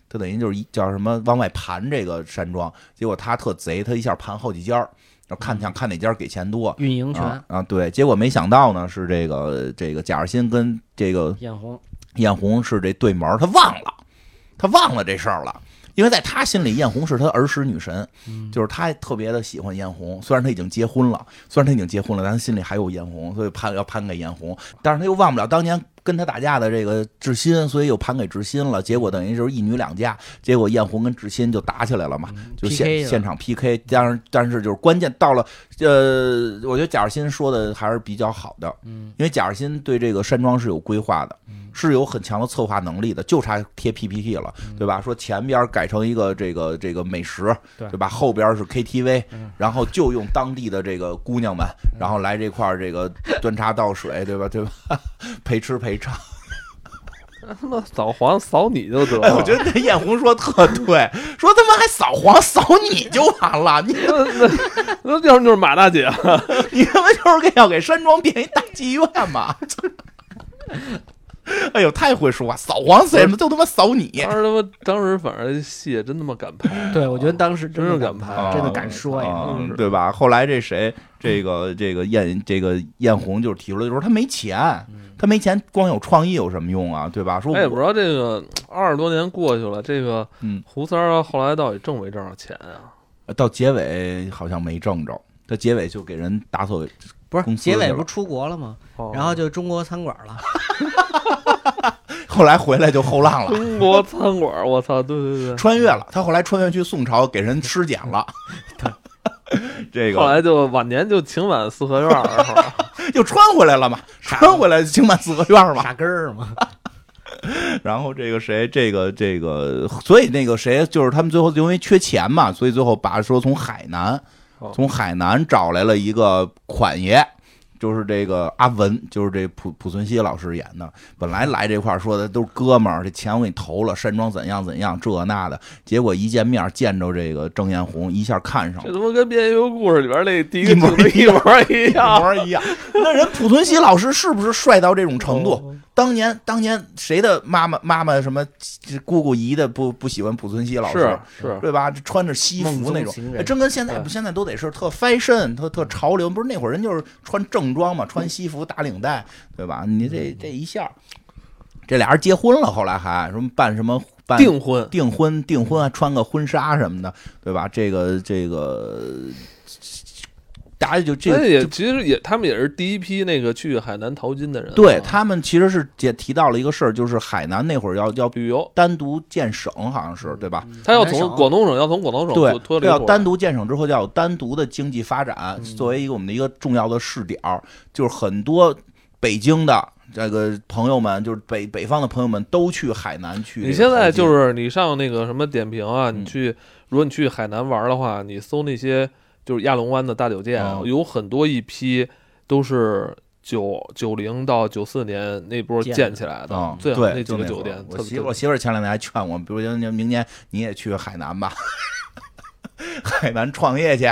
S2: 他等于就是一叫什么往外盘这个山庄，结果他特贼，他一下盘好几家儿，然后看想看哪家儿给钱多
S5: 运营权
S2: 啊啊，对，结果没想到呢是这个这个贾日新跟这个
S5: 眼红，
S2: 艳红是这对门儿，他忘了，他忘了这事儿了。因为在他心里，艳红是他儿时女神，
S5: 嗯
S2: 就是他特别的喜欢艳红。虽然他已经结婚了，虽然他已经结婚了，但他心里还有艳红，所以判要判给艳红。但是他又忘不了当年跟他打架的这个志新，所以又判给志新了。结果等于就是一女两嫁，结果艳红跟志新就打起来了嘛，就
S5: PK
S2: 现
S5: 了
S2: 现场 PK。但是但是就是关键到了，呃，我觉得贾日新说的还是比较好的，
S5: 嗯，
S2: 因为贾日新对这个山庄是有规划的，是有很强的策划能力的，就差贴 PPT 了，
S5: 嗯
S2: 对吧？说前边改成一个这个这个美食，
S5: 对
S2: 对吧？后边是 KTV，
S5: 嗯
S2: 然后就用当地的这个姑娘们，然后来这块儿这个端茶倒水，对吧？对吧？ 陪吃陪唱。
S1: 他妈扫黄扫你就得了。
S5: 哦
S2: 哎，我觉得那艳红说特对，说他妈还扫黄扫你就完了，你
S1: 那那那要不就是马大姐，
S2: 你他妈就是给要给山庄变一大妓院嘛！哎呦，太会说话，扫黄谁嘛，就他妈扫你
S1: 当。时他妈当时反正戏也真他妈敢拍，
S5: 对我觉得当时
S1: 啊真
S5: 的
S1: 是敢
S5: 敢拍，
S1: 拍
S5: 真的敢说呀，
S2: 啊
S1: 嗯
S2: 对吧？后来这谁，这个这个艳这个艳红就是提出来就说他没钱，他没钱，光有创意有什么用啊？对吧？说
S1: 哎，嗯不
S2: 我
S1: 知道这个二十多年过去了，这个
S2: 嗯
S1: 胡三儿啊后来到底挣没挣着钱啊？
S2: 到结尾好像没挣着，他结尾就给人打扫，
S4: 不
S2: 公
S4: 是
S2: 司
S4: 结尾
S2: 去
S4: 不
S2: 了
S4: 出国了吗？
S1: 哦
S4: 然后就中国餐馆了，
S2: 后来回来就后浪了。
S1: 中国餐馆，我操，对对对。
S2: 穿越了，他后来穿越去宋朝，给人尸检了。 这
S1: 后
S2: 个
S1: 来就晚年就请满四合院儿，然 后
S2: 又穿回来了嘛，穿回来京满四合院嘛。
S4: 傻根儿嘛。
S2: 然后这个谁，这个这个，所以那个谁，就是他们最后因为缺钱嘛，所以最后把说从海南
S1: 哦，
S2: 从海南找来了一个款爷，就是这个阿文，就是这濮濮存昕老师演的。本来来这块儿说的都是哥们儿，这钱我给你投了，山庄怎样怎样，这那的。结果一见面见着这个郑彦宏，一下看上
S1: 这
S2: 了，
S1: 他妈跟《变形故事》里边那第一个
S2: 一模
S1: 镜头一模 一
S2: 一
S1: 样，
S2: 模一样。 那人濮存昕老师是不是帅到这种程度？当年当年谁的妈妈妈妈什么姑姑姨的不不喜欢濮存昕老师？
S1: 是是，
S2: 对吧？穿着西服那
S5: 梦中
S2: 种
S5: 情，人
S2: 哎，真跟现在
S5: 对
S2: 不现在都得是特 fashion，特特潮流，不是那会儿人就是穿正装嘛，穿西服打领带，对吧？你这这一下，这俩人结婚了，后来还什么办什么办
S1: 订婚
S2: 订婚订婚还穿个婚纱什么的，对吧？这个这个，大家就这
S1: 那
S2: 个
S1: 也其实也他们也是第一批那个去海南淘金的人啊，
S2: 对他们其实是也提到了一个事儿，就是海南那会儿要要
S1: 旅游，
S2: 单独建省，好像
S1: 嗯
S2: 是对吧？
S1: 他要
S5: 海南
S1: 从
S5: 省
S1: 广东省要从广东省
S2: 对
S1: 脱脱，离
S2: 要
S1: 出来嗯
S2: 单独建省之后，要有单独的经济发展，作为一个我们的一个重要的试点儿，就是很多北京的这个朋友们，就是北北方的朋友们都去海南去。
S1: 你现在就是你上那个什么点评啊，
S2: 嗯
S1: 你去，如果你去海南玩的话，你搜那些就是亚龙湾的大酒店啊，
S2: 哦
S1: 有很多一批都是九九零到九四年那波
S5: 建！
S1: 建起来的，
S2: 啊，
S1: 最好
S2: 对，
S1: 那几
S2: 就
S1: 个
S2: 会儿
S1: 酒店
S2: 我
S1: 特
S2: 媳
S1: 别
S2: 妇 我媳妇儿前两天还劝我，比如说明年你也去海南吧， 海南创业去，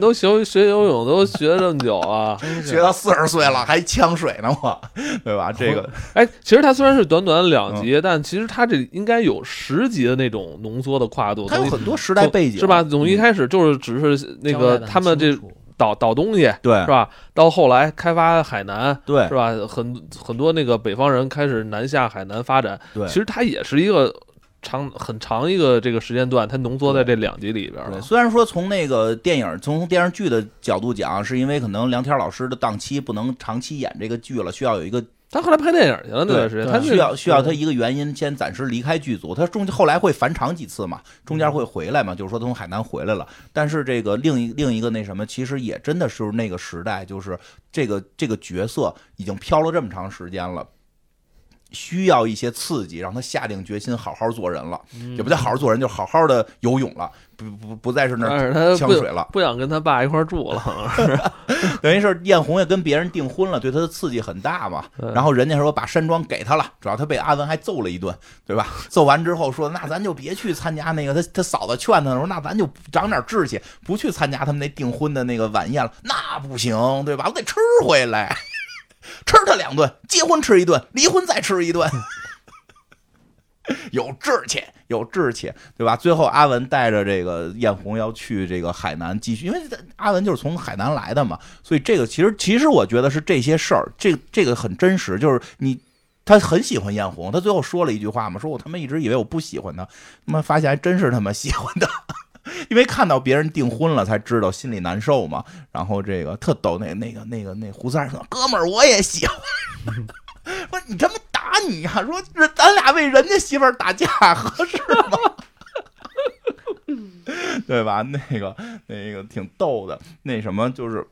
S1: 都学学游泳都学这么久啊
S5: 真是
S2: 学到四十岁了还呛水呢，我，对吧？这个
S1: 哎，其实它虽然是短短两集，
S2: 嗯
S1: 但其实它这应该有十集的那种浓缩的跨度，
S2: 它有
S1: 从一
S2: 很多时代背景，啊嗯
S1: 是吧？？从一开始就是只是那
S5: 交代
S1: 个
S5: 得很
S1: 他们这
S5: 清楚嗯
S1: 倒倒东西是
S2: 对，
S1: 吧？到后来开发海南，
S2: 对
S1: 是，吧？很很多那个北方人开始南下海南发展，
S2: 对
S1: 其实它也是一个长很长一个这个时间段，它浓缩在这两集里边
S2: 对，
S1: 了。
S2: 虽然说从那个电影、从电视剧的角度讲，是因为可能梁天老师的档期不能长期演这个剧了，需要有一个
S1: 他后来拍电影去了那段时间，
S5: 对
S1: 他
S2: 需
S1: 是
S2: 要需要他一个原因先暂时离开剧组。他中后来会返场几次嘛，
S1: 嗯
S2: 中间会回来嘛，就是说从海南回来了。但是这个另一另一个那什么，其实也真的是那个时代，就是这个这个角色已经飘了这么长时间了。需要一些刺激，让他下定决心好好做人了，也不叫好好做人，就好好的游泳了，不不不再是那
S1: 但
S2: 儿
S1: 是他
S2: 呛
S1: 呃不
S2: 水了。哎
S1: 不想跟他爸一块儿住了，啊
S2: 等于是艳红也跟别人订婚了，对他的刺激很大嘛。
S1: 对
S2: 然后人家说把山庄给他了，主要他被阿文还揍了一顿，对吧？揍完之后说那咱就别去参加那个，他他嫂子劝他说那咱就长点志气，不去参加他们那订婚的那个晚宴了。那不行，对吧？我得吃回来， 吃他两顿，结婚吃一顿，离婚再吃一顿。 有志气，有志气，对吧？最后阿文带着这个艳红要去这个海南继续，因为阿文就是从海南来的嘛，所以这个其实其实我觉得是这些事儿，这这个很真实，就是你。他很喜欢艳红，他最后说了一句话嘛，说我他妈一直以为我不喜欢他，他妈发现还真是他妈喜欢他， 因为看到别人订婚了才知道心里难受嘛。然后这个特逗，那那个那个那胡三儿说：“哥们儿，我也喜欢。”说你他妈打你呀、说这咱俩为人家媳妇儿打架合适吗？ 对吧？那个那个挺逗的，那什么就是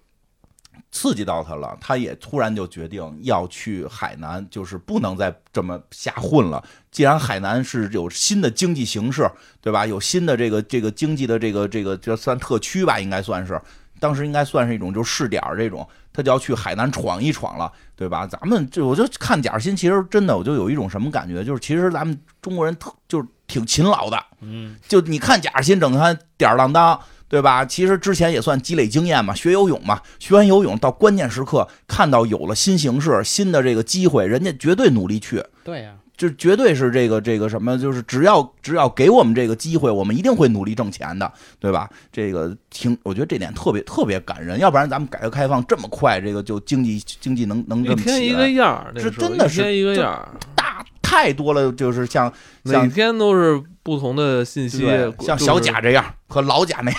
S2: 刺激到他了，他也突然就决定要去海南，就是不能再这么瞎混了。既然海南是有新的经济形势，对吧？有新的这个这个经济的这个这个这算特区吧，应该算是。当时应该算是一种就是试点儿这种，他就要去海南闯一闯了，对吧？咱们这我就看贾新，其实真的我就有一种什么感觉，就是其实咱们中国人特就是挺勤劳的，
S5: 嗯，
S2: 就你看贾新整他吊儿郎当，对吧？其实之前也算积累经验嘛，学游泳嘛，学完游泳到关键时刻看到有了新形势、新的这个机会，人家绝对努力去，
S5: 对呀，
S2: 就绝对是这个这个什么，就是只要只要给我们这个机会，我们一定会努力挣钱的，对吧？这个挺，我觉得这点特别特别感人，要不然咱们改革开放这么快，这个就经济经济能能这
S1: 一
S2: 么
S1: 天
S2: 起
S1: 一个
S2: 来，
S1: 样儿，那
S2: 这
S1: 个时候
S2: 真的是
S1: 一天一个样儿，
S2: 大太多了，就是像
S1: 每
S2: 像
S1: 天都是不同的信息
S2: 对，像小
S1: 贾
S2: 贾这样和老贾那样，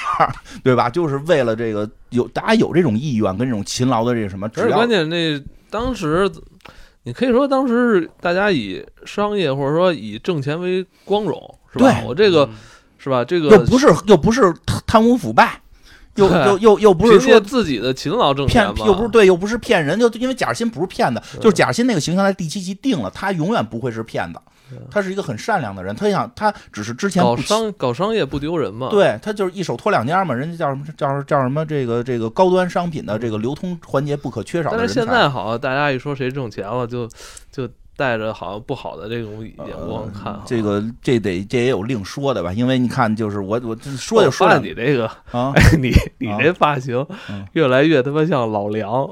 S2: 对吧？就是为了这个有大家有这种意愿跟这种勤劳的这个什么，
S1: 而
S2: 只
S1: 且
S2: 要
S1: 关键那当时，你可以说当时是大家以商业或者说以挣钱为光荣，是吧？
S2: 对
S1: 我这个
S5: 嗯
S1: 是吧？这
S2: 又
S1: 个
S2: 不是又不是贪污腐败，又
S1: 对
S2: 又又又不是
S1: 凭借
S2: 说
S1: 自己的勤劳挣
S2: 骗
S1: 钱嘛，
S2: 又不是对，又不是骗人，就因为贾新不是骗子，
S1: 对
S2: 就是贾新那个形象在第七集定了，他永远不会是骗子，他是一个很善良的人，他想他只是之前
S1: 搞
S2: 不清
S1: 商搞商业不丢人嘛。，
S2: 对他就是一手托两家嘛，人家叫什么叫叫什么这个这个高端商品的这个流通环节不可缺少的
S1: 但
S2: 人
S1: 是
S2: 才。
S1: 现在好像大家一说谁挣钱了，就就带着好像不好的这种眼光看啊。
S2: 呃这个这得这也有另说的吧，因为你看就是我我这说就
S1: 我
S2: 哦说
S1: 哦发
S2: 两
S1: 现你这个，
S2: 啊，
S1: 哎，你你这发型
S2: 嗯哎
S1: 越来越他妈像老梁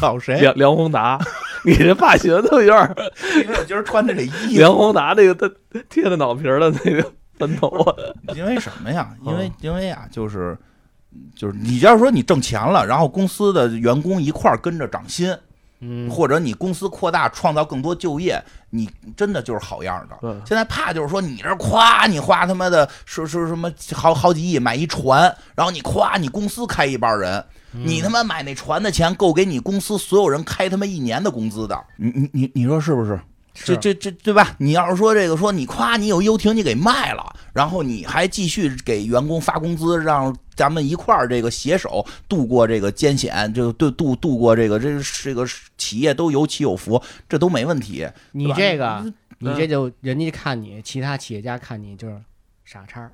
S2: 搞谁？
S1: 梁梁宏 达，你这发型都有点儿
S2: 因为我今儿穿的这 衣
S1: 梁
S2: 服，
S1: 宏达那个他贴的脑皮儿的那个喷头啊，
S2: 因为什么呀？
S1: 嗯
S2: 因为因为啊，就是就是你要是说你挣钱了，然后公司的员工一块儿跟着涨薪，
S5: 嗯，
S2: 或者你公司扩大创造更多就业，你真的就是好样的。
S1: 对
S2: 现在怕就是说你这儿夸你花他妈的说说什么好好几亿买一船，然后你夸你公司开一半人，
S5: 嗯
S2: 你他妈买那船的钱够给你公司所有人开他妈一年的工资的，你你你你说是不是？这
S5: 是
S2: 这这对吧？你要是说这个说你夸你有游艇你给卖了，然后你还继续给员工发工资，让咱们一块儿这个携手度过这个艰险，就度度度过这个这这个企业都有起有伏，这都没问题。
S5: 你
S2: 对吧
S5: 这个，你
S2: 嗯
S5: 这就人家看你，其他企业家看你就是傻叉儿，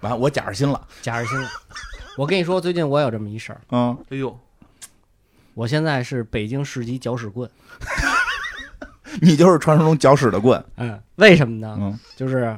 S2: 完，我假着心了，
S5: 假着心了。 我跟你说，最近我有这么一事儿，
S2: 嗯，
S1: 哎呦，
S5: 我现在是北京市级搅屎棍，
S2: 你就是传说中搅屎的棍，
S5: 嗯，为什么呢？
S2: 嗯
S5: 就是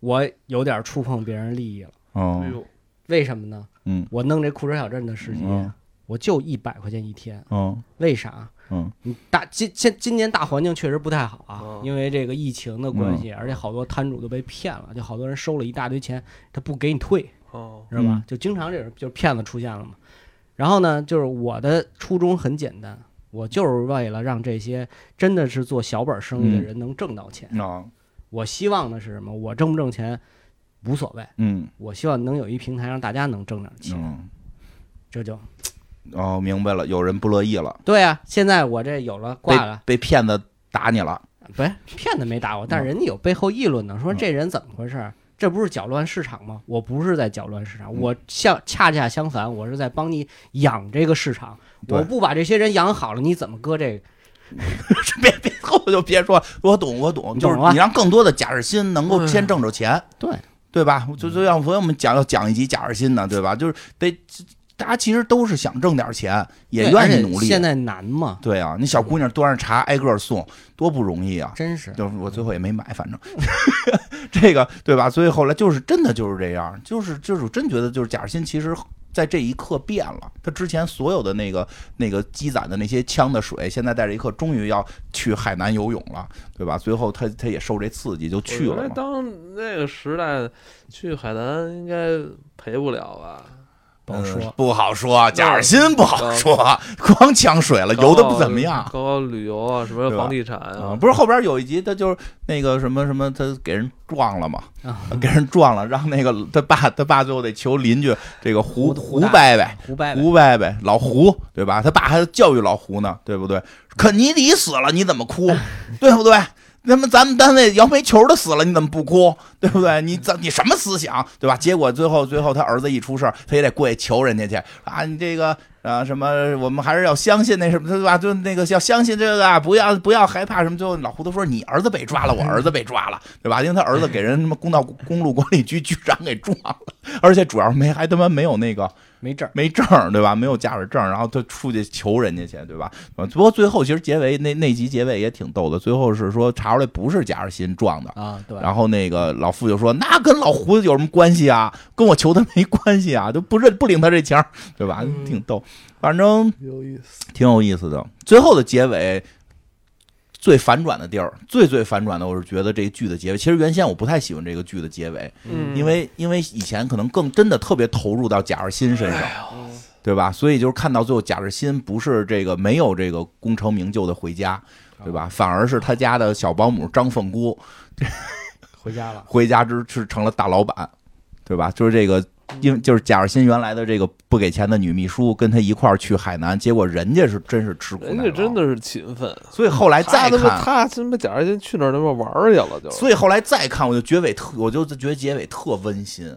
S5: 我有点触碰别人利益了。
S1: 哎
S2: 嗯
S1: 呦，
S5: 为什么呢？
S2: 嗯
S5: 我弄这库车小镇的事情，
S2: 嗯
S5: 我就一百块钱一天，
S2: 嗯
S5: 为啥？
S2: 嗯，
S5: 你大今现今年大环境确实不太好啊，
S1: 嗯
S5: 因为这个疫情的关
S2: 嗯
S5: 系，而且好多摊主都被骗了，就好多人收了一大堆钱，他不给你退，
S1: 哦，
S5: 是吧？
S2: 嗯
S5: 就经常这种就是骗子出现了嘛。然后呢，就是我的初衷很简单，我就是为了让这些真的是做小本生意
S2: 嗯
S5: 的人能挣到钱。
S2: 啊
S5: 我希望的是什么？我挣不挣钱无所谓，
S2: 嗯
S5: 我希望能有一平台让大家能挣点钱，
S2: 嗯，
S5: 这就
S2: 哦，明白了，有人不乐意了，
S5: 对啊。现在我这有了
S2: 被
S5: 挂了，
S2: 被骗子打你了，
S5: 不是骗子没打我，但是人家有背后议论呢，
S2: 嗯
S5: 说这人怎么回事儿？这不是搅乱市场吗？我不是在搅乱
S2: 嗯
S5: 市场，我像恰恰相反，我是在帮你养这个市场。
S2: 对
S5: 我不把这些人养好了，你怎么搁这个？
S2: 别别后头就别说，我懂我懂，
S5: 你
S2: 就
S5: 懂
S2: 是
S5: 了吧
S2: 你让更多的假日新能够
S1: 哎
S2: 先挣着钱，
S5: 对嗯
S2: 对吧？就就像所以我们讲要讲一集假日新呢，对吧？就是得大家其实都是想挣点钱，也
S5: 对
S2: 愿意
S5: 而且
S2: 努力。
S5: 现在难嘛，
S2: 对啊，那小姑娘端着茶挨个送，多不容易啊！
S5: 真是。
S2: 就是我最后也没买，反正 这个对吧？所以后来就是真的就是这样，就是就是我真觉得就是贾日新其实。在这一刻变了，他之前所有的那个那个积攒的那些枪的水，现在在这一刻终于要去海南游泳了，对吧？最后他他也受这刺激就去
S1: 我
S2: 了
S1: 觉得
S2: 嘛。嗯
S1: 当那个时代去海南应该赔不了吧？
S5: 不好说
S2: 嗯不好说，贾日新不好说， 光抢水了，
S1: 搞搞
S2: 啊游的不怎么样。
S1: 搞搞旅游啊，什么
S2: 对吧
S1: 房地产
S2: 啊，
S1: 啊，
S2: 不是后边有一集他就是那个什么什么，他给人撞了嘛，
S5: 啊
S2: 给人撞了，让那个他爸他爸最后得求邻居这个胡胡
S5: 胡
S2: 伯伯
S5: 大胡拜呗，
S2: 胡伯伯老胡对吧？他爸还教育老胡呢，对不对？肯尼迪死了你怎么 哭，对不对？那么咱们单位姚煤球的死了，你怎么不哭？对不对？你怎你什么思想，对吧？结果最后最后他儿子一出事儿，他也得过去求人家去啊！你这个啊什么，我们还是要相信那什么，对吧？就那个要相信这个啊，不要不要害怕什么。最后老胡都说你儿子被抓 了，我儿子被抓了，对吧？因为他儿子给人什么公道公路管理局局长给撞了，而且主要没还他妈没有那个
S5: 没证儿。
S2: 没证儿，对吧？没有驾驶证儿，然后他出去求人家去，对吧？呃不过最后其实结尾那那集结尾也挺逗的，最后是说查出来不是贾尔新撞的。
S5: 啊，对，
S2: 然后那个老傅就说：“那跟老胡有什么关系啊？跟我求他没关系啊，都不认不领他这情儿，对吧？
S1: 嗯
S2: 挺逗，反正
S1: 有意思。
S2: 挺有意思的。最后的结尾，最反转的地儿，最最反转的，我是觉得这剧的结尾。其实原先我不太喜欢这个剧的结尾，
S1: 嗯
S2: 因为因为以前可能更真的特别投入到贾尔新身
S1: 哎
S2: 上，对吧？所以就是看到最后，贾日新不是这个没有这个功成名就的回家，
S1: 哦
S2: 对吧？反而是他家的小保姆张凤姑
S5: 回家了。
S2: 回家之是成了大老板，对吧？就是这个，
S1: 嗯
S2: 因为就是贾日新原来的这个不给钱的女秘书跟他一块儿去海南，结果人家是真是吃苦
S1: 人
S2: 耐
S1: 家
S2: 劳，
S1: 真的是勤奋，
S2: 所以后来
S1: 他
S2: 再
S1: 他妈
S2: 看。
S1: 他他妈假如先去那儿他妈玩儿去了，就是
S2: 所以后来再看，我就结尾特，我就觉得结尾特温馨，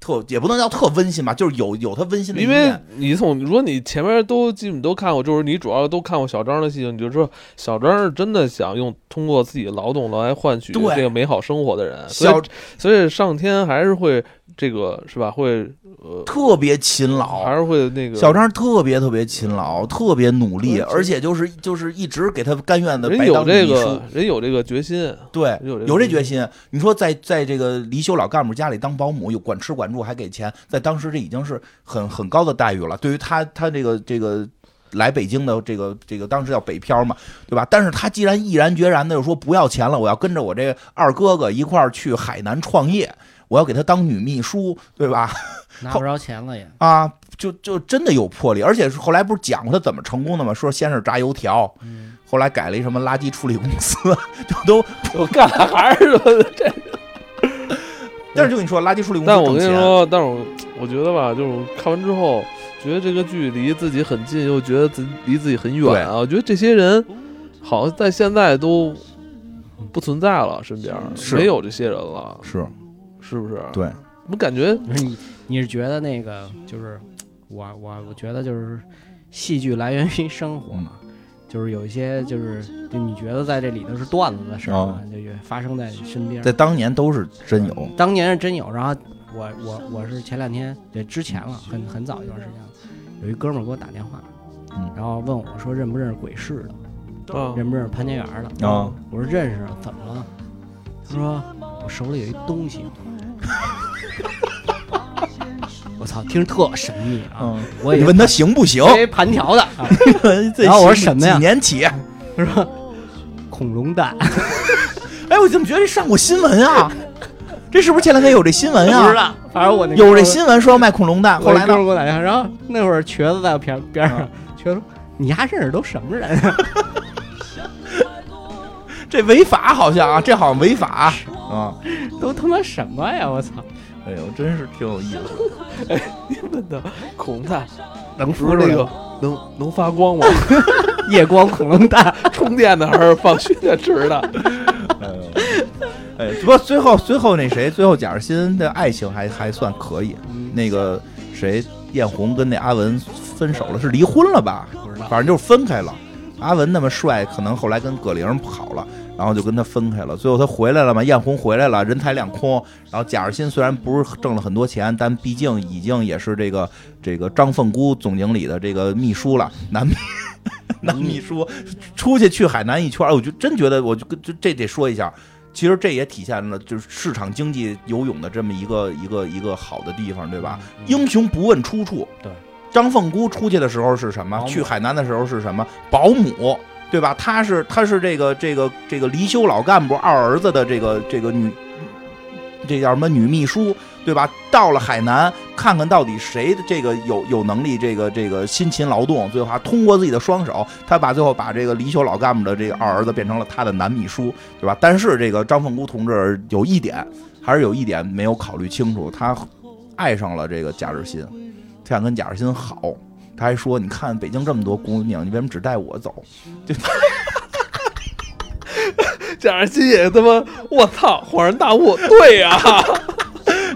S3: 特也不能叫特温馨吧，就是有有他温馨的一
S1: 因为
S3: 面。
S1: 你从如果你前面都基本都看过，就是你主要都看过小张的戏，你就说小张是真的想用通过自己劳动来换取
S3: 对
S1: 这个美好生活的人，呃所
S3: 小
S1: 以所以上天还是会这个是吧？会呃，
S3: 特别勤劳，
S1: 还是会那个嗯
S3: 小张特别特别勤劳，特别努力，
S1: 而且
S3: 而且就是就是一直给他甘愿的
S1: 人
S3: 白
S1: 有
S3: 当
S1: 这
S3: 秘书
S1: 个人有这个决心，
S3: 对，
S1: 有这个
S3: 有这决心。你说在在这个离休老干部家里当保姆，有管吃管住还给钱，在当时这已经是很很高的待遇了。对于他他这个这个来北京的这个这个当时叫北漂嘛，对吧？但是他既然毅然决然的就说不要钱了，我要跟着我这二哥哥一块儿去海南创业，我要给他当女秘书，对吧？
S5: 拿不着钱了也。
S3: 啊，就 就真的有魄力，而且是后来不是讲过他怎么成功的吗？说先是炸油条，
S5: 嗯，
S3: 后来改了一什么垃圾处理公司， 就都，
S1: 我干了还是这。
S3: 但是就跟你说，垃圾处理公司
S1: 但我
S3: 挣
S1: 跟
S3: 钱，
S1: 你说，但是我我觉得吧，就是我看完之后，觉得这个剧离自己很近，又觉得自己离自己很远啊。我觉得这些人好像在现在都不存在了，身边
S3: 是
S1: 没有这些人了，
S2: 是
S1: 是不是？
S2: 对，
S1: 我感觉
S5: 不是你，你是觉得那个就是我我我觉得就是戏剧来源于生活嘛，
S2: 嗯
S5: 就是有一些就是就你觉得在这里头是段子的事儿嘛，就也发生在你身边。
S2: 哦在当年都是真有，
S5: 当年是真有，然后我我我是前两天对之前了，很很早一段时间了，有一哥们儿给我打电话，
S2: 嗯
S5: 然后问我说认不认识鬼市 的，
S1: 啊，
S5: 认不认识潘家园的，
S2: 啊，
S5: 我说认识，怎么了？他说我手里有一东西。 我操，听着特神秘啊！
S2: 嗯，
S5: 我以
S3: 你
S5: 为
S3: 问他行不行？
S5: 为盘条的啊，
S3: 然
S5: 然后我说什么呀
S3: 几年起？
S5: 他说恐龙蛋，
S3: 哎，我怎么觉得这上过新闻啊？这是不是前两天有这
S2: 哎
S3: 新闻
S5: 不知
S3: 啊？
S5: 道，反正我那
S3: 有这新闻说要卖恐龙
S2: 啊
S3: 蛋，后
S5: 后来
S3: 来
S5: 哥
S3: 呢
S5: 们？给我打电话，然后那会儿瘸子在我边边上，瘸子说你丫认识都什么人 啊？
S3: 这违法好像啊，这好像违法
S2: 啊，
S5: 都他妈什么呀？我操！
S2: 哎呦，真是挺有意思的。
S1: 问的 恐蛋
S5: 能
S1: 不是那个能能发光 吗？
S5: 夜光恐龙蛋，
S1: 充电的还是放学的吃的？
S2: 哎呦，哎，不过最后最后那谁，最后贾士欣的爱情还还算可以。
S5: 嗯
S2: 那个谁，艳红跟那阿文分手了，是离婚了吧？
S5: 不知道
S2: 反正就是分开了。阿文那么帅，可能后来跟葛玲跑了，然后就跟他分开了。最后他回来了嘛，艳红回来了，人财两空。然后贾日新虽然不是挣了很多钱，但毕竟已经也是这个 这个张凤姑总经理的这个秘书了，男秘男秘书。出去去海南一圈，哎我就真觉得，我就跟就这得说一下。其实这也体现了就是市场经济游泳的这么一个一个一个好的地方，对吧？
S5: 嗯
S2: 英雄不问出处。
S5: 对，
S2: 张凤姑出去的时候是什么
S5: 保？姆
S2: 去海南的时候是什么？保姆，对吧？她是她是这个这个这个离休老干部二儿子的这个这个女，这叫什么女秘书，对吧？到了海南，看看到底谁的这个有有能力，这个这个辛勤劳动，最后还通过自己的双手，他把最后把这个离休老干部的这个二儿子变成了他的男秘书，对吧？但是这个张凤姑同志有一点，还是有一点没有考虑清楚，他爱上了这个贾日新，他想跟贾日新好。他还说：“你看北京这么多姑娘，你为什么只带我走
S1: 贾日新也他妈，我操，恍然大悟，对呀、？”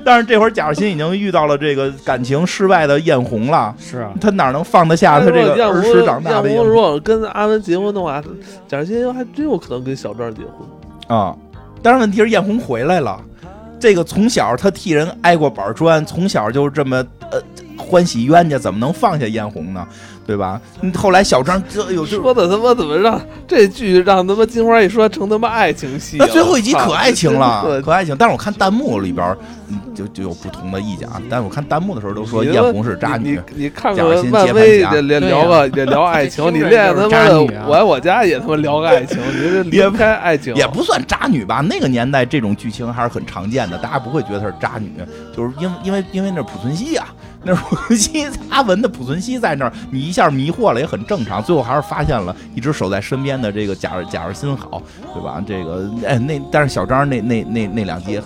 S2: 但是这会儿贾日新已经遇到了这个感情失败的艳红了，
S5: 是啊，
S2: 他哪能放
S1: 哎
S2: 得下他这个
S1: 要
S2: 儿
S1: 不
S2: 时长大的艳
S1: 要不
S2: 红
S1: 如果跟阿文结婚的话，贾日新还真有可能跟小张结婚。
S2: 啊？
S3: 但是问题是艳红回来了，这个从小他替人挨过板砖，从小就是这么呃欢喜冤家，怎么能放下艳红呢？对吧？嗯后来小张
S2: 哎
S3: 这有就
S1: 说的他妈怎么让这剧让他妈金花一说成他妈爱情戏啊了？
S3: 那最后一集可爱情 了，
S1: 我操
S3: 可爱情。但是我看弹幕里边，嗯，就就有不同的意见啊。但是我看弹幕的时候都说
S1: 你
S3: 艳
S1: 他妈
S3: 红是渣
S1: 你
S3: 女，
S1: 你你看
S3: 假
S1: 看
S3: 心
S1: 漫
S3: 接
S1: 威
S3: 盘侠
S1: 也聊
S5: 对呀
S1: 聊个也聊爱情，你练他妈 的
S5: 这听着就是渣女啊
S1: 我爱我家也他妈聊个爱情，你这离不开爱情
S3: 也不算渣女吧。那个年代这种剧情还是很常见的，大家不会觉得她是渣女，就是因为因为因为那是濮存昕啊， 那是濮存昕，阿文的濮存昕在那儿，你一下迷惑了也很正常。最后还是发现了一直守在身边的这个贾贾日新好，对吧？这个哎那但是小张那那那那两集。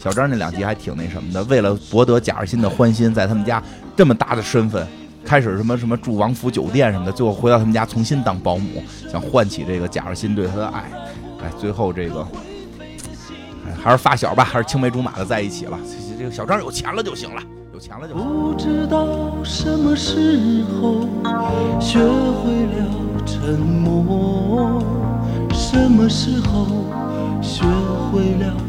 S3: 小张那两集还挺那什么的，为了博得贾日新的欢心，在他们家这么大的身份，开始什么什么住王府酒店什么的，最后回到他们家重新当保姆，想唤起这个贾日新对他的爱。哎，最后这个，哎，还是发小吧，还是青梅竹马的在一起了。
S2: 这个小张有钱了就行了，有钱了就行了。
S11: 不知道什么时候学会了沉默，什么时候学会了